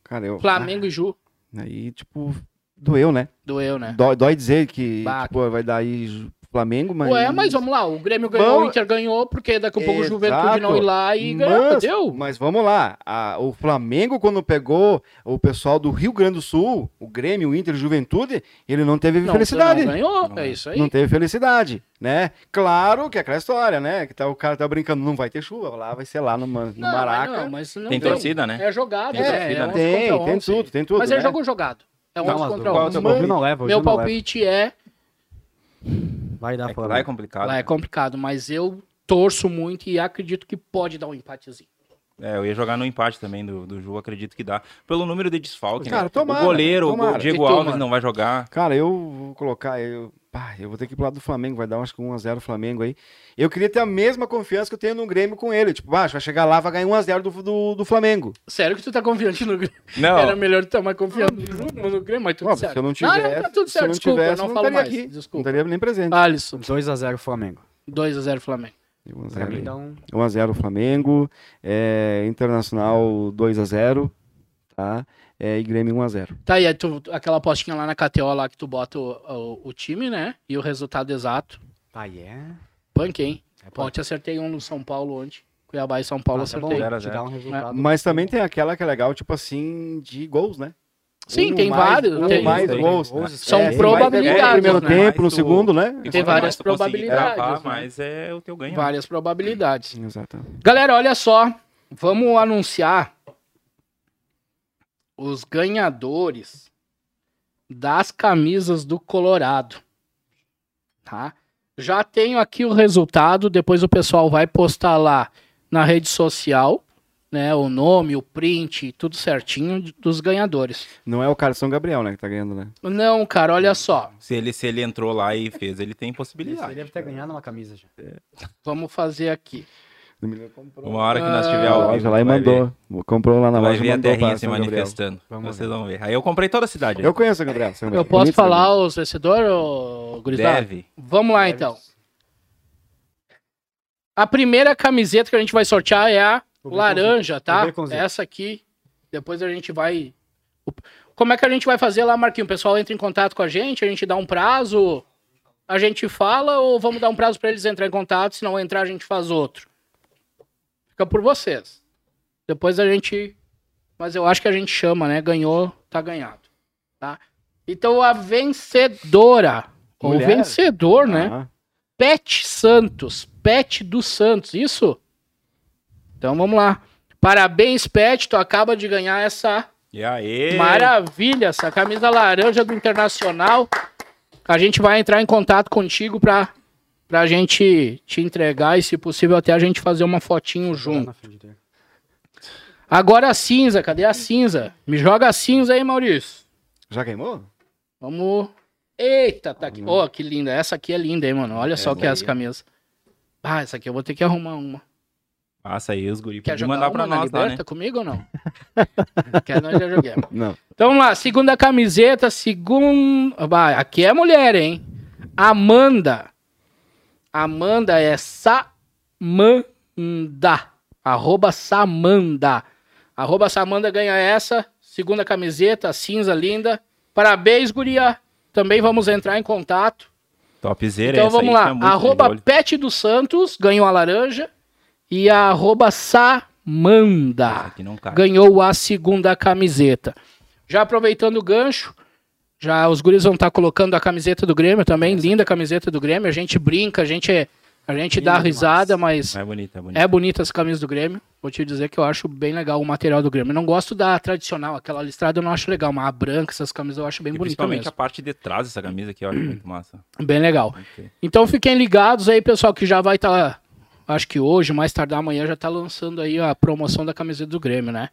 B: Cara, eu...
A: Flamengo e Ju.
B: Ah, Aí, tipo, doeu, né?
A: Doeu, né?
B: Dói, dói dizer que
A: Bah.
B: tipo, vai dar aí Ju- Flamengo, mas...
A: Ué, mas vamos lá, o Grêmio ganhou,
B: Bom-
A: o Inter ganhou, porque daqui a pouco o Juventude
B: Exato.
A: não ir lá e ganhou,
B: mas,
A: entendeu?
B: mas vamos lá, a- o Flamengo quando pegou o pessoal do Rio Grande do Sul, o Grêmio, o Inter, Juventude, ele não teve
A: Não,
B: felicidade.
A: Não ganhou,
D: Não
A: é
D: ganhou.
A: isso aí.
B: não teve felicidade, né? Claro que é aquela história, né? Que tá, o cara tá brincando, não vai ter chuva, lá vai ser lá no, Ma- no
A: Não, mas
B: Maraca.
A: não, mas não
D: Tem torcida, né?
A: É jogado,
D: Tem
A: né?
D: torcida,
A: é
D: né?
A: 11
B: tem,
A: contra
B: tem
A: 11.
B: tudo, tem tudo.
A: Mas é
B: né?
A: jogo jogado. É 11
D: mas
A: contra
D: do- qual é o
A: 11.
D: teu
C: Não, o Ju não leva, o Ju
A: Meu
C: não leva.
A: palpite é...
C: Vai dar
D: É que
C: fora.
D: lá é complicado.
A: Lá é complicado, mas eu torço muito e acredito que pode dar um empatezinho.
D: É, eu ia jogar no empate também do, do jogo, acredito que dá. Pelo número de desfalque, né?
B: Cara, tomara,
D: o goleiro, o
B: tomara.
D: Diego
A: E tu,
D: Alves
A: mano?
D: não vai jogar.
B: Cara, eu vou colocar. Eu, pá, eu vou ter que ir pro lado do Flamengo, vai dar acho que 1x0 o Flamengo aí. Eu queria ter a mesma confiança que eu tenho no Grêmio com ele. Tipo, ah, vai chegar lá, vai ganhar 1x0 do, do, do Flamengo.
A: Sério que tu tá confiante no Grêmio?
D: Não.
A: Era melhor tu estar mais confiante no Grêmio, no Grêmio mas tudo
B: Óbvio,
A: certo.
B: se eu não tivesse.
A: tá tudo
B: se eu
A: certo,
B: não
A: desculpa,
B: tivesse,
A: eu não
B: não
A: falo
B: estaria
A: mais,
B: aqui. Não
A: desculpa. Ah,
B: estaria nem presente.
A: Alisson,
C: 2x0 Flamengo.
A: 2x0 Flamengo.
C: Pra mim dá um...
B: 1x0 Flamengo. é, Internacional 2x0. Tá? É, e Grêmio 1x0.
A: Tá aí, aí tu- tu- aquela apostinha lá na KTO lá que tu bota o, o- o time, né? E o resultado exato.
C: Ah, yeah.
A: Punk, hein?
C: É
A: Pô, eu te acertei um no São Paulo ontem. Cuiabá e São
B: Ah, tá
A: Paulo
C: é bom
A: acertei.
D: zero a
C: te
D: zero.
C: dar um
A: Tá
C: resultado.
B: Mas também tem aquela que é legal, tipo assim, de gols, né?
A: Sim,
B: Um
A: tem
B: mais-
A: vários.
B: um
A: tem-
B: mais
D: tem.
B: gols.
C: Gols,
B: É,
A: São
B: tem mais
A: probabilidades,
B: No primeiro
A: né?
B: tempo, no
D: Mais o-
B: segundo, né?
D: E
A: Tem várias
D: quanto mais tu conseguir
A: probabilidades,
D: gravar,
A: né?
D: Mas é o teu ganho. né?
A: Várias probabilidades.
B: Exato.
A: Galera, olha só. Vamos anunciar os ganhadores das camisas do Colorado. Tá? Já tenho aqui o resultado. Depois o pessoal vai postar lá na rede social, né? O nome, o print, tudo certinho de- dos ganhadores.
B: Não é o cara São Gabriel, né, que tá ganhando, né?
A: Não, cara, olha só.
D: Se ele, se ele entrou lá e fez, ele tem
C: Isso,
D: possibilidade.
C: ele deve ter ganhado uma camisa já.
A: Vamos fazer aqui.
B: O menino comprou.
D: Uma hora que nós
A: Ah,
D: tiver
B: a
D: ao
B: loja
D: vivo,
B: lá e
D: tu vai
B: mandou. Comprou lá na
D: Ver, tu vai
B: loja e
D: ver a
B: mandou
D: terrinha
B: pra
D: se
B: São Gabriel.
D: manifestando.
C: Vamos
D: Vocês vão ver. Aí eu comprei toda a cidade.
B: Eu conheço o Gabriel. São
A: Eu
B: Gabriel.
A: posso
B: é Bonito, né,
A: falar os vencedores, ô, gurizada?
D: Deve.
A: Vamos lá, então. A primeira camiseta que a gente vai sortear é a
C: O
A: laranja, tá?
C: O baconzinho.
A: Essa aqui. Depois a gente vai. o- Como é que a gente vai fazer lá, Marquinhos? O pessoal entra em contato com a gente, a gente dá um prazo, a gente fala ou vamos dar um prazo pra eles entrar em contato? Se não entrar, a gente faz outro. Fica por vocês. Depois a gente. Mas eu acho que a gente chama, né? Ganhou, tá ganhado. Tá? Então a vencedora. Ou
B: Mulher?
A: vencedor, né?
B: Ah,
A: Pet Santos. Pet dos Santos, isso? Então vamos lá. Parabéns, Pet. Tu acaba de ganhar essa
D: E aí?
A: maravilha, essa camisa laranja do Internacional. A gente vai entrar em contato contigo pra, pra gente te entregar e, se possível, até a gente fazer uma fotinho
C: Lá
A: junto.
C: na frente dele.
A: Agora a cinza, cadê a cinza? Me joga a cinza aí, Maurício.
B: Já queimou?
A: Vamos. Eita, tá aqui. Ó, que linda. Essa aqui é linda, hein, mano. Olha só o
D: Essa
A: que é essa
D: aí.
A: camisa. Ah, essa aqui eu vou ter que arrumar uma.
D: Passa aí os guri.
A: Quer
D: Pode
A: jogar
D: mandar
A: uma
D: pra
A: na
D: nós lá, né?
A: liberta comigo ou não? Quer nós já joguemos.
B: Não.
A: Então vamos lá, segunda camiseta, segunda. Aqui é mulher, hein? Amanda. Amanda é Samanda. Arroba Samanda. Arroba Samanda ganha essa. Segunda camiseta, cinza linda. Parabéns, guria. Também vamos entrar em contato.
D: Topzera
A: Então
D: essa aí,
A: vamos lá.
D: tá muito de
A: arroba
D: olho.
A: Pet dos Santos ganhou a laranja. E a arroba Samanda
D: Essa aqui não cai.
A: ganhou a segunda camiseta. Já aproveitando o gancho, já os guris vão estar colocando a camiseta do Grêmio também, linda a camiseta do Grêmio. A gente brinca, a gente, é- a gente dá
C: Linda
A: risada, mas
D: É bonita, é bonita.
A: é bonita as camisas do Grêmio. Vou te dizer que eu acho bem legal o material do Grêmio. Eu Não gosto da tradicional, aquela listrada eu não acho legal, mas a branca, essas camisas eu acho bem
D: E
A: bonita
D: principalmente
A: mesmo.
D: a parte de trás dessa camisa aqui, eu acho muito massa.
A: Bem legal.
D: Ok.
A: Então fiquem ligados aí, pessoal, que já vai estar. acho que hoje, mais tardar amanhã, já tá lançando aí a promoção da camiseta do Grêmio, né?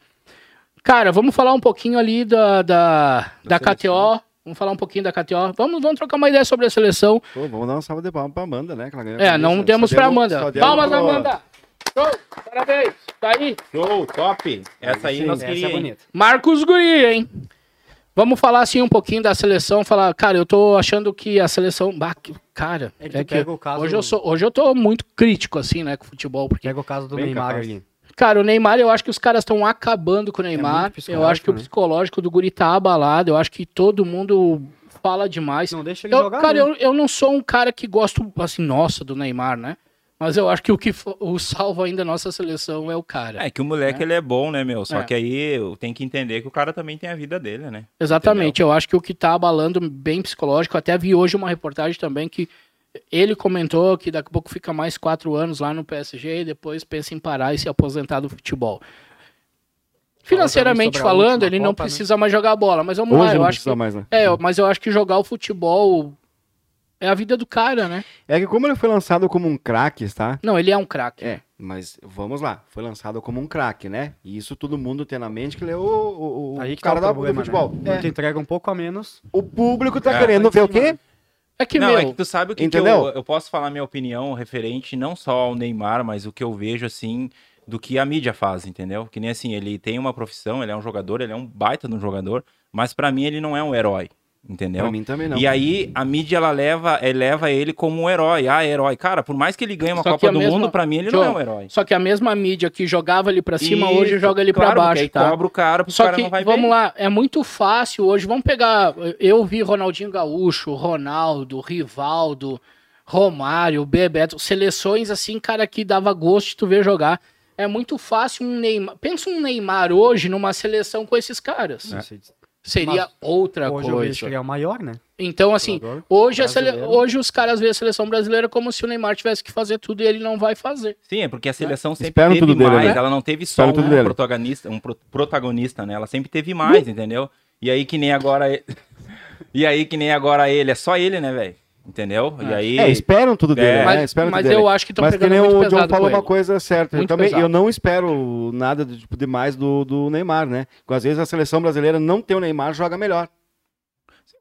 A: Cara, vamos falar um pouquinho ali da, da, da KTO. Vamos falar um pouquinho da KTO. Vamos, vamos trocar uma ideia sobre a seleção.
B: Pô, vamos dar uma salva de palmas pra Amanda, né? que ela ganhou a
A: É,
B: camisa.
A: não
B: Só
A: demos
B: deu-
A: pra
B: só
A: Amanda.
B: deu
A: Palmas,
B: pro-
A: Amanda! Show! Parabéns! Tá aí!
D: Show, top. Essa aí
C: Sim,
D: nós
C: essa
D: queríamos.
C: é bonita.
A: Marcos Guri, hein? Vamos falar assim um pouquinho da seleção, falar, cara, eu tô achando que a seleção, bah, que- cara,
C: É
A: é
C: que tu
A: que,
C: pega o caso-
A: hoje eu sou, hoje eu tô muito crítico assim, né, com o futebol, porque
C: Pega o caso do
D: Bem
C: Neymar
D: capaz.
C: ali.
A: cara, o Neymar, eu acho que os caras estão acabando com o Neymar.
C: É muito
A: eu acho que
C: psicológico,
A: o
C: né?
A: psicológico do Guri tá abalado, eu acho que todo mundo fala demais.
C: Não deixa ele
A: Eu,
C: jogar.
A: cara,
C: né?
A: eu, eu não sou um cara que gosto assim, nossa, do Neymar, né? Mas eu acho que o que fo- o salvo ainda a nossa seleção é o cara.
D: É que o moleque ele é bom, né, meu? Só
A: É.
D: que aí eu tenho que entender que o cara também tem a vida dele, né?
A: Exatamente, eu acho que o que tá abalando bem psicológico, até vi hoje uma reportagem também que ele comentou que daqui a pouco fica mais quatro anos lá no PSG e depois pensa em parar e se aposentar do futebol. Financeiramente
C: sobre a última
A: falando, ele não
C: Copa, né?
A: precisa mais jogar bola, mas vamos lá,
B: Hoje
A: Ah, eu
B: não
A: acho que...
B: precisa mais, né?
A: É, eu- mas eu acho que jogar o futebol é a vida do cara, né?
B: É que como ele foi lançado como um craque, tá?
A: Não, ele é um craque.
B: É, mas vamos lá, foi lançado como um craque, né? E isso todo mundo tem na mente que ele é o, o, o
C: Aí que
B: cara
C: tá o
B: da-
C: problema,
B: do futebol. É,
C: Né? Porque entrega um pouco a menos.
B: O público tá
D: É.
B: querendo ver o quê?
A: É que,
D: não,
A: meu,
D: é que tu sabe o que, que
B: entendeu?
D: eu, eu posso falar minha opinião referente não só ao Neymar, mas o que eu vejo assim do que a mídia faz, entendeu? Que nem assim, ele tem uma profissão, ele é um jogador, ele é um baita de um jogador, mas pra mim ele não é um herói, entendeu?
B: Pra mim também não.
D: E aí a mídia ela leva, eleva ele como um herói. Ah, herói. Cara, por mais que ele ganhe uma
A: Só que
D: Copa
A: a
D: do
A: mesma-
D: Mundo, pra mim ele
A: João,
D: não é um herói.
A: só que a mesma mídia que jogava ele pra cima,
D: Isso,
A: hoje joga ele
D: claro,
A: pra
D: porque
A: baixo,
D: aí
A: tá?
D: Cobra o cara, porque o
A: Só
D: cara
A: que,
D: não vai
A: vamos
D: bem.
A: lá, é muito fácil hoje. Vamos pegar. Eu vi Ronaldinho Gaúcho, Ronaldo, Rivaldo, Romário, Bebeto. Seleções assim, cara, que dava gosto de tu ver jogar. É muito fácil um Neymar. Pensa um Neymar hoje numa seleção com esses caras.
C: Não sei.
A: Seria outra
C: É. Hoje eu vejo que
A: É. coisa.
C: ele é o maior, né?
A: Então, assim,
C: jogador
A: hoje, a sele-
C: brasileiro.
A: hoje os caras veem a seleção brasileira como se o Neymar tivesse que fazer tudo e ele não vai fazer.
D: Sim, é porque a seleção sempre
B: Esperam
D: teve
B: tudo dele,
D: mais,
B: né?
D: ela não teve só
B: Esperam tudo
D: um
B: dele.
D: protagonista, um pro- protagonista, né? Ela sempre teve mais, entendeu? E aí que nem agora e- E aí que nem agora ele, é só ele, né, velho? Entendeu? E aí
B: É, esperam tudo dele,
D: É.
B: né?
A: mas
B: Esperam
A: mas
B: tudo dele.
A: eu acho que estão
B: Mas que
A: pegando
B: nem
A: muito
B: o John
A: pesado
B: falou
A: com
B: uma
A: ele.
B: coisa certa. Eu,
A: Muito
B: também,
A: pesado.
B: eu não espero nada de, tipo, demais do, do Neymar, né? Porque às vezes a seleção brasileira não tem o Neymar, joga melhor.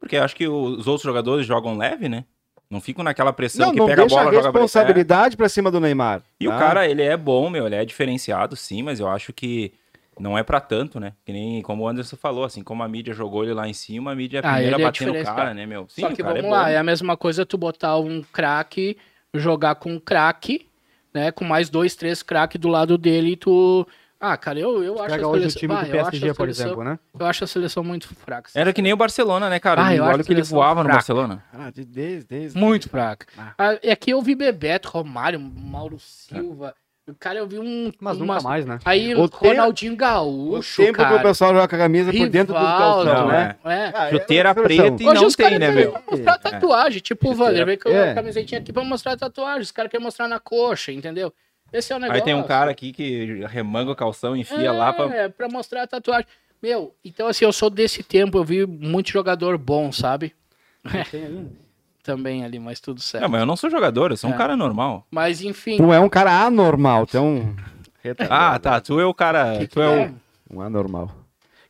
D: porque eu acho que os outros jogadores jogam leve, né? Não ficam naquela pressão
B: não,
D: que
B: não
D: pega a
B: deixa a,
D: bola, joga É.
B: responsabilidade pra cima do Neymar.
D: E o
A: Ah.
B: tá?
D: cara, ele é bom, meu, ele é diferenciado, sim, mas eu acho que não é pra tanto, né? Que nem como o Anderson falou, assim, como a mídia jogou ele lá em cima, a mídia é a
A: Ah,
D: primeira
A: ele é
D: batendo o cara,
A: diferenciado.
D: né, meu?
A: Só
D: o
A: que
D: cara
A: vamos
D: é bom.
A: lá, é a mesma coisa tu botar um craque, jogar com um craque, né? Com mais dois, três craques do lado dele e tu. Ah, cara, eu, eu acho
C: Pega
A: a
C: hoje o
A: seleção.
C: time
A: Ah,
C: do
A: eu acho a
C: PSG, por
A: seleção-
C: exemplo, né?
A: Eu acho a seleção muito fraca.
D: Era que nem o Barcelona, né, cara?
A: Ah,
D: Ele-
A: eu acho
D: olha
A: a
D: que ele
A: seleção
D: voava no
A: fraca.
D: Barcelona.
B: Ah, de- desde- desde-
A: Muito fraca. Ah, é que eu vi Bebeto, Romário, Mauro Silva. Cara, eu vi um.
C: Mas
A: umas-
C: nunca mais, né?
A: Aí
B: O tempo-
A: Ronaldinho
B: O
A: Gaúcho.
B: tempo
A: cara,
B: que o pessoal joga a camisa por dentro do
A: Rivaldo,
B: calção, né?
A: É.
B: Ah, é
D: Chuteira
B: a seleção.
D: preta e
A: Hoje
D: não
A: os
D: tem,
A: caras
D: né,
A: querem
D: meu?
A: mostrar tatuagem. Tipo o Vander, veio com
B: É.
A: a camisetinha aqui pra mostrar a tatuagem. Os caras querem mostrar na coxa, entendeu? Esse é o negócio.
D: Aí tem um cara aqui que remanga o calção, enfia
A: é,
D: lá pra...
A: pra mostrar a tatuagem. Meu, então assim, eu sou desse tempo, eu vi muito jogador bom, sabe?
C: Tem ali.
A: Também ali, mas tudo certo.
D: Não, mas eu não sou jogador, eu sou um
A: É.
D: cara normal.
A: Mas enfim,
B: Tu é um cara anormal, tu é um.
D: Ah, tá, tu é o cara... tu é o...
B: Um anormal.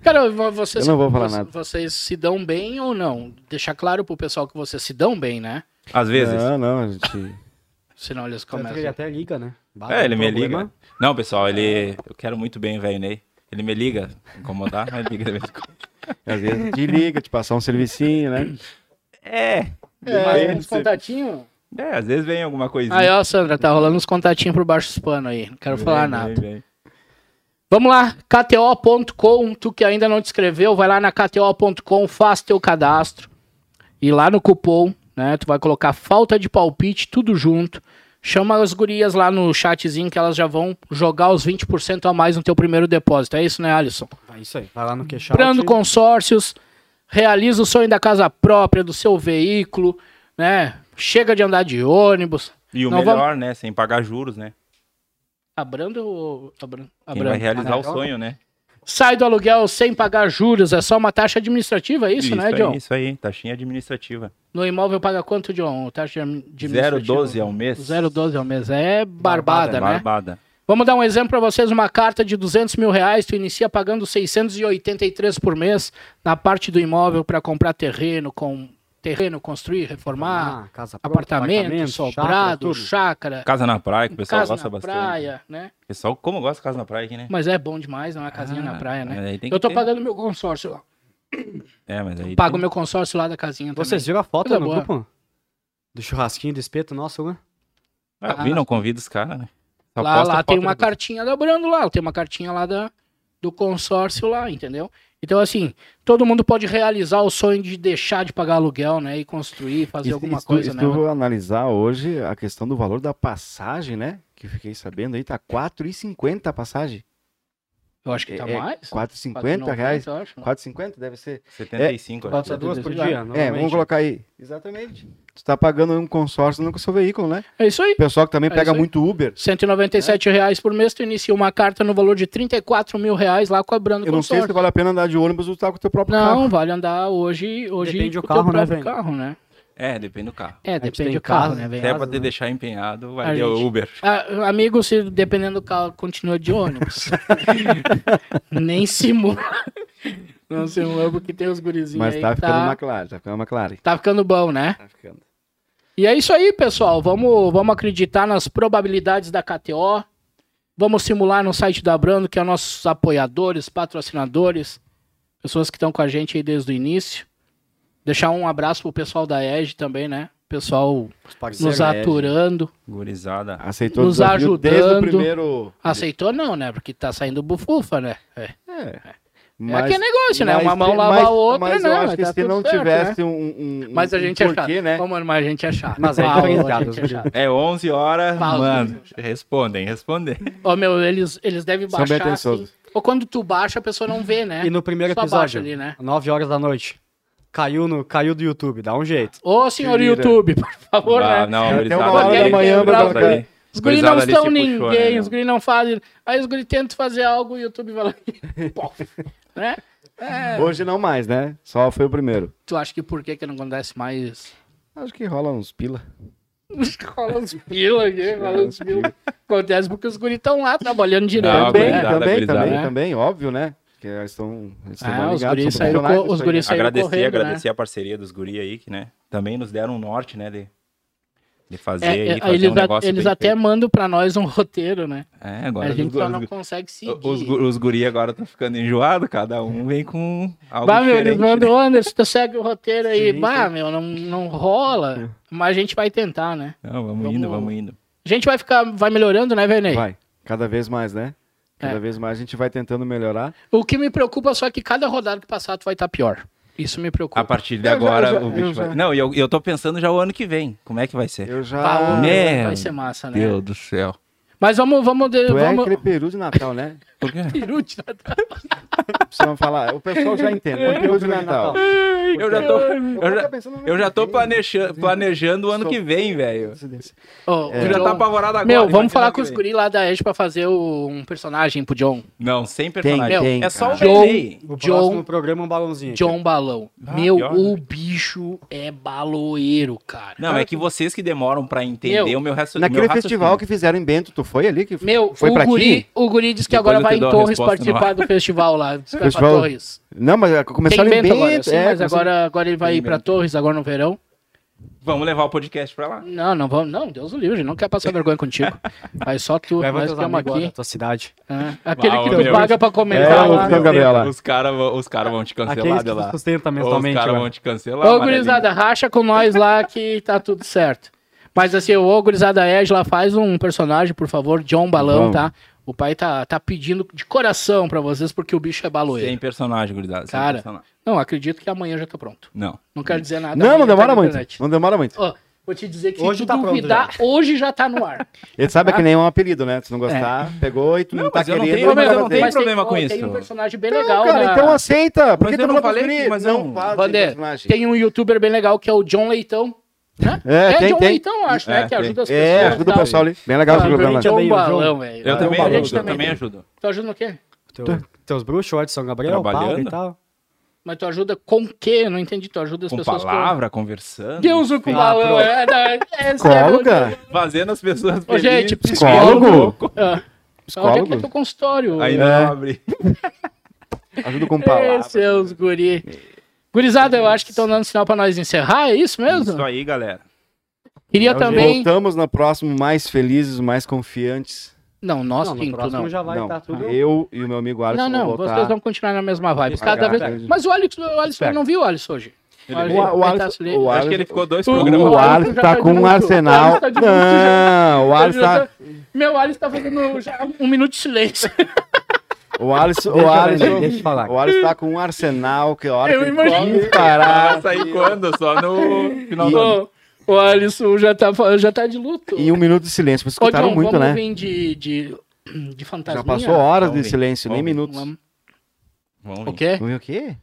A: cara, vo- vocês,
B: Eu não vou falar
A: vo-
B: nada.
A: vocês se dão bem ou não? Deixar claro pro pessoal que vocês se dão bem, né?
D: Às vezes.
B: Não, não, a gente.
A: Senão eles
C: Tanto que Ele
A: começam.
C: até liga, né? Bah,
D: É, ele
C: tem
D: me
C: problema.
D: liga. Não, pessoal, ele... Eu quero muito bem o velho Ney. Ele me liga, incomodar, mas liga de vez em quando.
B: Às vezes te liga, te passar um servicinho, né?
D: É.
A: É, uns contatinhos.
D: É, às vezes vem alguma coisinha.
A: Aí, ó, Sandra, tá rolando uns contatinhos por baixo dos panos aí. Não quero
D: Vem,
A: falar
D: vem,
A: nada.
D: vem.
A: Vamos lá, kto.com, tu que ainda não te inscreveu, vai lá na kto.com, faz teu cadastro. E lá no cupom, né, tu vai colocar falta de palpite, tudo junto. Chama as gurias lá no chatzinho que elas já vão jogar os 20% a mais no teu primeiro depósito. É isso, né, Alisson?
C: Vai isso aí. Vai lá no queixote.
A: Prando consórcios, realiza o sonho da casa própria, do seu veículo, né? Chega de andar de ônibus.
D: E o
A: Não
D: melhor,
A: vamos-
D: né? Sem pagar juros, né?
A: Abrando ou... Abrando?
D: Quem vai
A: Abrando.
D: realizar o
C: Abrando.
D: sonho, né?
A: Sai do aluguel sem pagar juros, é só uma taxa administrativa, é isso, né,
D: aí,
A: John?
D: Isso aí, taxinha administrativa.
A: No imóvel paga quanto, John? Taxa de administrativa?
D: 0,12 ao mês.
A: 0,12 ao mês. É barbada, né?
D: Barbada.
A: Vamos dar um exemplo para vocês. Uma carta de 200 mil reais, tu inicia pagando 683 por mês na parte do imóvel para comprar terreno, com terreno, construir, reformar,
C: Ah, casa pronta,
A: apartamento, sobrado,
C: chácara, tudo.
A: chácara,
D: Casa na praia, que o pessoal
A: casa
D: gosta
A: na
D: é bastante.
A: praia, né?
D: O pessoal, como gosta de casa na praia aqui, né?
A: Mas é bom demais, não é casinha na
D: Ah,
A: praia, né?
D: mas aí tem que
A: Eu tô
D: ter.
A: pagando meu consórcio lá.
D: É, mas aí.
A: Pago
D: tem-
A: meu consórcio lá da casinha também.
C: Vocês viram a foto
A: Coisa
C: no
A: boa.
C: grupo? Do churrasquinho do espeto nosso, né?
D: Ah, vi, não convido os caras, né? Só
A: Lá,
D: posta
A: lá
D: foto
A: tem uma
D: do-
A: cartinha da Brando lá, tem uma cartinha lá da, do consórcio lá, entendeu? Então, assim, todo mundo pode realizar o sonho de deixar de pagar aluguel, né? E construir, fazer
B: E se-
A: alguma
B: se tu-
A: coisa,
B: se
A: né?
B: tu analisar hoje a questão do valor da passagem, né? Que eu fiquei sabendo aí, tá 4,50 a passagem.
A: Eu acho que tá
B: É,
A: mais.
B: 4,50 reais?
A: 4,90, eu acho, né?
B: 4,50 deve ser.
D: 75, acho.
A: Passa duas por dia,
B: É, vamos colocar aí. Exatamente. Tu tá pagando um consórcio no seu veículo, né?
A: É isso aí.
B: O pessoal que também
A: É
B: pega
A: isso aí.
B: muito Uber.
A: R$ 197 reais por mês, tu inicia uma carta no valor de 34 mil reais lá com a Brando
B: Eu não sei se
A: Consórcio.
B: vale a pena andar de ônibus ou tá com o teu próprio
A: Não,
B: carro.
A: vale andar hoje, hoje
C: Depende do
A: com o teu
C: carro, né,
A: próprio
C: velho?
A: carro, né?
D: É, depende do carro.
A: É,
C: gente
A: depende
C: tem
A: do carro,
C: carro,
A: né,
C: né?
A: velho?
D: Até pra
C: casa,
D: te
C: né?
D: deixar empenhado,
A: A
D: vai ter o
A: gente-
D: Uber.
A: Ah, amigo, se dependendo do carro, continua de ônibus. Nem simula. Não simula porque tem os gurizinhos
B: Mas
A: aí.
B: tá
A: que
B: ficando
A: tá,
B: McLaren, tá ficando McLaren.
A: tá ficando bom, né?
B: Tá ficando.
A: E é isso aí, pessoal. Vamos, vamos acreditar nas probabilidades da KTO. Vamos simular no site da Brando, que é nossos apoiadores, patrocinadores, pessoas que estão com a gente aí desde o início. Deixar um abraço pro pessoal da EG também, né? Pessoal nos
B: da EG.
A: aturando.
D: Gurizada.
B: Aceitou
A: Nos
B: o desafio desde o
A: ajudando.
B: primeiro.
A: Aceitou não, né? Porque tá saindo bufufa, né? É.
B: É.
A: Mas, que é negócio, né? Uma mão lava
B: mas-
A: a outra,
B: mas
A: né?
B: eu acho
A: Mas
B: que
A: tá
B: se
A: tudo
B: não
A: certo,
B: tivesse um, um, um-
A: Mas a
B: um
A: gente é
B: porquê,
A: chato.
B: né?
A: Ô, mano, mas a gente é chato.
C: Mas aí
A: Pau,
C: também
A: a
C: tá,
A: gente é
C: os
A: chato.
D: É 11 horas,
A: Fala,
D: mano. Respondem, respondem.
A: Ô, meu, eles, eles devem
B: São bem
A: baixar assim.
B: atenciosos.
A: Ou quando tu baixa, a pessoa não vê, né?
C: E no primeiro
A: Só baixa
C: episódio,
A: ali, né?
C: 9 horas da noite. Caiu, no, caiu do YouTube, dá um jeito.
A: Ô, senhor
B: Tira.
A: YouTube, por favor, né?
D: Ah, não,
B: Até
D: gurizada.
B: uma hora
A: da manhã,
D: gurizada
A: pra-
D: ali-
A: Os guri não
D: gurizada ali se
A: estão ninguém,
D: puxou, né,
A: os guri não fazem. Aí os guri tentam fazer algo, o YouTube vai lá e... pô, né?
B: Hoje não mais, né? Só foi o primeiro.
A: Tu acha que por que que não acontece mais...
B: Acho que rola uns pila.
A: Rola uns pila aqui, rola uns pila. Acontece porque os guri estão lá trabalhando direto,
D: Ah,
B: também,
A: né?
D: gurizada,
B: também,
D: gurizada.
B: também,
A: É.
B: também, óbvio, né? Porque eles estão eles estão
A: Ah,
D: tá
B: bem
A: os
B: ligados,
A: guris
B: são
A: saíram
B: profissionais
A: co-
B: disso
A: os
B: aí,
A: guris
B: né?
A: saíram
D: agradecer,
A: correndo,
D: agradecer a parceria dos guri aí, que, né? Também nos deram um norte, né? De, de fazer
A: É, é,
D: aí, fazer
A: eles
D: um
A: a-
D: negócio
A: eles
D: bem
A: até
D: feito.
A: mandam pra nós um roteiro, né?
D: É, agora
A: a gente
D: os,
A: só não
D: os-
A: consegue seguir.
D: os, gu- os guri agora estão ficando enjoados, cada um vem com algo
A: Bah, meu, eles
D: diferente.
A: mandam, "Ô, Anderson, tu segue o roteiro aí.
C: Sim,
A: bah, meu, não, não
D: É.
A: rola. Mas a gente vai tentar, né?
D: Não, vamos,
A: Vamos-
D: indo, vamos indo.
A: A gente vai ficar, vai melhorando, né, Vernei?
B: Vai, cada vez mais, né? Cada
A: É.
B: vez mais a gente vai tentando melhorar.
A: O que me preocupa só é que cada rodada que passar tu vai estar pior. Isso me preocupa.
D: A partir de
B: Eu já-
D: agora,
B: eu já-
D: o bicho
B: eu
D: vai...
B: já-
D: Não, e eu, eu tô pensando já o ano que vem. Como é que vai ser?
B: Eu já.
A: Bah,
D: Meu
A: vai ser massa, né?
D: Deus do céu.
A: Mas vamos, vamos, de-
B: Tu é
A: vamos.
B: aquele peru de Natal, né?
D: Por quê?
A: Pirute, né?
B: Precisamos falar. O pessoal já entende.
A: É.
B: né? Peru de Natal.
D: Eu já tô, eu
B: tô
D: já,
B: pensando no
D: eu já tô
B: ano que vem.
D: planejando, planejando o ano
B: Sou-
D: que vem, velho.
A: Ô,
B: É.
A: o
D: Tu já tá
A: John-
D: apavorado agora.
A: Meu,
D: imagina
A: vamos falar
D: ano
A: com
D: que
A: os
D: vem.
A: guri lá da Edge pra fazer o- um personagem pro John.
D: Não, sem personagem.
A: Meu,
B: tem,
D: é só o
A: cara.
D: Benei.
A: John-
C: No próximo programa, um balãozinho. aqui.
A: John Balão.
D: Ah,
A: Meu,
D: pior,
A: o bicho é baloeiro, cara.
D: Não, é que vocês que demoram pra entender
A: Meu,
D: o meu raciocínio.
B: Naquele
D: meu
B: festival que fizeram em Bento, tu foi ali? Que
A: Meu,
B: foi
A: o,
B: pra
A: guri,
B: ti?
A: o guri diz que
D: Depois
A: agora
D: eu te
A: vai em
D: dou a
A: Torres
D: resposta no
A: participar do festival lá. Diz que vai pra
B: Festival-
A: Torres.
B: Não, mas
A: Tem
B: começaram em
A: Bento
B: Bento.
A: agora, sim,
B: é,
A: mas
B: começaram-
A: agora, agora ele vai
D: Tem
A: ir pra
D: Bento.
A: Torres agora no verão.
D: Vamos levar o podcast pra lá.
A: Não, não vamos. Não, Deus o livre, a gente não quer passar vergonha contigo. Mas só tu,
C: Leva
A: nós
C: teus
A: estamos
C: amigos lá
A: aqui.
C: da tua cidade.
A: Ah, aquele
D: Ah,
A: que
D: ô,
A: tu
D: meu.
A: paga pra
B: É,
A: comentar
B: o
A: tá lá.
B: São Gabriela.
D: Os caras os cara vão te
B: Tá
D: cancelar
C: Aqueles
D: de
C: que
D: lá.
C: te sustenta
D: Os
C: mentalmente.
D: caras
C: agora.
D: vão te cancelar.
A: Ô,
D: amarelinho.
A: gurizada, racha com nós lá que tá tudo certo. Mas assim, ô, gurizada, Edla, faz um personagem, por favor, John Balão,
B: Vamos.
A: tá? O pai tá, tá pedindo de coração pra vocês, porque o bicho é baloeiro.
D: Sem personagem, gurizada. sem
A: Cara.
D: personagem.
A: Não, acredito que amanhã eu já tô pronto.
D: Não.
A: Não quero dizer nada.
B: Não,
A: amanhã já
B: não
A: tá
B: demora
A: na
B: muito.
A: internet.
B: Não demora muito.
A: Ó, vou te dizer que
C: Hoje
A: se tu
C: tá pronto
A: duvidar, hoje já tá no ar.
B: Ele sabe que nem é um apelido, né? Se não gostar, pegou e tu não,
D: Não,
B: tá
D: mas eu não
B: querendo.
D: tenho- mas
B: vai
D: eu não
B: fazer.
D: tenho problema
A: ó,
D: com
A: Tem
D: isso.
A: um personagem bem
B: Então,
A: legal,
B: cara,
A: na-
B: então aceita. Por
D: Mas
B: que
D: eu
B: tu
D: não
B: não
D: falei, mas eu não-
B: fala de
A: Vander,
B: personagem.
A: tem um youtuber bem legal que é o John Leitão. Né?
B: É, tem,
A: John
B: tem.
A: Leitão, acho, né?
D: É,
A: que ajuda as pessoas.
B: É,
A: e
B: ajuda o
A: tal.
B: pessoal ali. Bem legal esse
A: Ah,
B: programa.
A: o
B: lá.
C: John
A: John
C: Leitão.
A: Balão, velho.
D: Eu
A: Ah,
D: também
A: a gente
D: ajudo, É, um eu também
A: também.
D: ajudo.
A: Tu ajuda no quê?
C: Teu- teus bruxos, o Edson Gabriel, o
B: Tá
C: Paulo e
D: Trabalhando.
C: tal.
A: Mas tu ajuda com o quê? Eu não entendi. Tu ajuda as
D: Com
A: pessoas
D: palavra, conversando.
A: com... Deus, o
D: enfim,
A: com balão.
D: pronto.
A: É, não, é, é,
B: Psicóloga?
D: Fazendo as pessoas
A: Ô,
D: felizes.
A: gente,
B: Psicólogo?
A: Ah, onde é que é teu
B: Psicólogo?
A: consultório?
D: Aí
A: Aí
D: não
B: É.
D: abre.
B: Ajuda com
A: Ei,
B: palavras.
A: seus guri. Gurizada, eu acho que estão dando sinal pra nós encerrar, é isso mesmo?
D: Isso aí, galera.
A: Queria
B: Então,
A: também.
B: Voltamos na próxima mais felizes, mais confiantes.
A: Não, nós
C: no
A: pinto,
C: próximo
A: não.
C: já vai
B: não,
C: estar tudo.
B: eu e o meu amigo Alisson
A: Não, tá não,
B: vão voltar.
A: vocês vão continuar na mesma vibe. Cada
B: Espera.
A: vez... Mas o Alisson, o Alisson eu não viu o Alisson hoje.
D: Ele-
A: Olha,
B: O, o
A: vai tá
B: Alisson,
A: se-
B: o
D: Eu acho que
B: Alisson,
D: ele ficou dois
A: O-
D: programas.
B: o Alisson
A: já
B: tá
A: tá
B: com
A: de
B: um
A: luto. O
B: arsenal.
A: Alisson tá de luto
B: Não, o Alisson tá-
A: Meu Alisson tá fazendo já um minuto de silêncio.
B: o Alisson, o
C: Deixa eu falar, deixa
B: Alisson,
C: eu falar.
B: o Alisson tá com um arsenal que a hora
A: Eu
B: que
A: imagino.
B: ele parar
D: Ah, sair quando? Só no final do ano.
A: Ô, o Alisson já tá, fa- já tá de luto.
B: e um minuto de silêncio. Vocês
A: Ô,
B: escutaram
A: John,
B: muito,
A: vamos então
B: né?
A: vir
B: Então,
A: de, de, de fantasminha?
B: Já passou horas
D: Vamos
B: de
D: ver.
B: silêncio, nem
D: Vamos ver.
B: minutos.
D: Vamos ver.
A: O quê?
B: Vamos ver o quê?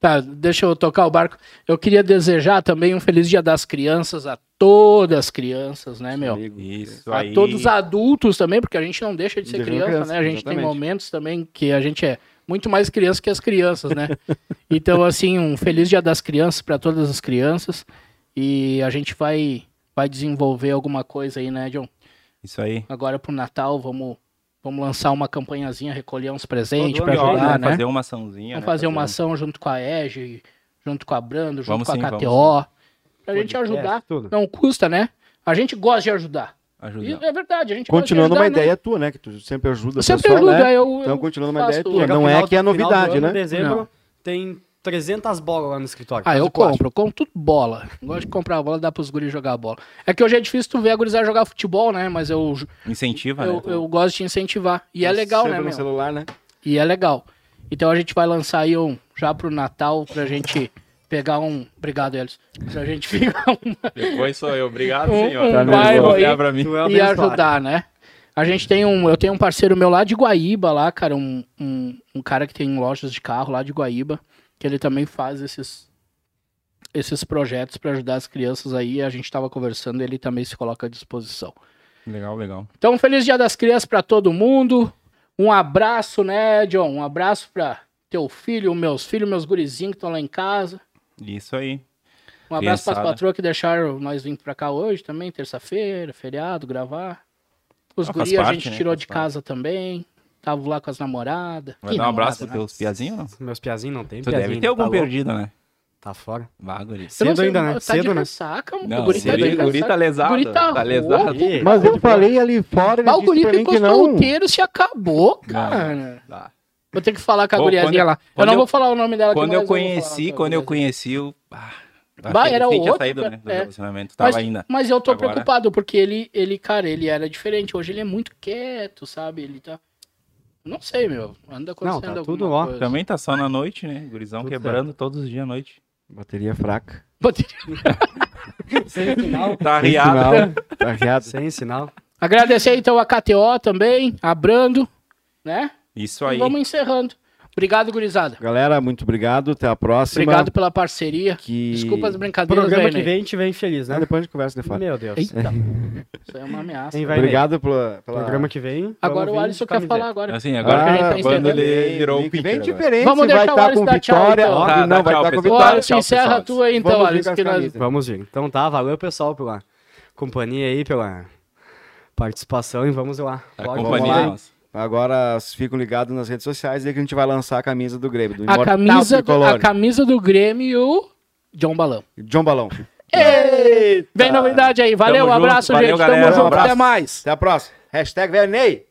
A: Tá, deixa eu tocar o barco. Eu queria desejar também um feliz dia das crianças a todas as crianças, né, meu?
B: Amigo.
D: Isso
A: A
D: aí.
A: todos os adultos também, porque a gente não deixa de ser
B: Deixa de
A: criança,
B: criança,
A: né? A gente
B: exatamente.
A: tem momentos também que a gente é muito mais criança que as crianças, né? então, assim, um feliz dia das crianças para todas as crianças. E a gente vai vai desenvolver alguma coisa aí, né, John?
D: Isso aí.
A: Agora pro Natal, vamos vamos lançar uma campanhazinha, recolher uns presentes
C: Todo
A: para
C: ano,
A: ajudar,
D: Vamos
A: né?
D: fazer uma açãozinha.
A: Vamos
D: né?
A: fazer uma
D: um-
A: ação junto com a EG, junto com a Brando, junto
D: Vamos
A: com
D: sim,
A: a
D: vamos
A: KTO. Pra gente
C: Podcast,
A: ajudar.
C: tudo.
A: Não custa, né? A gente gosta de ajudar. E
D: Ajudar.
A: é verdade, a gente gosta de
B: Continuando uma
A: ajudar, né?
B: ideia tua, né? Que tu sempre ajuda
A: Eu
B: o
A: sempre
B: pessoal,
A: ajudo,
B: né?
A: aí eu,
B: Então,
A: eu
B: continuando uma
A: faço
B: ideia
A: tudo.
B: tua.
C: Chega
B: Não
C: ao
B: é
C: final-
B: que é
C: final do
B: novidade,
C: ano,
B: né?
C: dezembro
A: Não.
C: tem 300 bolas lá no escritório.
A: Ah,
C: Faz
A: eu
C: o corte.
A: compro, eu compro tudo bola. Gosto de comprar bola, dá pros guris jogar bola. É que hoje é difícil tu ver a gurizada jogar futebol, né? Mas eu,
D: Incentiva,
A: eu,
D: né?
A: eu gosto de incentivar. E é legal,
B: Sempre
A: né,
B: no
A: meu?
B: celular, né?
A: E é legal. Então a gente vai lançar aí um já pro Natal pra gente pegar um. Obrigado, Elis. Pra gente pegar um.
D: Depois sou eu. Obrigado,
A: Um-
D: senhor.
A: um
D: Tá
A: bairro
D: bom. Olhar
A: aí.
D: pra mim.
C: Tu é
A: e
C: abençoado.
A: ajudar, né? A gente tem um. Eu tenho um parceiro meu lá de Guaíba, lá, cara, um, um, um cara que tem lojas de carro lá de Guaíba, que ele também faz esses, esses projetos pra ajudar as crianças aí. A gente tava conversando, ele também se coloca à disposição.
D: Legal, legal.
A: Então, feliz Dia das Crianças pra todo mundo. Um abraço, né, John? Um abraço pra teu filho, meus filhos, meus gurizinhos que estão lá em casa.
D: Isso aí.
A: Um abraço para as
D: Criançada.
A: patroas que deixaram nós vir para cá hoje também, terça-feira, feriado, gravar. Os
D: Ah, faz
A: guri a
D: parte,
A: gente
D: né?
A: tirou
D: Faz
A: de
D: parte.
A: casa também. Tava lá com as namoradas. né?
D: Vai dar um abraço pros teus piazinhos, não?
C: Meus piazinhos não tem
D: Tu
C: piazinho.
D: deve ter algum
C: tá louco?
D: perdido, né?
C: Tá fora.
D: Bagulho.
C: Cedo ainda, né?
A: Tá de
C: Cedo, né?
A: ressaca, mano.
D: Não,
A: o guri tá
D: cedo.
A: de
D: O guri tá
A: ressaca.
D: lesado,
A: O guri tá,
D: tá
A: rouco.
D: lesado.
C: Ih,
B: Mas eu falei ali fora, ele
A: Bah, o
B: disse
A: guri
B: pra mim
A: ficou
B: que não.
A: solteiro, se acabou, cara.
D: Tá.
A: Vou ter que falar com a
D: Ô, quando
A: guriazinha
D: eu-
A: lá. Eu
D: quando
A: não
D: eu-
A: vou falar o nome dela. aqui,
D: Quando
A: mas
D: eu
A: vou falar
D: conheci,
A: com a
D: quando eu
A: guriazinha.
D: conheci o. Ah, eu
A: Bah,
D: achei que
A: era
D: ele tinha
A: outro,
D: saído, né? Do
A: é.
D: relacionamento. Tava
A: mas,
D: ainda.
A: mas eu tô
D: Agora-
A: preocupado, porque ele, ele, cara, ele era diferente. Hoje ele é muito quieto, sabe? Ele tá. Não sei, meu. Anda acontecendo
C: tá
A: alguma
C: tudo ó.
A: coisa.
D: Também tá só na noite, né? Gurizão
C: Tudo
D: quebrando todos os dias à noite.
B: Bateria fraca.
A: Bateria.
C: Sem sinal.
D: Tá
B: Sem
D: riado.
B: sinal, Tá riado.
C: Sem sinal.
A: Agradecer então a KTO também, a Brando, né?
D: Isso
A: E
D: aí.
A: vamos encerrando. Obrigado, gurizada.
B: Galera, muito obrigado. Até a próxima.
A: Obrigado pela parceria.
B: Que...
A: Desculpa as brincadeiras,
C: Programa
A: velho.
C: que vem a gente vem feliz,
B: Não,
C: né?
B: depois a gente conversa de fora.
C: Meu Deus.
A: Eita. Isso aí é uma ameaça.
C: Quem vai ler?
B: Obrigado pela... pela...
C: Programa que vem.
A: Agora
C: vamos
A: o
C: vir
A: Alisson
C: de
A: quer
C: camiseta.
A: falar agora.
D: Assim, agora
A: Agora que a gente tá
B: Ah,
A: encerrando.
B: quando ele virou né? o
D: Vem
B: Vem
D: agora.
B: diferente,
A: Vamos
B: vai
A: deixar o
B: estar
A: Alisson
B: com
A: dar tchau,
B: vitória.
A: então.
D: Tá,
B: óbvio,
D: dá
B: não, vai
D: tchau,
B: estar com
D: pessoal.
A: Ô,
B: vitória.
A: Alisson,
D: Tchau,
A: encerra
D: pessoal.
A: a tua aí, então,
B: Vamos vir com
A: Alisson.
B: as
A: Que nós...
B: camisas.
C: Vamos ver. Então tá, valeu pessoal pela companhia aí, pela participação e vamos lá.
D: A
C: Logo,
D: companhia é
B: lá.
D: nossa.
B: Agora ficam ligados nas redes sociais aí que a gente vai lançar a camisa do Grêmio, do
A: a,
B: Imortal
A: camisa do,
B: Tricolor.
A: a camisa do Grêmio, John Balão.
B: John Balão. Um
A: Vem novidade aí. Valeu,
D: Tá. Tamo junto,
A: abraço,
D: valeu,
A: gente.
D: galera,
A: Tamo junto,
D: abraço.
A: até mais.
B: Até a próxima. Hashtag Vernei.